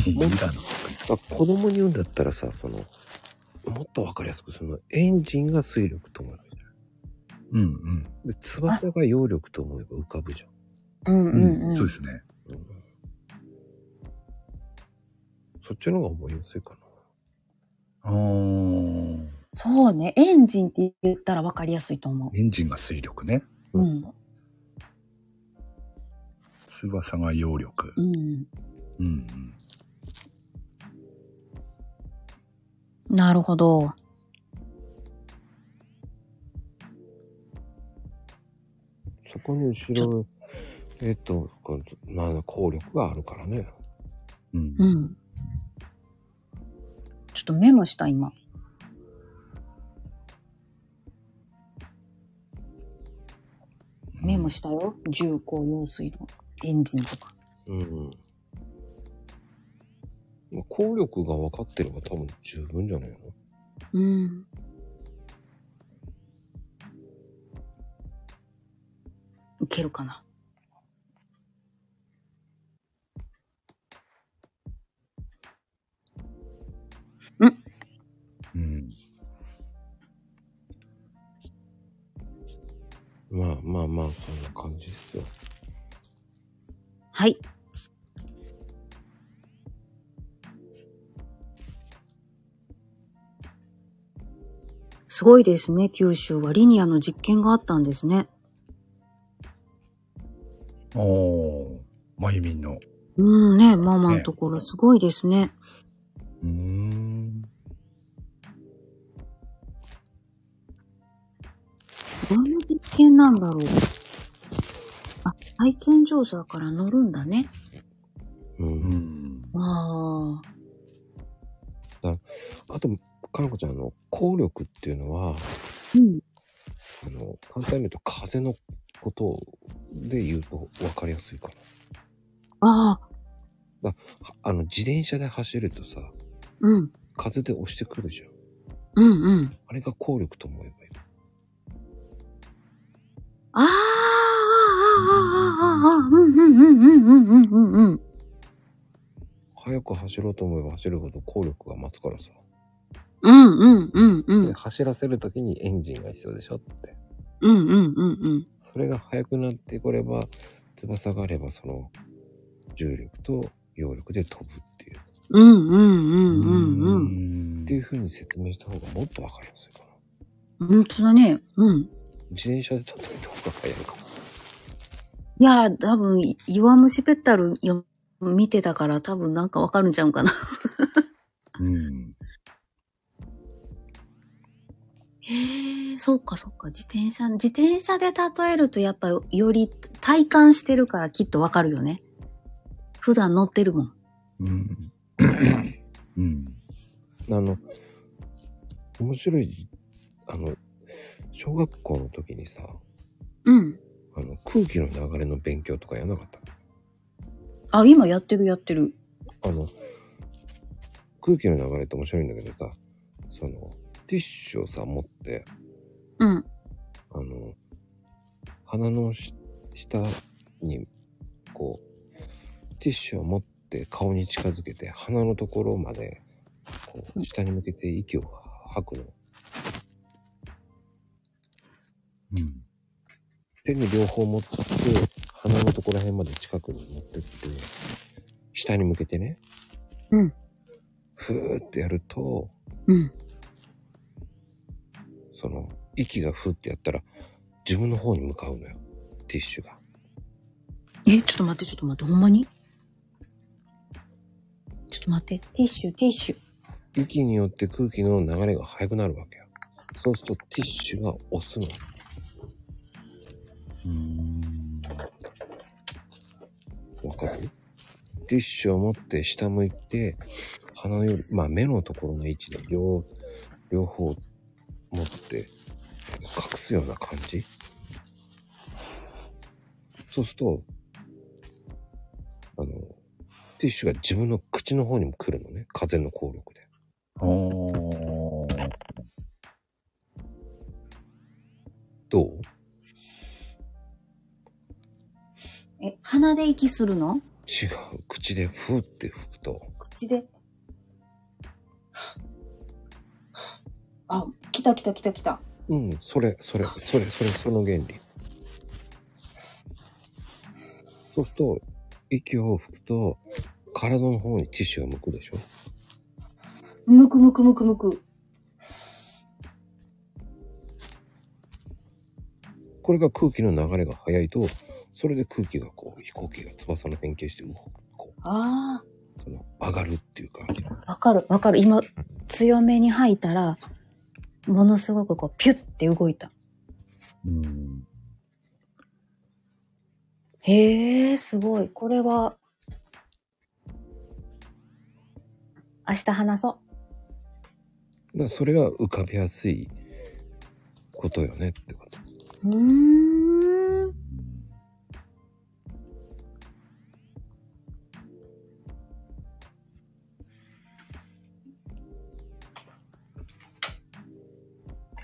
D: イラの作り 方。
A: あ子供に言うんだったらさ、その、もっとわかりやすく、その、エンジンが水力と思えばいいじ
D: うんうん。
A: ゃん。で、翼が揚力と思えば浮かぶじゃん。
B: うんうんうん。
D: そうですね。
A: うん、そっちの方が覚えやすいかな。
D: あー
B: そうね。エンジンって言ったらわかりやすいと思
D: エンジンが水力ね。
B: う。うん。
D: 翼が揚力。
B: うん。
D: うんうん。
B: なるほど。
A: そこに後ろの、えっと、こうなんだ効力があるからね。
D: うん
B: う。ん。ちょっとメモした、今。メモしたよ。重工用水のエンジンとか。
A: うん。まあ効力が分かってれば多分十分じゃないの
B: うん。いけるかな。
D: うん。
A: まあまあまあ、そんな感じですよ。
B: はい。すごいですね、九州は。リニアの実験があったんですね。
D: おー、まゆみんの。
B: うんね、ママのところ、すごいですね。
D: うーん。
B: どんな実験なんだろう。あ、体験乗車から乗るんだね。
A: う。
D: うんん。
B: わあ。
A: あと、かなこちゃんの効力っていうのは、
B: うん。
A: あの、簡単に言うと風のことで言うと分かりやすいかな。
B: ああ、
A: はあの、自転車で走るとさ、
B: うん。
A: 風で押してくるじゃん。
B: うんうん。
A: あれが効力と思えばいい。
B: ああ、ああ、ああ、ああ、うんうんうんうんうんうんうん。
A: 早く走ろうと思えば走るほど効力が増すからさ。
B: うんうんうんうん
A: で。走らせるときにエンジンが必要でしょって。
B: うんうんうんうん。
A: それが速くなってこれば、翼があればその重力と揚力で飛ぶっていう。
B: うんうんうんうんうん。
D: ん
A: っていう風に説明した方がもっと分かりやすいかな。
B: 本当だね。うん。
A: 自転車で撮っといた方が早いかも。
B: いやー、多分、弱虫ペッタルよ見てたから、多分なんかわかるんちゃうんかな。
D: うん。
B: へえ、そうかそうか。自転車、自転車で例えると、やっぱより体感してるからきっとわかるよね。普段乗ってるもん。
D: うん。うん。
A: あの、面白い、あの、小学校の時にさ、
B: うん。
A: あの、空気の流れの勉強とかやんなかった
B: あ、今やってるやってる。
A: あの、空気の流れって面白いんだけどさ、その、ティッシュをさ、持って、
B: うん。
A: あの、鼻のし下に、こう、ティッシュを持って顔に近づけて、鼻のところまで、こう、下に向けて息を吐くの。手に両方持って、鼻のところ辺まで近くに持ってって、下に向けてね。
B: うん。
A: ふーってやると、
B: うん。
A: その、息がふーってやったら、自分の方に向かうのよ。ティッシュが。
B: え、ちょっと待って、ちょっと待って、ほんまにちょっと待って、ティッシュ、ティッシュ。
A: 息によって空気の流れが速くなるわけよ。そうするとティッシュが押すの。
D: うん。
A: わかるティッシュを持って下向いて、鼻より、まあ目のところの位置で両、両方持って隠すような感じそうすると、あの、ティッシュが自分の口の方にも来るのね。風の効力で。
D: おー。
A: どう
B: え、鼻で息するの
A: 違う。口でふーって吹くと、
B: 口で。あ、来た来た来た来た。
A: うん、それ、それ、それ、それ、その原理。そうすると、息を吹くと、体の方にティッシュが向くでしょ
B: むくむくむくむく。
A: これが空気の流れが速いと、それで空気がこう、飛行機が翼の変形して動く。こ
B: ああ、
A: その上がるっていうか、
B: わかる、わかる。今、強めに吐いたら、ものすごくこう、ピュッて動いた。
D: うん。
B: へえ、すごい。これは、明日話そ
A: だからそれが浮かびやすいことよねってこと。
B: う。うーん。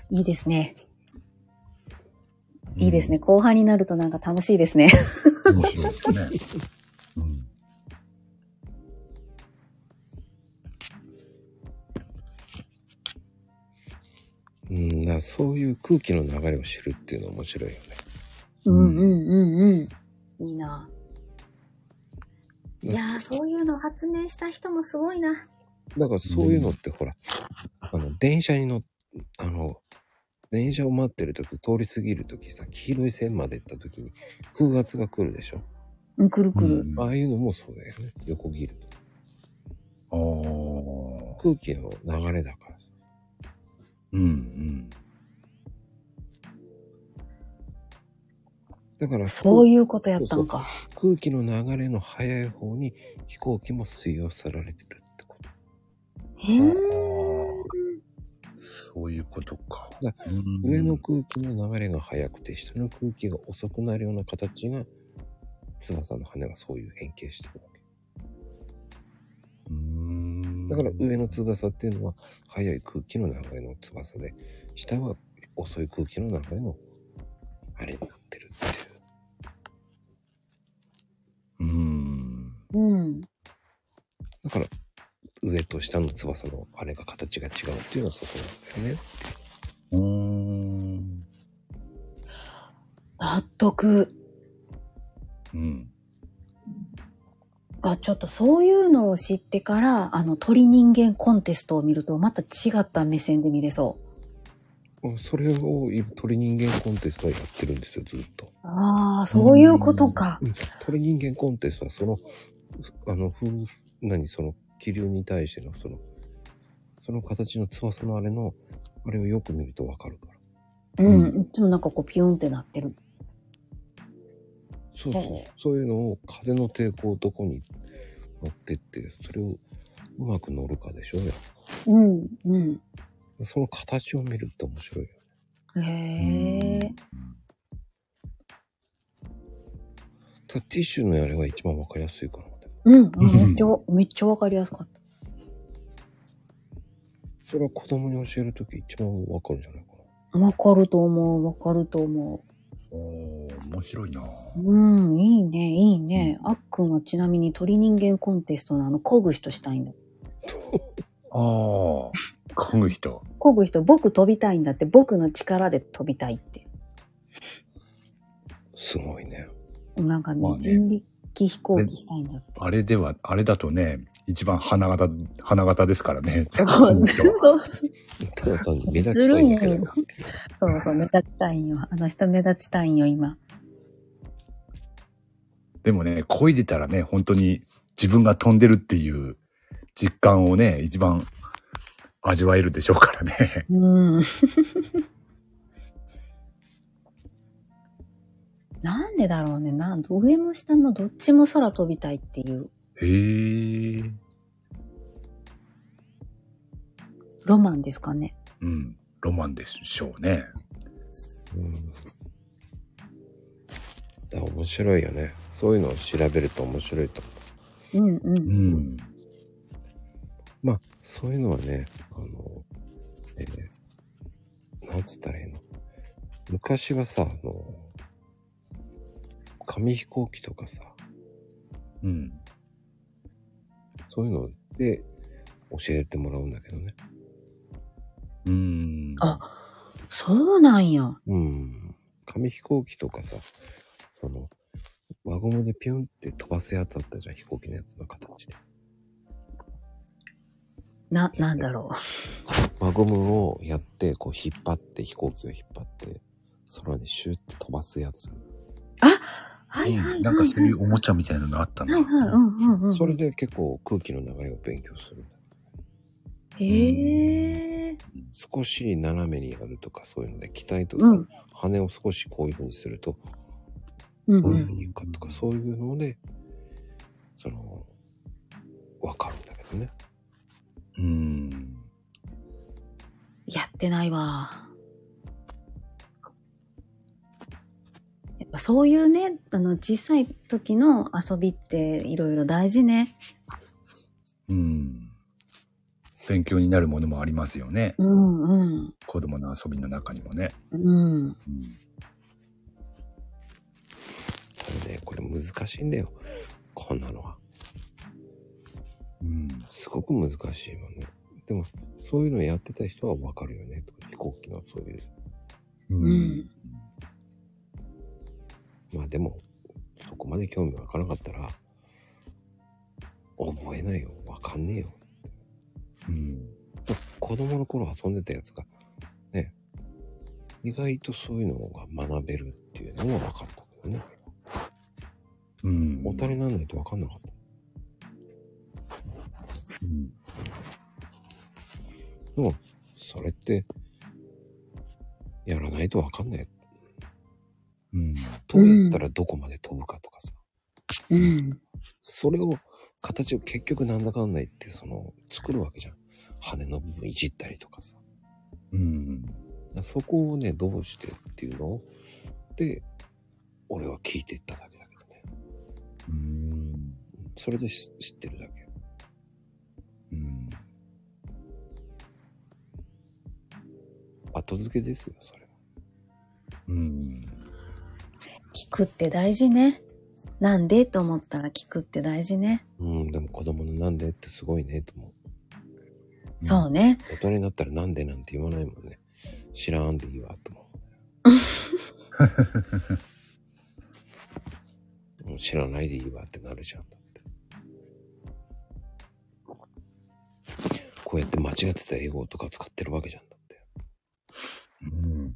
B: いいですね。いいですね。後半になるとなんか楽しいですね。
D: うん。面白いですね。うん。
A: うん、だからそういう空気の流れを知るっていうのは面白いよね。
B: うん
D: ん
B: うんうんうん。いいな。
A: うん
B: いやー、そういうの発明した人もすごいな。
A: だからそういうのってほら、あの、電車に乗っ、あの、電車を待ってる時通り過ぎる時さ、黄色い線まで行った時に風圧が来るでしょ。
B: うん、くるくる。
D: うん
A: ああいうのもそうだよね。横切る。
D: あー
A: 空気の流れだからさ。
D: うんうん。
A: だから
B: そういうことやったんか。
A: 空気の流れの速い方に飛行機も吸い寄せられてるってこと。
B: へー
D: そういうことか。
A: だ
D: うん
A: 上の空気の流れが速くて、下の空気が遅くなるような形が、翼の羽はそういう変形してるわけ。
D: うん
A: だから上の翼っていうのは速い空気の流れの翼で、下は遅い空気の流れのあれになってるっていう。
D: うん。
B: うん。
A: だから、上と下の翼のあれが形が違うっていうのはそこなんだよね。
D: うん。
B: 納得。
D: うん。
B: あ、ちょっとそういうのを知ってから、あの、鳥人間コンテストを見ると、また違った目線で見れそ
A: あそれを今鳥人間コンテストはやってるんですよ、ずっと。
B: う。ああ、そういうことか。
A: 鳥人間コンテストはその、あの、風、何、その気流に対してのその、その形の翼のあれの、あれをよく見るとわかるから。
B: うんん。いつもなんかこう、ピュンってなってる。
A: そうそう
B: ほう。
A: そういうのを風の抵抗をどこに持ってって、それをうまく乗るかでしょうよ。
B: うん、うん。
A: その形を見るって面白いよ。
B: へえ。
A: ただティッシュのやれが一番わかりやすいから。
B: うん、めっちゃ、めっちゃわかりやすかった。
A: それは子供に教えるとき一番わかるんじゃないかな。
B: わかると思う、わかると思
D: おー面白いな。
B: う。うん、いいね、いいね。あっくんはちなみに鳥人間コンテストのあの、こぐ人したいんだ。
D: ああ。こぐ人。
B: こぐ人、僕飛びたいんだって、僕の力で飛びたいって。
A: すごいね。
B: なんかね、
D: まあね
B: 人力飛行機したいんだって。
D: あれでは、あれだとね、一番花形、花形ですからね。
B: そ
D: こ
B: う
D: の人は
A: ただ単に目立ちたいだけだなっていう。
B: そうそう、目立ちたいんよ。あの人目立ちたいんよ、今。
D: でもね、漕いでたらね、本当に自分が飛んでるっていう実感をね、一番味わえるでしょうからね。
B: うん。 なんでだろうね。なん上も下もどっちも空飛びたいっていう
D: へえ。
B: ロマンですかね。
D: うん。ロマンでしょうね。
A: うんだから面白いよねそういうのを調べると面白いと思
B: うんう。
D: うんん。
A: うまあそういうのはねあのえーなんつったらいいの昔はさあの紙飛行機とかさ
D: うん。
A: そういうので教えてもらうんだけどね
D: うん。
B: あそうなんや。
A: うん紙飛行機とかさその輪ゴムでピュンって飛ばすやつあったじゃん飛行機のやつの形で
B: な、なんだろ
A: 輪ゴムをやって、こう引っ張って、飛行機を引っ張って、空にシューって飛ばすやつ。
B: う。はいはいはい、はい
D: うんなんかそういうおもちゃみたいなのあった
B: は
D: の。
B: いはい、うんうんうん。
A: それで結構空気の流れを勉強するんだ。
B: へえ。
A: 少し斜めにやるとかそういうので、機体と
B: うん。
A: 羽を少しこういう風にすると、
B: うん
A: こ
B: う
A: ういう風
B: ん。
A: にいくかとか、そういうので、その、わかるんだけどね。
D: うん。
B: やってないわ。やっぱそういうね、あの、小さい時の遊びっていろいろ大事ね。
D: うん。勉強になるものもありますよね。
B: うんうん。
D: 子供の遊びの中にもね。
B: うん。
D: うん
A: ただね、これ難しいんだよ。こんなのは。
D: うん。
A: すごく難しいもんね。でも、そういうのやってた人はわかるよね。とか飛行機のそういう。
D: う
B: うんん。
A: まあでも、そこまで興味わかなかったら、覚えないよ。わかんねえよ。
D: うん。
A: 子供の頃遊んでたやつが、ね、意外とそういうのが学べるっていうのも分かったけどね。
D: うん。
A: 大人にならないと分かんなかった。
D: うん
A: でも、それって、やらないと分かんない。
D: うん。
A: どうやったらどこまで飛ぶかとかさ。
B: うん。
A: それを、形を結局なんだかんだ言って、その、作るわけじゃん。羽の部分いじったりとかさ。
D: うん。
A: だからそこをね、どうしてっていうのを、で、俺は聞いていっただけだけどね。
D: うん。
A: それでし知ってるだけ。
D: うん。
A: 後付けですよ、それは。
D: うん。
B: 聞くって大事ね。なんでと思ったら聞くって大事ね。
A: うん、でも子供のなんでってすごいねと思う。
B: そうね。
A: 大人になったらなんでなんて言わないもんね。知らんでいいわと思う。もう知らないでいいわってなるじゃん。だってこうやって間違ってた英語とか使ってるわけじゃん。だって
D: うん。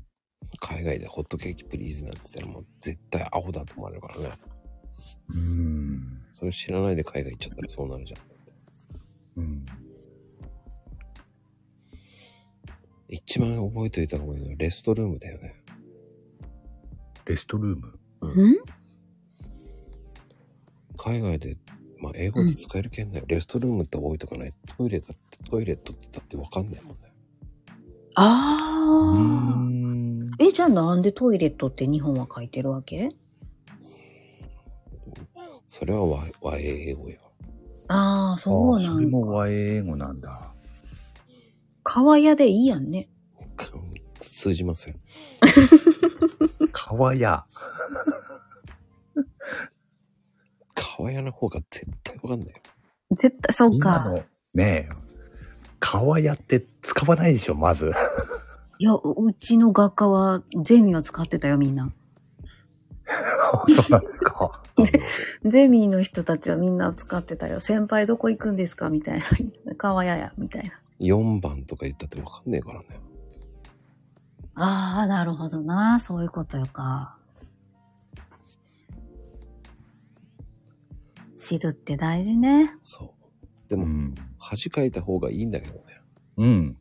A: 海外でホットケーキプリーズなんて言ったらもう絶対アホだと思われるからね。
D: うん。
A: それ知らないで海外行っちゃったらそうなるじゃん。だって
D: うん。
A: 一番覚えておいた方がいいのはレストルームだよね。
D: レストルーム。
B: うん
A: 海外で、まあ、英語で使える件だよ、レストルームって覚えとかないトイレがトイレットって言ったってわかんないもんね
B: ああ。
D: ん。
B: え、じゃあなんでトイレットって日本は書いてるわけ
A: それは和和英英語よ
B: ああ、そうな
D: あそれ
B: んだ。
D: も和英英語なんだ。
B: 川屋でいいやんね。
A: か通じません
D: 川や。
A: 川屋の方が絶対わか んないよ
B: 絶対、そう
D: 今
B: か。
D: の。ねえ。川やって使わないでしょ、まず。
B: いや、うちの学科はゼミを使ってたよ、みんな。
D: そうなんですか。
B: ゼミの人たちはみんな使ってたよ。先輩どこ行くんですかみたいな。 川屋や、みたいな。
A: 4番とか言ったってわかんないからね
B: ああ、なるほどな。そういうことよか。知るって大事ね。
A: そうで
D: う
A: も、
D: ん。
A: 恥かいた方がいいんだけどね
D: うん。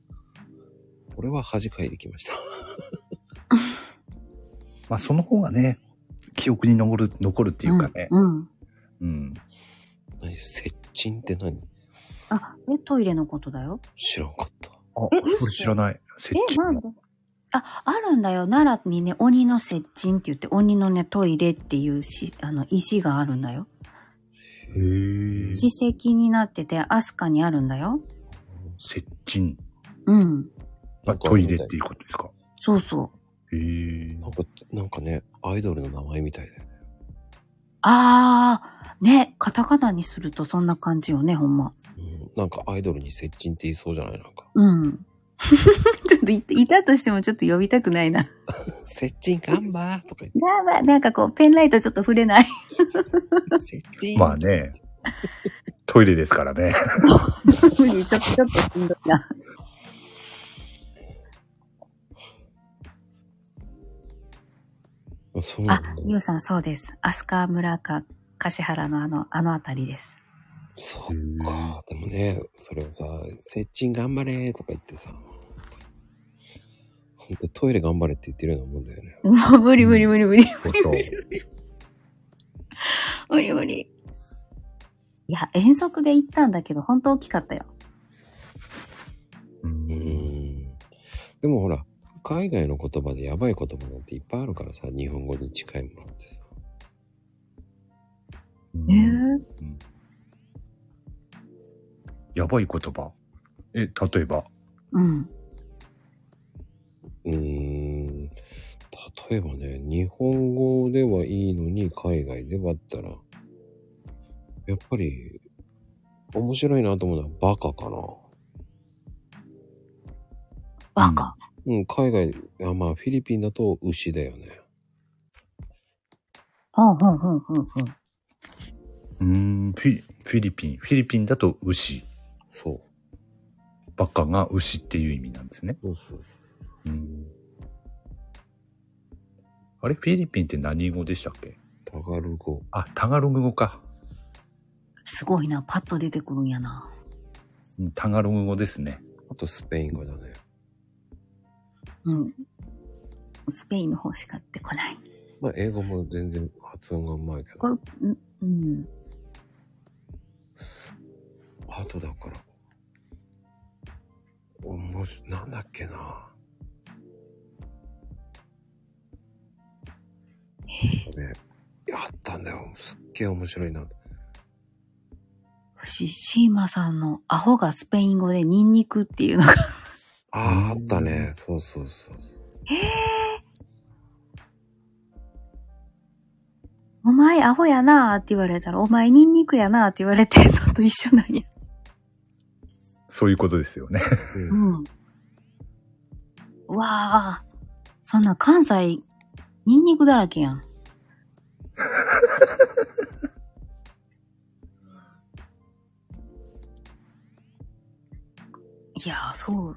A: 俺は恥かいてきました
D: まあ、その方がね、記憶に残る、残るっていうかね。
B: うん。うん
D: うん。
A: 何接近って何
B: あ、え、トイレのことだよ。
A: 知らんかった
D: あ
B: え、
D: それ知らない。石
B: え、
D: 器
B: なんであ、あるんだよ。奈良にね、鬼の接近って言って、鬼のね、トイレっていうし、あの、石があるんだよ。
D: へぇ
B: 史跡になってて、アスカにあるんだよ。
D: 接近。
B: うん。
A: な
D: まあ、
A: んか
D: トイレっていうことですか。
B: そうそう。
D: へぇ
A: なんかなんかねアイドルの名前みたいだよね
B: あー、ね、カタカナにするとそんな感じよね、ほんま。
A: うん、なんかアイドルに接近って言いそうじゃないなんか
B: うん。 ちょっとい、いたとしてもちょっと呼びたくないな。
A: 接近頑張ーとか言って
B: やばい、なんかこう、ペンライト ちょっと触れない。
A: 接近
D: まあね。トイレですからね。
B: 無理、ちょっと、ちょっとしんどいな。
A: そう
B: あ、ゆうさんそうです。飛鳥村か、橿原のあの、あのあたりです。
A: そっか。でもね、それをさ、接近頑張れとか言ってさ、ほんとトイレ頑張れって言ってるようなもんだよね。
B: もう無理無理無理無理。
D: そうそう。
B: 無理無理。いや、遠足で行ったんだけど、本当大きかったよ。
C: う
A: うー
C: ん
A: ん。でもほら、海外の言葉でやばい言葉なんていっぱいあるからさ、日本語に近いものってさ。
C: うん
B: ええ
D: やばい言葉。え、例えば。
B: うん。
A: うーん。例えばね、日本語ではいいのに海外ではったら、やっぱり、面白いなと思うのはバカかな。
B: バカ。
A: うん、海外、あまあ、フィリピンだと牛だよね。
B: うん、うん、うん、うん、うん。
D: うーん、フィフィリピン。フィリピンだと牛。
A: そ
D: バカが牛っていう意味なんですね。
A: う。そうそう
D: うん、あれフィリピンって何語でしたっけ
A: タガル語。
D: あ、タガログ語か。
B: すごいな、パッと出てくるんやな。
D: うんタガログ語ですね。
A: あとスペイン語だね。
B: うん。スペインの方しか出てこない。
A: まあ、英語も全然発音がうまいけ
B: こ
A: ど。
B: れ、うん、うん。
A: あとだから。おもし、なんだっけな。ね、やったんだよ。すっげえ面白いな。
B: シシーマさんのアホがスペイン語でニンニクっていうのが。
A: ああ、あったね。そうそうそう。
B: お前アホやなーって言われたら、お前ニンニクやなーって言われてるのと一緒なんや。
D: そういうことですよ ね。
A: うん
B: うん。うわあ、そんな関西、ニンニクだらけやん。 いやー、そう。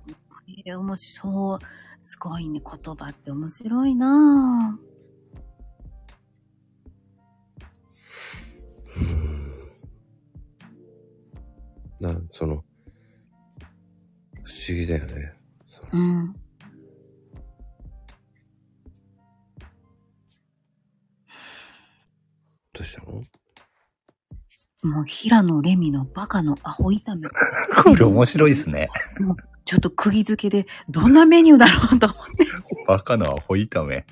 B: えー、面白そう。すごいね、言葉って面白いなぁ。
A: な、その、不思議だよね。その
B: うん。
A: どうしたの
B: もう、平野レミのバカのアホ炒め。
D: これ面白いですね。
B: ちょっと釘付けで、どんなメニューだろうと思って。
D: バカのアホ炒め。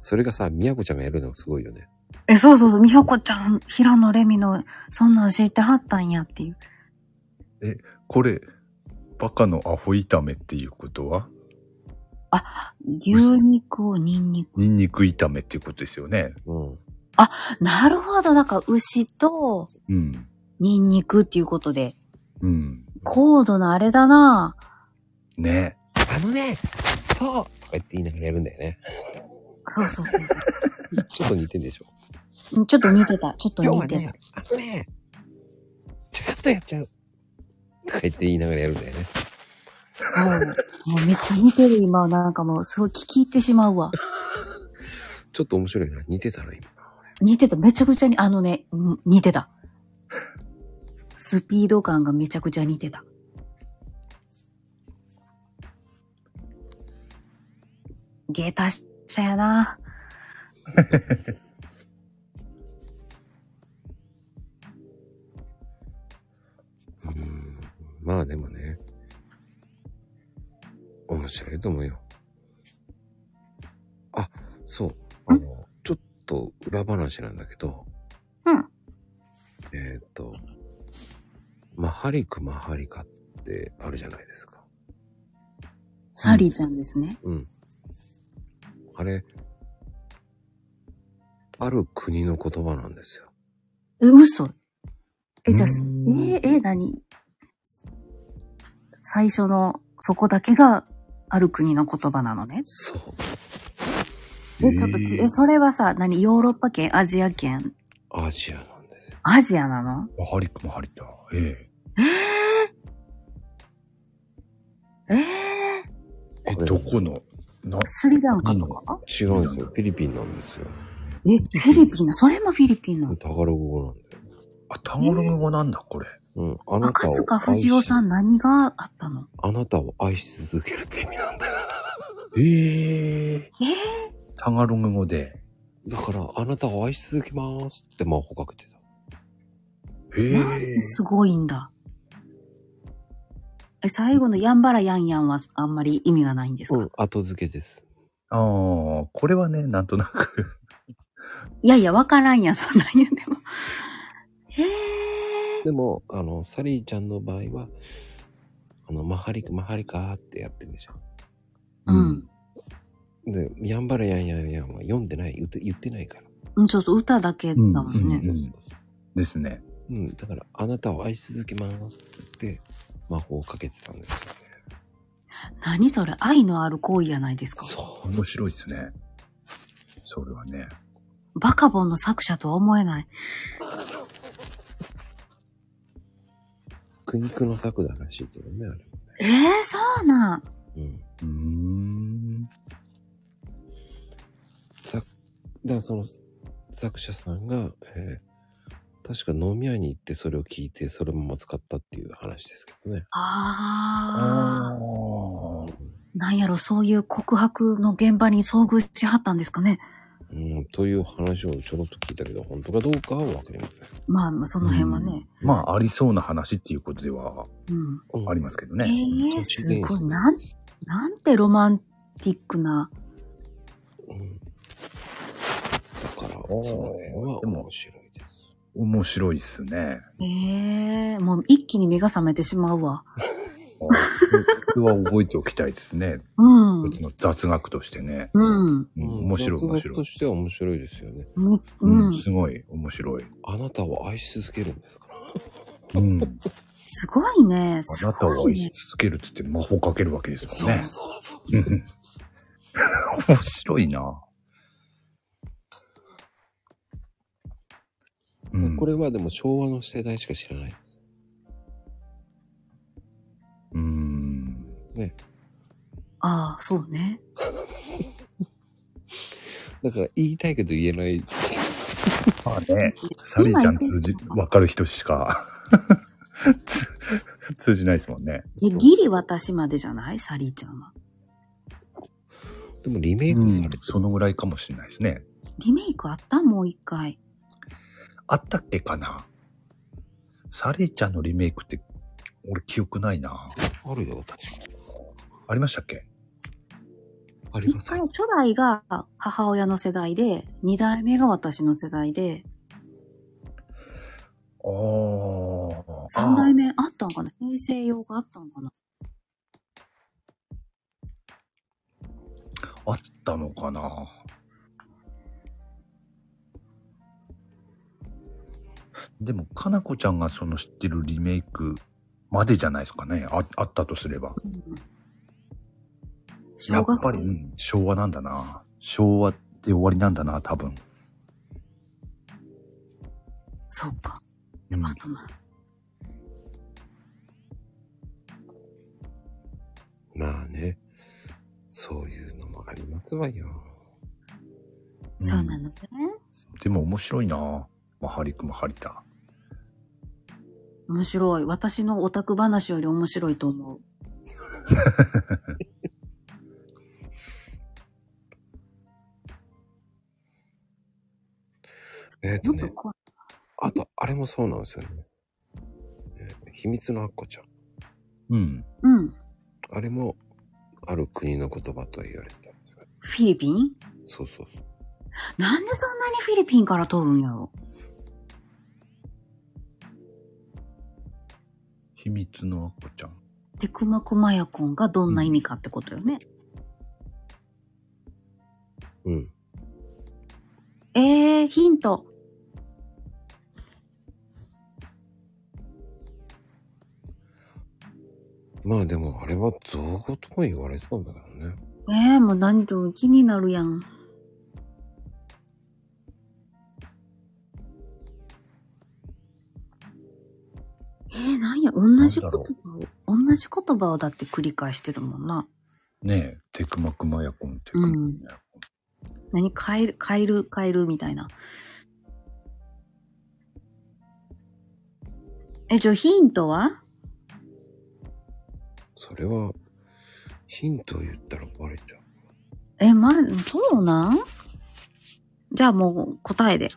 A: それがさ、みやこちゃんがやるのがすごいよね。
B: え、そうそうそう、みほこちゃん、平野レミの、そんなん知ってはったんやっていう。
D: これ、バカのアホ炒めっていうことは、
B: 牛肉をニンニク。
D: ニンニク炒めっていうことですよね。
A: うん。
B: なるほど、だから牛と
D: うん。
B: ニンニクっていうことで、
D: うん。
B: 高度なあれだな
D: ね。
A: あのね、そうとか言って言いながらやるんだよ ね。
B: そうそうそう
A: ちょっと似てんでしょ。
B: そう。ちょっと似てた、ちょっと似て
A: ね
B: た。、
A: あのね、ちょっとやっちゃう。とか言って言いながらやるんだよね。
B: そう。もうめっちゃ似てる、今。なんかもう、すごい聞き入ってしまうわ。
A: ちょっと面白いな。似てたら今。
B: 似てた、めちゃくちゃに、あのね、うん似てた。スピード感がめちゃくちゃ似てた。下駄者やな。
A: うん。まあでもね、面白いと思うよ。あ、そう。あの、ちょっと裏話なんだけど。
B: うん。
A: えーっと、マハリクマハリカってあるじゃないですか。
B: サリーちゃんですね。
A: うん。あれ、ある国の言葉なんですよ。
B: え、嘘え、じゃあ、
D: う
B: えー、えー、何最初の、そこだけがある国の言葉なのね。
A: そう。
B: え、ちょっとち、え、それはさ、何ヨーロッパ圏アジア圏
A: アジアなんですよ。
B: アジアなの
D: マハリクマハリタ。え
B: ええ
D: え。え、どこのな
B: スリランカとか、
A: 違うんですよ。フィリピンなんですよ。
B: え、フィリピンな、それもフィリピンの。
A: タガログ語なんだよ。
D: あ、タゴログ語なんだ、これ。
A: うん。あなた
B: 赤
A: を
B: 塚不
A: 愛し
B: 二夫さん何があったの
A: あなたを愛し続けるって意味なんだよ。
D: ええ。
B: えー、
D: タガログ語で。
A: だから、あなたを愛し続けますって魔法かけてた。
D: え
B: なんですごいんだ。え、最後のヤンバラヤンヤンはあんまり意味がないんですか、
A: うん。後付けです。
D: ああ、これはね、なんとなく。
B: いやいや、わからんや、そんなん言うても。へえ。
A: でも、あの、サリーちゃんの場合は、あの、マハリカ、マハリカーってやってるでしょ。
B: うん。
A: で、ヤンバラヤンヤンヤンは読んでない、言って言ってないから。
B: うん、ちょっと歌だけだもんね。
D: うん
A: そうそうそう
D: ですね。
A: うん、だから、あなたを愛し続けますって言って、魔法をかけてたんですよね。
B: 何それ愛のある行為やないですか
A: そ
D: 面白いですね。それはね。
B: バカボンの作者とは思えない。
A: う。苦肉の策だらしいけどね、あれ。
B: ええそうなん。
A: うん。
D: うーん。
A: 作、だからその作者さんが、えー確か飲み屋に行ってそれを聞いて、それも使ったっていう話ですけどね。
B: ああ。
D: あ
B: なんやろ、そういう告白の現場に遭遇しはったんですかね。
A: うん、という話をちょろっと聞いたけど、本当かどうかはわかりません。
B: まあ、その辺はね。
D: まあ、ありそうな話っていうことでは
B: うん。
A: うん
D: ありますけど
B: え
D: ね。
B: えすごい。なん、なんてロマンティックな。
A: うんだから、その辺は
D: でも
A: 面白いです。
D: 面白いっすね。
B: ええもう一気に目が覚めてしまうわ。
D: これは覚えておきたいですね。
B: うん。
D: 別の雑学としてね。
B: うん。
D: うん面白い、
A: 雑学
D: 面白
A: と
D: い。
A: しては面白いですよね。
B: うん。
D: う、
B: うんん、
D: すごい、面白い。
A: あなたを愛し続けるんですから。
D: うん。
B: すごいね。
D: あ
B: す
D: なたを
B: ご
D: 愛
B: い
D: し
B: ね。
D: 続けるっつって魔法かけるわけですもんね。
A: そうそううん
D: 面白いな。うん、
A: これはでも昭和の世代しか知らないです。
D: うん。
B: ああ、そうね。
A: だから言いたいけど言えない。
D: まあね、サリーちゃん通じ、わかる人しか 通、通じないですもんね。
B: え、ギリ私までじゃないサリーちゃんは。
A: でもリメイ
D: う
A: クされ
D: ん
A: てる、
D: そのぐらいかもしれないですね。
B: リメイクあったもう一回。
D: あったっけかなサリーちゃんのリメイクって、俺記憶ないな。
A: あるよ、確か
D: ありましたっけ
A: あり
B: 一
A: ます
B: 回初代が母親の世代で、二代目が私の世代で、
D: あー
B: 三代目あったんかな平成用があったんかな
D: あったのかなでも、かなこちゃんがその知ってるリメイクまでじゃないですかね。ああったとすれば。
B: うん小
D: やっぱ
B: 学
D: り、う
B: 生。
D: ん昭和なんだな。昭和って終わりなんだな、多分。
B: そうか。
D: うん
B: あとな。
A: まあね。そういうのもありますわよ。
B: そうなのね。
D: でも面白いな。まあ、ハリクもハリタ。
B: 面白い。私のオタク話より面白いと思う。
A: えっ、
B: も
A: と
B: っと
A: ね、
B: こ
A: あと、あれもそうなんですよね。えー秘密のアッコちゃん。
D: うん。
B: う、うん。
A: あれも、ある国の言葉と言われたんですよね。
B: フィリピン
A: そうそうそう。
B: なんでそんなにフィリピンから飛ぶんやろ
D: 秘密のアッコちゃん。
B: で、クマクマヤコンがどんな意味かってことよね。
A: うん。
B: えー、ヒント。
A: まあでも、あれは造語とも言われてたんだからね。
B: えー、もう何と気になるやん。えー、なんや、同じ言葉を、同じ言葉をだって繰り返してるもんな。
D: ねえ、テクマクマヤコン、テク
B: う
D: マ
B: ん
D: クマヤコン。
B: 何カエル、カエル、カエルみたいな。え、じゃあヒントは
A: それは、ヒントを言ったらバレちゃう。
B: え、ま、そうなんじゃあもう答えで。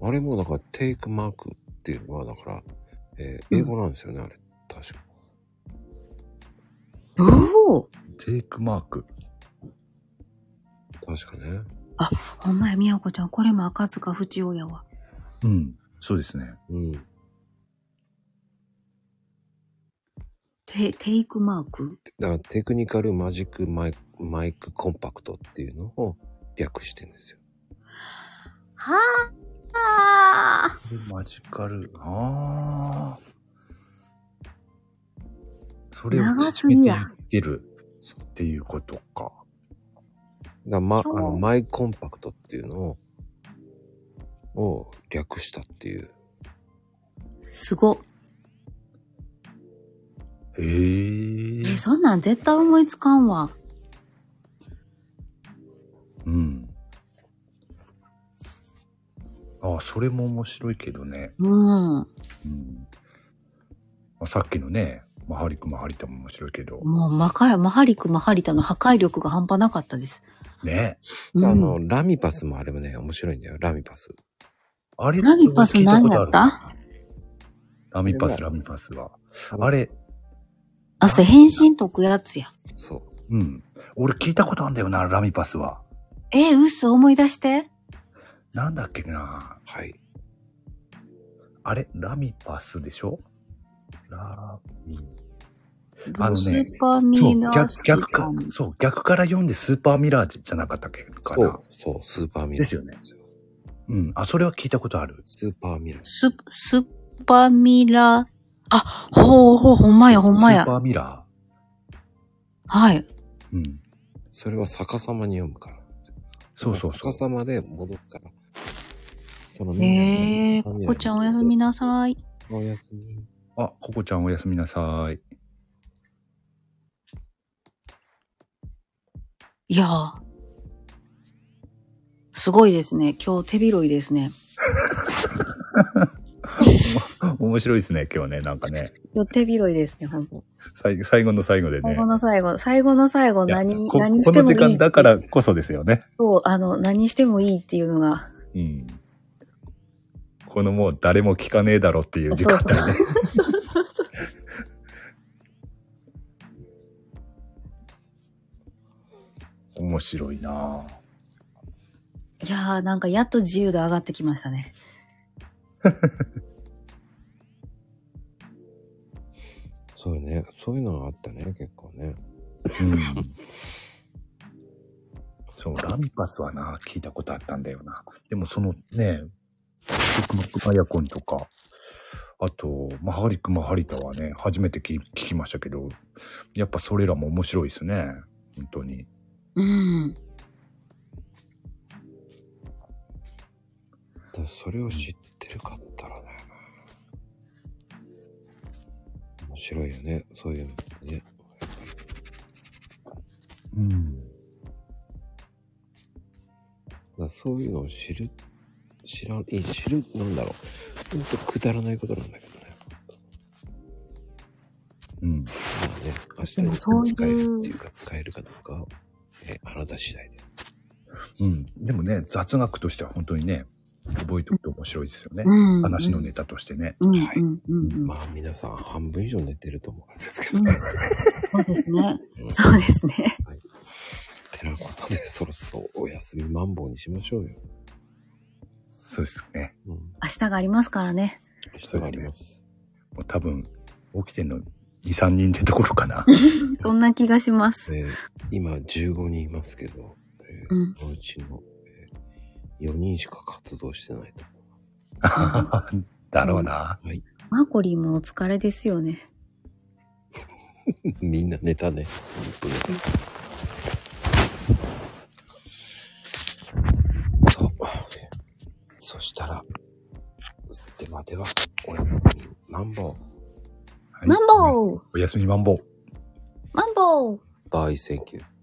A: あれもだから、テイクマークっていうのは、だから、えー英語なんですよね、あれ。確か。
B: おお
D: テイクマーク。
A: 確かね。
B: ほんまや、みやこちゃん、これも赤塚不二夫やわ。
D: うん、そうですね。
A: うん。
B: テテイクマーク
A: だから、テクニカルマジックマイクマイクコンパクトっていうのを略してるんですよ。
B: はあ
D: マジカル。ああ。それを
B: 長す
D: 縮め
B: ぎ
D: てい
B: や
D: ってるっていうこと
A: だか
D: か。
A: らま、あ
B: そう
A: の、マイコンパクトっていうのを、を略したっていう。
B: すご。
D: へ
B: え、
D: え。
B: そんなん絶対思いつかんわ。
D: うん。ああ、それも面白いけどね。
B: うん。
D: うん。まあ、さっきのね、マハリクマハリタも面白いけど。
B: もう、マカマハリク、マハリタの破壊力が半端なかったです。
D: ね。
B: うん、
A: あの、ラミパスもあれもね、面白いんだよ、ラミパス。
D: あれ
B: ラミパス
D: 聞いたことあるな
B: 何や
D: ラミパス、ラミパスは。あれ、
B: あ、それ変身解くやつや。
A: そう。
D: うん。俺聞いたことあるんだよな、ラミパスは。
B: えー、嘘思い出して。
D: なんだっけな。
A: はい。
D: あれ、ラミパスでしょラミ。あ
B: ル
D: のね
B: シーパーミ
D: そう
B: ーナー
D: 逆、
B: ス
D: 逆
B: パ
D: か
B: ー。
D: そう、逆から読んでスーパーミラージじゃなかったっけか
A: そ
D: な
A: う。、そう、スーパーミラー。
D: ですよね。うん。あ、それは聞いたことある。
A: スーパーミラー。
B: ス、スーパーミラー、あ、ほうほう、ほんまや、ほんまや
D: スー。パーミラ
B: はい。
D: ー。うん。
A: それは逆さまに読むから。
D: そうそうそう
A: 逆。さまで戻ったら。その
B: ええー、
A: スーパー
B: こ
A: ミラ
B: こ
A: ー
B: ちゃんおやすみなさい。
A: おやすみ。
D: あ、ココちゃんおやすみなさい。
B: いやー。すごいですね。今日手広いですね。
D: 面白いですね、今日ね。なんかね。
B: 今日手広いですね、本当。
D: 最最後の最後で
B: 最
D: ね
B: 後。の最後、最後の最後、
D: いや
B: 何、
D: こ
B: 何
D: こ
B: して
D: の
B: もいい
D: 時
B: っていう。
D: 間だからこそですよね。
B: そう、あの、何してもいいっていうのが。
D: うん。このもう誰も聞かねえだろっていう時間帯ね。 面白いなぁ。
B: いやー、なんかやっと自由度上がってきましたね。
A: そうよね。そういうのがあったね、結構ね。
D: うん。そう、ラミパスはな、聞いたことあったんだよな。でもそのね、テクマックマヤコンとか、あと、マハリクマハリタはね、初めて聞聞きましたけど、やっぱそれらも面白いですね。本当に。
B: うん。
A: だからそれを知ってるかったらね。面白いよね、そういうのね。
D: うん。
A: だからそういうのを知る、知らん、いい知る、なんだろう。ほんとくだらないことなんだけどね。
D: うん。
A: まあね、明日
B: でもそういう
A: に使えるっていうか、使えるかどうかは、えあなた次第です。
D: うん。でもね、雑学としては本当にね、覚えておくと面白いですよね。
B: うん。
D: 話のネタとしてね。
B: うん。うん
A: はい
B: うんうんうん。
A: まあ皆さん半分以上寝てると思うんですけど
B: うん
A: ね。
B: そうですね。そうですね。
A: てなことで、そろそろお休みマンボウにしましょうよ。
D: そうですね。
A: うん。
B: 明日がありますからね。
A: 人があります。
D: もう多分、起きてんの2、3人ってところかな。
B: そんな気がします。
A: えー今15人いますけど、えー
B: うん
A: そのうちの、え4人しか活動してないと 思います。
D: だろうな。
A: はい。
B: マコリンもお疲れですよね。
A: みんな寝たね。本当寝た。ではでは、おやすみマンボウ、
D: はい
B: マンボウ
D: おやすみマンボウ。
B: マンボウ
A: バイセンキュー。